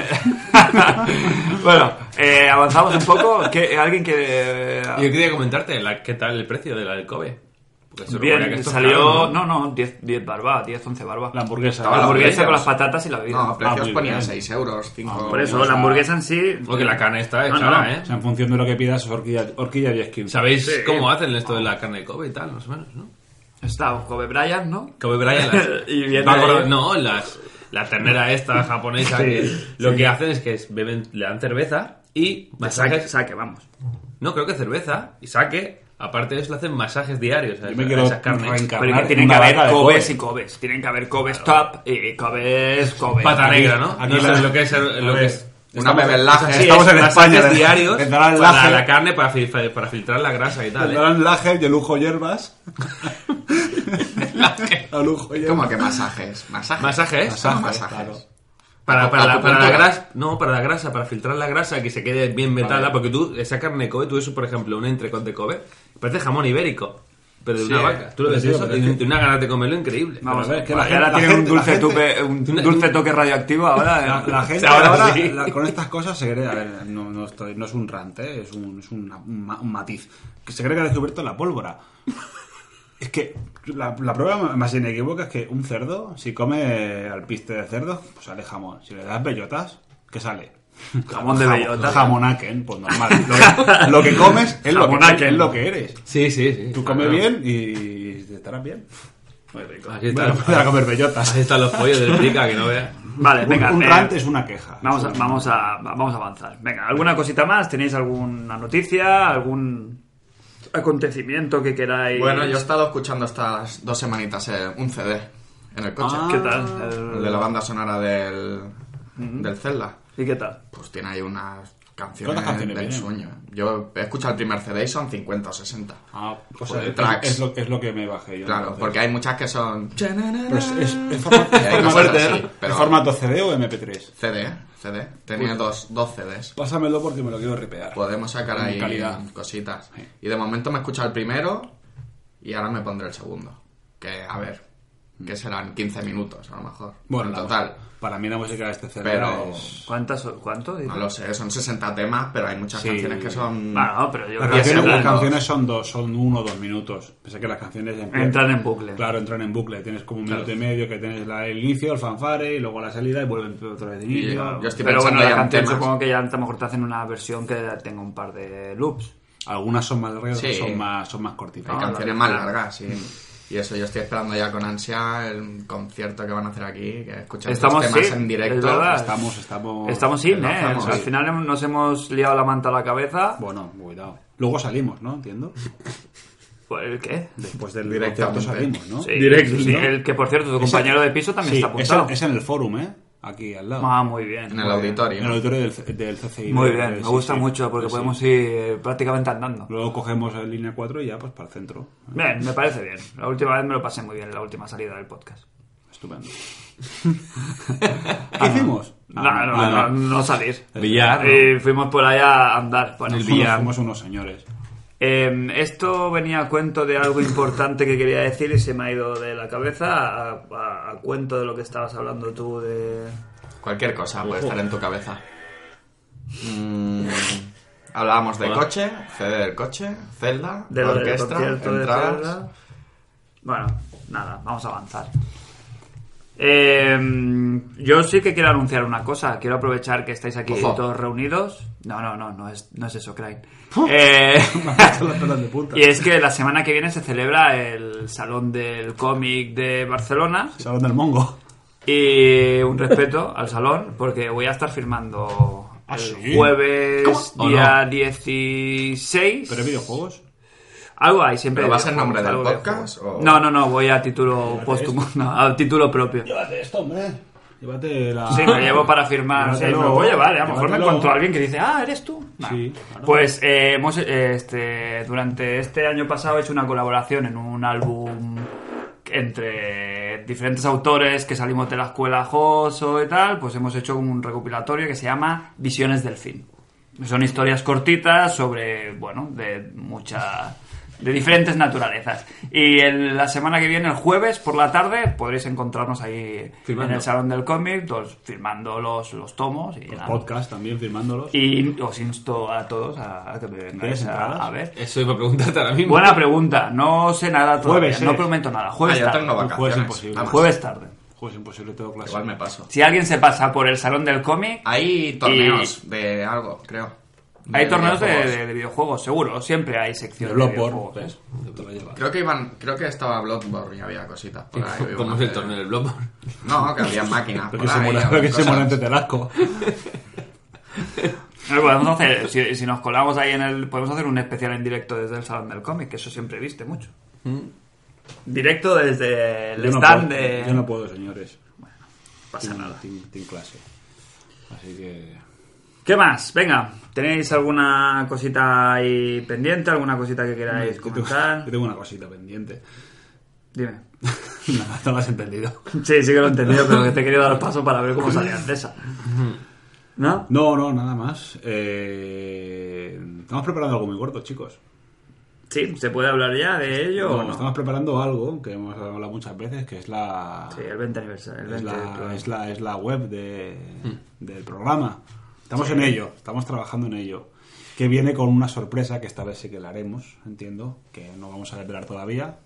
B: bueno, eh, avanzamos un poco. ¿Qué- ¿Alguien que.? eh,
C: Yo quería comentarte la, qué tal el precio del alcobe. Porque se rumorea
B: bien,
C: que esto es
B: salió.
C: caro,
B: No, no, 10, 10 barba, 10, 11 barba.
E: La hamburguesa.
B: La hamburguesa con
D: Precios.
B: las patatas y la bebida.
D: No, precios
E: muy
D: ponían
E: bien.
D: 6 euros, 5
B: Por eso, la hamburguesa en sí.
C: Porque la carne está es
B: No,
C: cara,
B: no.
C: ¿eh?
E: O sea, en función de lo que pidas, es horquilla, horquilla y skin.
C: ¿Sabéis
B: Sí.
C: cómo hacen esto de la carne de Kobe y tal, más o menos, no?
B: Está Kobe Bryant, ¿no?
C: Kobe Bryant. Las,
B: Y viene
C: me acuerdo-
B: ahí.
C: no, las, la ternera esta japonesa. que lo que hacen es que es- beben, le dan cerveza y
B: Saque,
C: masajes.
B: saque, vamos.
C: No, creo que cerveza y saque. Aparte de eso, le hacen masajes diarios a,
E: Yo me
C: esas- a
E: quiero
C: esas carnes.
E: reencarnar.
B: Pero que
E: Carnal,
B: tienen que
E: una
B: haber
E: vaca de
B: Kobes
E: Kobe.
B: y Kobes. Tienen que haber Kobes top y Kobes, Kobe.
C: Pata negra, ¿no?
E: aquí
C: no
E: la-
C: sé lo que es. Lo que es
D: Una bebelaje.
E: estamos en
C: masajes
E: España.
C: diarios
E: Te darán
C: para
E: laje.
C: la carne, para, fil- para filtrar la grasa y tal.
E: Le
C: ¿eh?
E: darán laje, yo lujo hierbas. Yo lujo hierbas.
D: ¿Cómo que masajes? ¿Masajes?
C: Masajes.
D: Masajes,
E: Masajes,
D: claro.
C: Para, para,
D: A
C: la,
D: tu
C: para la
D: punto.
C: grasa, no, para la grasa, para filtrar la grasa, que se quede bien metada, porque tú, esa carne de Kobe, tú eso, por ejemplo, un entrecot de Kobe, parece jamón ibérico, pero de una
D: Sí,
C: vaca. Tú lo ves
E: sí,
C: eso,
E: pero
C: y
E: es que-
C: te una ganas de comerlo increíble.
B: Vamos a
E: Pero
B: ver,
E: es que
B: que
E: la
B: ahora
E: gente-
B: tienen un
E: la
B: dulce,
E: gente-
B: tupe- un dulce toque radioactivo ahora. eh.
E: La, la gente
C: Ahora
E: ahora,
C: sí.
E: la- con estas cosas se cree, a ver, no, no estoy- no es un rant, ¿eh? es, un, es una- un, ma- un matiz, que se cree que ha descubierto la pólvora. Es que la, la prueba más inequívoca es que un cerdo, si come al piste de cerdo, pues sale jamón. Si le das bellotas, ¿qué sale?
B: Jamón de bellota.
E: Jamonaken, pues normal. Lo que, lo que comes es lo que,
B: Jamonaken.
E: es lo que eres.
C: Sí, sí, sí.
E: Tú
C: Claro.
E: comes bien y te estarás bien.
B: Muy rico.
C: Así
E: Voy a-
C: están,
E: voy a comer bellotas.
C: así están los pollos del pica, que no veas.
B: Vale,
E: Un-
B: venga.
E: un,
B: eh,
E: rant es una queja.
B: Vamos a, vamos, a, vamos a avanzar. Venga, ¿alguna cosita más? ¿Tenéis alguna noticia? ¿Algún acontecimiento que queráis?
D: Bueno, yo he estado escuchando estas dos semanitas eh, un CD en el coche.
B: Ah, ¿Qué tal? El-
D: El de la banda sonora del, del Zelda.
B: ¿Y qué tal?
D: Pues tiene ahí unas canciones,
E: ¿Cuántas canciones
D: del
E: vienen?
D: sueño. Yo he escuchado el primer CD y son 50 o 60.
E: Ah, pues
D: Joder,
E: es-
D: tracks.
E: es, lo, es lo que me bajé yo.
D: Claro,
E: entonces.
D: porque hay muchas que son...
E: Pero es, es- es
D: Y
E: formato,
D: hay cosas
E: formato-
D: así,
E: ¿eh?
D: pero-
E: ¿Es formato CD o MP3?
D: CD, CD. Tenía dos, dos CDs.
E: Pásamelo porque me lo quiero ripear.
D: Podemos sacar
E: En
D: ahí
E: calidad.
D: cositas. Y de momento me he escuchado el primero y ahora me pondré el segundo. Que, a ver,
B: Mm.
D: que serán 15 minutos a lo mejor.
E: Bueno,
D: en
E: la-
D: total.
E: Para mí la música de este CD
D: Pero-
E: es...
B: ¿Cuántas? son- ¿Cuánto? dices?
D: No lo sé, son 60 temas, pero hay muchas
E: Sí.
D: canciones que son...
B: Bueno, Ah, pero yo
E: Las
B: creo que
E: canciones,
D: ese
E: las
D: plan,
B: entran,
D: ¿no?
E: canciones son dos, son uno o dos minutos. Pese a que las canciones empiezan-
B: entran en bucle.
E: Claro, entran en bucle. Tienes como un minuto y medio que tienes la- el inicio, el fanfare y luego la salida y vuelven otra vez de
D: Y,
E: inicio.
D: yo estoy
B: Pero bueno, la
D: pensando ya en
B: canción
D: temas.
B: supongo que ya a lo mejor te hacen una versión que tenga un par de loops.
E: Algunas son más largas,
D: Sí.
E: otras son más, son más cortitas.
D: Hay
B: No,
D: canciones
B: la-
D: más
B: la-
D: largas, sí. Y eso, yo estoy esperando ya con ansia el concierto que van a hacer aquí, que escuchar
B: Estamos,
D: los temas
B: sí,
D: en
B: es
D: directo.
B: verdad.
E: Estamos, estamos.
B: Estamos sin, ¿eh?
D: lanzamos,
B: O sea, al
D: sí.
B: final hem- nos hemos liado la manta a la cabeza.
E: Bueno, cuidado. Luego salimos, ¿no? Entiendo.
B: Pues, ¿El qué?
E: Después del
D: Directamente.
E: directo salimos, ¿no?
B: Sí,
C: Directo,
B: sí, sí.
C: ¿no?
B: El que, por cierto, tu compañero de piso también
E: Sí,
B: está
E: es,
B: apuntado.
E: en, es en el forum, ¿eh? Aquí al lado.
B: Ah, muy bien.
D: En el
B: muy bien.
D: auditorio.
E: en el auditorio del, C- del CCI.
B: Muy
E: Eh,
B: bien, me
E: sí,
B: gusta
E: sí.
B: mucho porque
E: Sí.
B: podemos ir prácticamente andando.
E: Luego cogemos el línea 4 y ya, pues para el centro.
B: Bien, me parece bien. La última vez me lo pasé muy bien, la última salida del podcast.
E: Estupendo. ¿Qué hicimos?
B: No, no, no,
E: Ah,
B: no salir.
C: Billar, ¿no?
B: Y fuimos por ahí a andar. Bueno,
E: Nos
B: fuimos-
E: fuimos- fuimos unos señores.
B: Eh, esto venía a cuento de algo importante que quería decir y se me ha ido de la cabeza a, a- a cuento de lo que estabas hablando tú de...
D: Cualquier cosa puede estar en tu cabeza. Mm, hablábamos de coche, CD del coche, celda,
B: de lo del
D: orquesta,
B: concierto de
D: entradas.
B: Zelda. Bueno, nada, vamos a avanzar. Eh, yo sí que quiero anunciar una cosa. Quiero aprovechar que estáis aquí
D: Ojo.
B: todos reunidos. No, no, no, no es, no es eso, Crane. Eh,
E: Las pelas de punta.
B: y es que la semana que viene se celebra el Salón del Cómic de Barcelona.
E: Salón del Mongo.
B: Y un respeto al salón, porque voy a estar firmando
E: ¿Ah,
B: el
E: sí?
B: jueves
D: ¿Cómo? ¿O
B: día 16.
E: ¿Pero videojuegos?
B: Algo hay siempre.
D: ¿Pero
B: de
D: vas en nombre del
B: algo de
D: podcast
B: juegos.
D: o-
B: No, no, no, voy a título póstumo, no, a título propio.
E: Llévate esto, hombre. Llévate la.
B: Sí, me llevo para firmar. Sí, me
E: Llévatelo.
B: lo voy a llevar. eh, A lo mejor me
E: Llévatelo.
B: encuentro a alguien que dice, ah, eres tú. Nah.
E: Sí, claro.
B: Pues eh, hemos, eh, este, durante este año pasado he hecho una colaboración en un álbum entre diferentes autores que salimos de la escuela Joso y tal, pues hemos hecho un recopilatorio que se llama Visiones del Fin. Son historias cortitas sobre, bueno, de mucha... de diferentes naturalezas. Y el- la semana que viene, el jueves por la tarde, podréis encontrarnos ahí
C: Firmando.
B: en el Salón del Cómic, pues, firmando los, los tomos y nada.
E: Podcast también firmándolos.
B: Y os insto a todos a, a que me vengáis
E: ¿Tienes entradas?
B: a, a ver.
C: Eso iba a preguntarte ahora mismo.
B: Buena pregunta, no sé nada todavía,
E: Jueves,
B: no
E: eh.
B: prometo nada.
D: Ah,
B: Jueves
D: yo
B: tarde.
D: tengo Ah, vacaciones.
E: Jueves imposible.
D: además.
B: Jueves tarde.
E: Juegos imposible, todo clase.
D: Igual me paso.
B: Si alguien se pasa por el salón del cómic,
D: Ah, Hay torneos de algo, creo.
B: hay
D: De
B: torneos de,
D: videojuegos.
B: de- de videojuegos, seguro. Siempre hay
E: Pero
B: secciones de
E: lo por.
B: videojuegos.
E: ¿ves? ¿eh? Te lo llevas.
D: Creo que iban, creo que estaba Bloodborne y había cositas por ahí. iban
C: ¿Cómo
D: a
C: es el
D: hacer-
C: torneo del blog?
D: No, que había máquinas.
E: Lo
D: por
E: que se
D: ahí,
E: muera-
D: había
E: lo que se
D: cosas.
E: muera antes del asco. pues.
B: Eh, Podemos hacer, si, si nos colamos ahí en el... Podemos hacer un especial en directo desde el salón del cómic, que eso siempre viste mucho. Directo desde el
E: Mm. Yo no
B: stand
E: puedo-
B: de...
E: Yo no puedo, señores.
B: pasa
E: Team-
B: nada.
E: Team, team clase. Así que.
B: ¿Qué más? Venga, ¿tenéis alguna cosita ahí pendiente? ¿Alguna cosita que queráis
E: Yo tengo-
B: comentar?
E: Yo tengo una cosita pendiente.
B: Dime.
E: Nada, no lo has entendido.
B: Sí, sí que lo he entendido, pero que te he querido dar paso para ver cómo salía de esa. ¿No?
E: No, no, nada más. Eh, estamos preparando algo muy gordo, chicos.
B: Sí, ¿se puede hablar ya de ello
E: No,
B: o no?
E: Estamos preparando algo que hemos hablado muchas veces, que es la,
B: Sí, el 20 aniversario. El
E: es
B: 20
E: la,
B: de-
E: es la, es la web de, del programa. Estamos en ello, estamos trabajando en ello. Que viene con una sorpresa que esta vez sí que la haremos, entiendo, que no vamos a revelar todavía.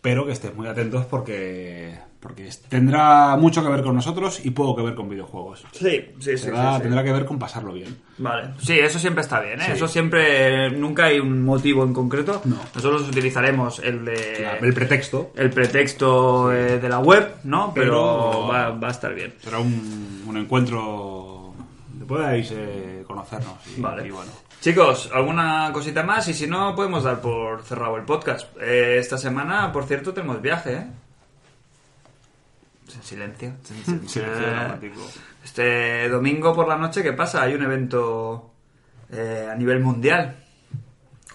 E: Pero que estéis muy atentos porque, porque tendrá mucho que ver con nosotros y poco que ver con videojuegos.
B: Sí, sí, sí. sí,
E: Será-
B: sí.
E: Tendrá que ver con pasarlo bien.
B: Vale. Sí, eso siempre está bien, ¿eh? Eso siempre... Nunca hay un motivo en concreto.
E: No.
B: Nosotros utilizaremos Eh, el de...
E: La- el pretexto
B: el pretexto eh, de la web, ¿no? Pero,
E: Pero-
B: va, va a estar bien.
E: será un, un encuentro donde podáis eh, conocernos. Y,
B: Vale.
E: y bueno.
B: Chicos, ¿alguna cosita más? Y si no, podemos dar por cerrado el podcast. Eh, esta semana, por cierto, tenemos viaje, ¿eh? Sin silencio. Sin silencio.
E: dramático.
B: Este domingo por la noche, ¿qué pasa? Hay un evento eh, a nivel mundial.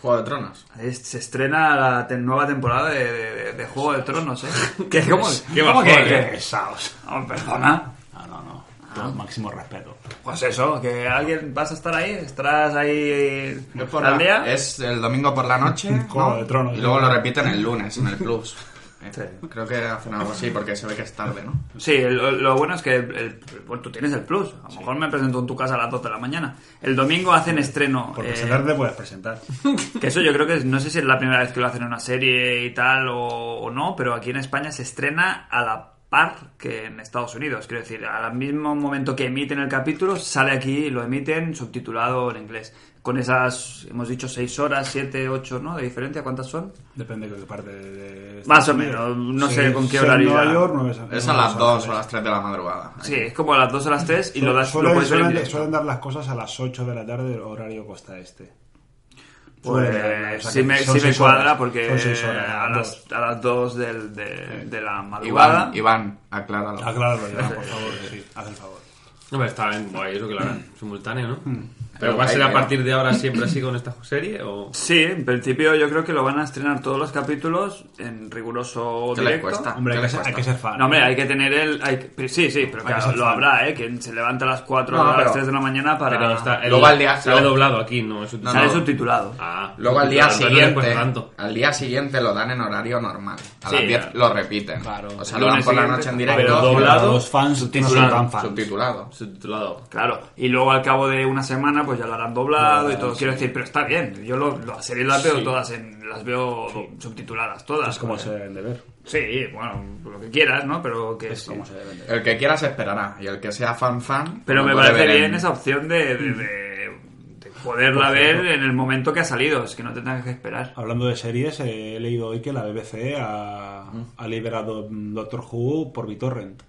D: Juego de Tronos.
B: Es- se estrena la te- nueva temporada de, de- de Juego de Tronos, ¿eh? ¿Qué, ¿Cómo,
C: qué
B: cómo
C: bajón,
B: que-
C: eh?
B: que-
E: Pesaos.
B: Oh, perdona.
E: No, no, no. Todo máximo respeto.
B: Pues eso, que alguien vas a estar ahí, estarás ahí
D: Es, por
B: al
D: la-
B: día.
D: es el domingo por la noche.
E: Juego
D: ¿no?
E: de Tronos,
D: y luego
E: sí.
D: lo repiten el lunes en el Plus. Eh, Creo que hacen algo así porque se ve que es tarde, ¿no?
B: Sí, lo, lo bueno es que el- el- bueno, tú tienes el plus. A lo mejor me presento en tu casa a las 2 de la mañana. El domingo hacen estreno.
E: Por
B: eh,
E: presentar te puedes presentar.
B: que eso yo creo que es- no sé si es la primera vez que lo hacen en una serie y tal o, o no, pero aquí en España se estrena a la par que en Estados Unidos. Quiero decir, al mismo momento que emiten el capítulo, sale aquí y lo emiten subtitulado en inglés. Con esas, hemos dicho, 6 horas, 7, 8, ¿no? De diferencia, ¿cuántas son?
E: Depende de qué parte de.
B: Más o
E: Estados Unidos.
B: menos, no
E: Si
B: sé con qué
E: es en
B: horario
E: Nueva
B: irá.
E: York, no es,
D: Es
E: no
D: a las
E: horas
D: 2 o a las 3 de la madrugada.
B: Sí, es como a las 2 a las 3 y lo, das, lo
E: suelen,
B: puedes ver en
E: suelen-
B: directo.
E: suelen dar las cosas a las 8 de la tarde, horario costa este.
B: Pues
E: Suelen darlas, o sea
B: sí
E: que
B: me,
E: son
B: sí me
E: seis
B: cuadra
E: horas,
B: porque
E: son seis horas,
B: a,
E: dos.
B: las, a las 2 del, de, de la madrugada.
D: Iván, Iván, acláralo.
E: Acláralo, Iván, por favor, que sí, haz el favor. Hmm.
C: No, pero está bien guay eso que lo hagan simultáneo, ¿no?
D: Pero
C: Pero va a
D: guay,
C: ser a
D: tío.
C: partir de ahora siempre así con esta serie o.
B: Sí, en principio yo creo que lo van a estrenar todos los capítulos en riguroso
D: ¿Qué le
B: directo.
D: cuesta?
E: Hombre, hay que,
D: ¿Qué le
E: ser, hay
D: cuesta?
E: que ser fan. ¿eh?
B: No, hombre, hay que tener el... hay que- sí, sí, pero claro,
E: ser
B: lo
E: fan.
B: habrá, ¿eh? Quien se levanta a las 4
D: No,
B: o a las
D: pero-
B: 3 de la mañana para...
C: Pero está, el,
D: Luego al día-
C: sale
D: luego-
C: doblado aquí, no es
D: No,
B: Sale
D: no.
B: subtitulado.
C: Ah,
D: Luego al día
C: claro, pero no le
D: siguiente,
B: pues,
C: cuesta tanto.
D: al día siguiente lo dan en horario normal. A
C: Sí,
D: las 10
C: claro.
D: lo repiten.
C: Claro.
D: O sea,
B: El
D: lo dan
B: lunes
D: por la
B: siguiente,
D: noche en
B: pero
D: directo.
C: doblado,
E: Pero los fans no son
C: subtitulado,
E: tan fans.
D: Subtitulado.
C: Subtitulado.
B: Claro, y luego al cabo de una semana pues ya lo harán doblado y todo. Quiero decir, pero está bien. Yo lo, las series las veo
C: Sí.
B: todas, en, las veo subtituladas todas.
E: Es como
B: Porque-
E: se deben de ver.
B: Sí, bueno, lo que quieras, ¿no? Pero que
E: Es
B: sí.
E: como se deben de ver.
D: El que quiera se esperará. Y el que sea fan fan.
B: Pero
D: lo
B: me
D: puede
B: parece
D: ver en-
B: bien esa opción de,
E: Mm.
B: de- de- de poderla ver en el momento que ha salido, es que no te tengas que esperar.
E: Hablando de series, eh, he leído hoy que la BBC ha, ha liberado mm, Doctor Who por BitTorrent.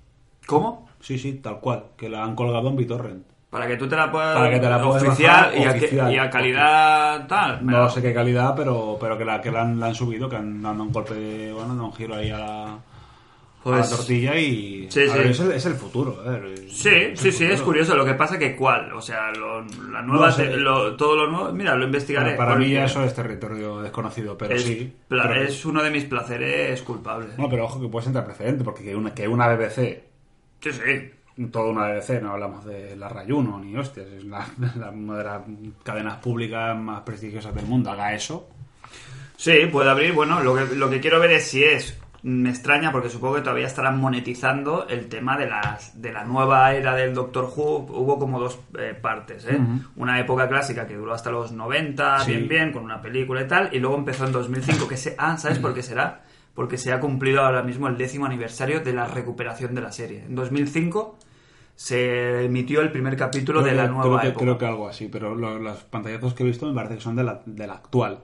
B: ¿Cómo?
E: Sí, sí, tal cual, que la han colgado en BitTorrent.
B: Para que tú te la puedas
E: Para que te la puedas
B: oficial,
E: bajar
B: y a, que-
E: oficial.
B: y a calidad tal.
E: No sé qué calidad, pero, pero que, la, que la, han, la han subido, que han dado un golpe, de- bueno, han dado un giro ahí a la, a
B: Pues-
E: la tortilla y...
B: Sí,
E: a ver,
B: sí.
E: Es, el, es el futuro, a ver, es-
B: Sí,
E: el
B: sí, sí, es
E: futuro.
B: curioso. Lo que pasa que cuál, o sea, lo- la nueva,
E: No sé.
B: te- lo- todo lo nuevo, mira, lo investigaré.
E: Para, para
B: porque
E: mí eso es territorio desconocido, pero
B: es,
E: sí.
B: pla-
E: pero-
B: es uno de mis placeres culpables.
E: Bueno, pero ojo que puede sentar precedente, porque que una, que una BBC,
B: Sí, sí.
E: toda una BBC, no hablamos de la Rayuno ni hostias, es la, la- una de las cadenas públicas más prestigiosas del mundo, haga eso.
B: Sí, puede abrir. Bueno, lo que, lo que quiero ver es si es. Me extraña porque supongo que todavía estarán monetizando el tema de, las, de la nueva era del Doctor Who. Hubo como dos eh, partes. ¿eh? Una época clásica que duró hasta los 90,
E: Sí.
B: bien, bien, con una película y tal. Y luego empezó en 2005. Que se, ah, ¿sabes por qué será? Porque se ha cumplido ahora mismo el décimo aniversario de la recuperación de la serie. En 2005 se emitió el primer capítulo de la
E: Creo que-
B: nueva
E: creo que,
B: época.
E: creo que algo así, pero lo- los pantallazos que he visto me parece que son de la, de la actual.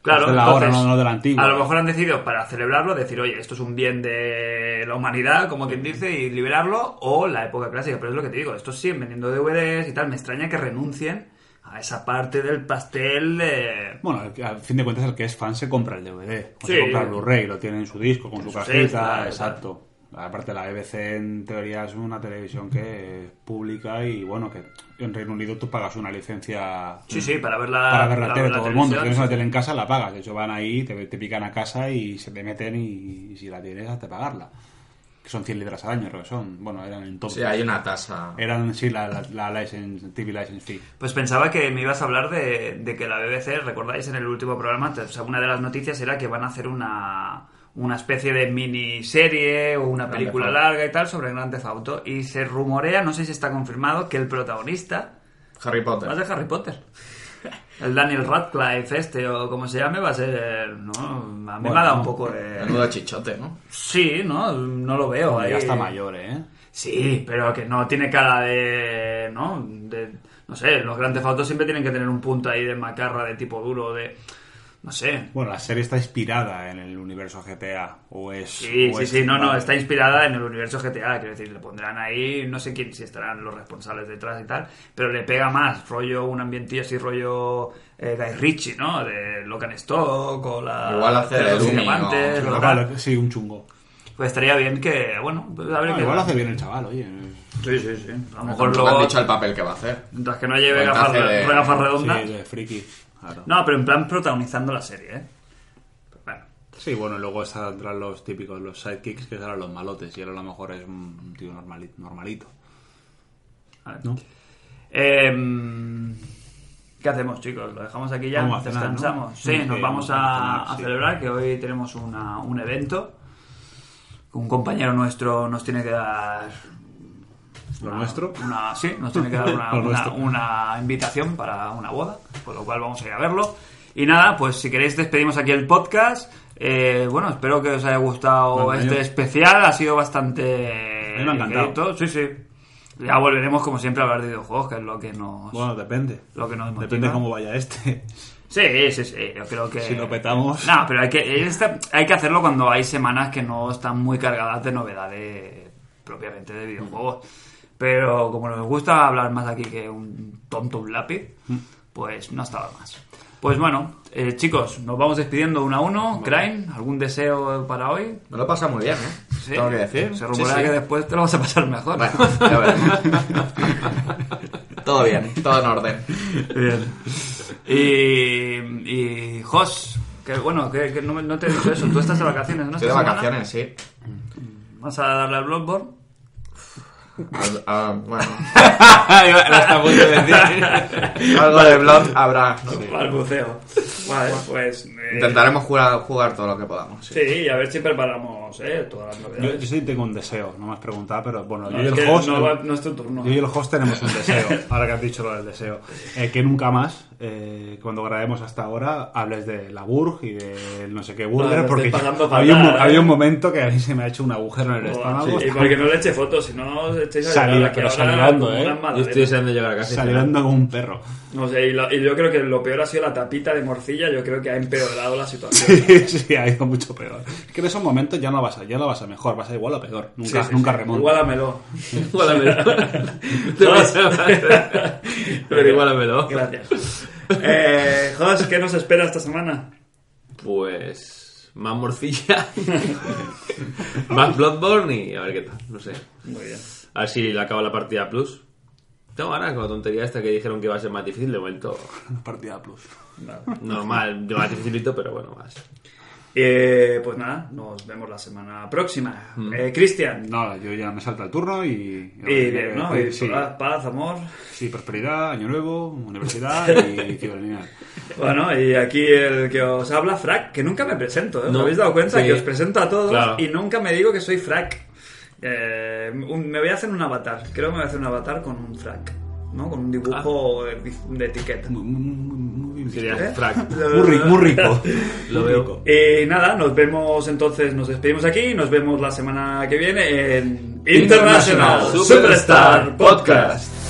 B: Claro,
E: de la hora,
B: entonces,
E: no- no de la antigua.
B: A lo mejor han decidido para celebrarlo decir, oye, esto es un bien de la humanidad, como quien dice, y liberarlo, o la época clásica. Pero es lo que te digo, estos siguen vendiendo DVDs y tal. Me extraña que renuncien a esa parte del pastel de.
E: Bueno, al fin de cuentas el que es fan se compra el DVD, o
B: Sí.
E: se compra el Blu-ray, lo tiene en su disco, con su
B: su
E: cajita,
B: sexta, claro,
E: exacto. Aparte la BBC en teoría es una televisión que es pública y bueno, que en Reino Unido tú pagas una licencia
B: Sí, sí, para ver la.
E: para ver la, tele,
B: la
E: todo el mundo. Si tienes
B: televisión.
E: una tele en casa, la pagas. De hecho, van ahí, te, te pican a casa y se te meten y, y si la tienes, hasta pagarla. Que son 100 libras al año, creo que son. Bueno, eran en top.
D: Sí, hay una tasa.
E: Eran, sí, la, la, la license- TV license fee.
B: Pues pensaba que me ibas a hablar de, de que la BBC, recordáis en el último programa, o sea, una de las noticias era que van a hacer una, una especie de miniserie o una película
D: Theft Auto.
B: larga y tal sobre el Gran Theft Auto. Y se rumorea, no sé si está confirmado, que el protagonista
D: Harry
B: va a
D: Potter.
B: ser Harry Potter. El Daniel Radcliffe este o como se llame va a ser... No, a mí me ha dado un poco de...
D: Menudo chichote, ¿no?
B: Sí, no, no lo veo.
E: Ya
B: ahí.
E: está mayor, ¿eh?
B: Sí, pero que no tiene cara de. ¿No? De, no sé, los grandes fotos siempre tienen que tener un punto ahí de macarra de tipo duro, de. No sé.
E: Bueno, la serie está inspirada en el universo GTA. O es.
B: Sí,
E: o
D: Pues
B: sí,
E: es-
B: sí, no, no, está inspirada en el universo GTA, quiero decir, le pondrán ahí, no sé quién, si estarán los responsables detrás y tal, pero le pega más, rollo un ambientillo así, rollo eh, Guy Ritchie, ¿no? De Locan Stock o la...
D: Igual hace
B: de los
D: el Uni,
B: diamantes,
D: ¿no?
E: Pero
B: lo
E: vale,
B: tal.
E: sí, un chungo.
B: Pues estaría bien que, bueno, pues a ver
E: Ah,
B: qué
E: igual lo
B: tal.
E: hace bien el chaval, oye.
B: Sí, sí, sí. A lo mejor
D: Tampoco han
B: luego,
D: dicho el papel que va a hacer.
B: mientras que no lleve
D: Cuenta
B: gafas,
D: hace de-
B: gafas redondas...
E: Sí, de friki. claro.
B: No, pero en plan protagonizando la serie, ¿eh? Pero bueno.
E: Sí, bueno, y luego saldrán los típicos, los sidekicks, que serán los malotes. Y él a lo mejor es un un tío normali- normalito.
B: a ver.
E: ¿No?
B: Em, ¿Qué hacemos, chicos? ¿Lo dejamos aquí ya?
E: Vamos a cenar,
B: ¿Descansamos?
E: ¿no?
B: Sí,
E: Sí,
B: nos vamos
E: vamos
B: a,
E: a cenar,
B: a
E: sí.
B: celebrar que hoy tenemos una- un evento. Un compañero nuestro nos tiene que dar...
E: Lo
B: una-
E: nuestro.
B: Una, sí, nos tiene que dar una,
E: Lo
B: una-
E: nuestro.
B: una invitación para una boda, por lo cual vamos a ir a verlo. Y nada, pues si queréis despedimos aquí el podcast. Eh, bueno, espero que os haya gustado
E: Bueno,
B: este
E: yo-
B: especial. Ha sido bastante...
E: A mí me ha encantado.
B: directo. Sí, sí. Ya volveremos como siempre a hablar de videojuegos, que es lo que nos...
E: Bueno, depende.
B: Lo que nos motiva.
E: Depende cómo vaya este.
B: Sí, sí, sí, yo creo que...
E: Si lo petamos.
B: No, pero hay que, esta- hay que hacerlo cuando hay semanas que no están muy cargadas de novedades propiamente de videojuegos. Pero como nos gusta hablar más aquí que un tonto un lápiz,
D: Mm.
B: pues no estaba más. Pues bueno, eh, chicos, nos vamos despidiendo uno a uno. Crane, ¿algún deseo para hoy?
D: Me lo he pasado muy bien, ¿eh?
B: Sí.
D: Tengo que decir.
B: Se rumorea
D: Sí, sí.
B: que después te lo vas a pasar mejor.
D: Bueno, ya veremos. todo bien, todo en orden.
B: Bien. Y, y Jos, que bueno, que, que no, me- no te he dicho eso. Tú estás de vacaciones, ¿no?
D: Estoy de
B: Esta semana.
D: vacaciones, sí.
B: ¿Vas a darle al Bloodborne?
D: Al- ah, bueno,
C: Lo está a punto de decir.
D: algo de blog habrá. ¿no?
G: Al buceo. Vale, pues. eh,
D: Intentaremos jugar, jugar todo lo que podamos. sí.
G: Sí, y a ver si preparamos eh, todas las
E: Yo,
G: novedades.
E: yo sí tengo un deseo, no me has preguntado, pero bueno,
G: No,
E: yo y
G: es
E: el
G: que
E: host.
G: no va- no es tu turno.
E: Yo y el host tenemos un deseo, ahora que has dicho lo del deseo. Eh, que nunca más, eh, cuando grabemos hasta ahora, hables de la Burg y del no sé qué
G: No,
E: Burger,
G: lo
E: porque
G: estoy pasando
E: yo- había, un,
G: fatal,
E: mo- había un
G: eh.
E: momento que a mí se me ha hecho un agujero en el
G: Joder,
E: estómago.
G: sí, y porque no le eche fotos, si no os echáis a
E: Salida,
G: llorar, que
E: pero
G: ahora
E: salivando,
G: como
E: ¿eh?
G: unas
C: Yo estoy
G: madalenas.
C: deseando llegar a casa. y cenar.
E: Saliendo como un perro.
G: No sé, y, lo- y yo creo que lo peor ha sido la tapita de morcilla, yo creo que ha empeorado la situación.
E: Sí, sí, ha ido mucho peor. Es que en esos momentos ya no vas a, ya no vas a mejor, vas a igual o peor.
G: Sí,
E: Nunca,
G: sí,
E: nunca
G: sí.
E: remonta.
G: Igualamelo.
C: Igualamelo. Te vas a- Pero igualamelo.
G: Gracias. Eh, Jos, ¿qué nos espera esta semana?
C: Pues. Más morcilla. más Bloodborne y a ver qué tal. No sé.
G: Muy bien.
C: A ver si le acaba la partida plus. Tengo ganas con la tontería esta que dijeron que iba a ser más difícil. De momento,
E: Partida plus.
C: normal. De más dificilito, pero bueno, más.
G: Eh, pues nada, nos vemos la semana próxima.
C: Mm.
G: Eh, Cristian.
E: Nada, yo ya me salta el turno y... eh,
G: Y bien, ¿no? Y
E: pues Sí,
G: paz, paz, amor.
E: sí, prosperidad, año nuevo, universidad y ciudadanía.
G: Bueno, y aquí el que os habla, Frac, que nunca me presento, ¿eh? ¿Os
C: No.
G: habéis dado cuenta
C: Sí.
G: que os presento a todos
C: Claro.
G: y nunca me digo que soy Frac? Eh, un- me voy a hacer un avatar. Creo que me voy a hacer un avatar con un Frac, ¿no? Con un
C: Ah.
G: dibujo de, de etiqueta.
E: Muy, muy, muy, muy
C: Sería
E: bien.
G: ¿Eh?
C: frac.
E: Muy rico, muy rico.
C: Lo veo.
G: Eh, nada, nos vemos entonces, nos despedimos aquí, nos vemos la semana que viene en International Superstar Podcast.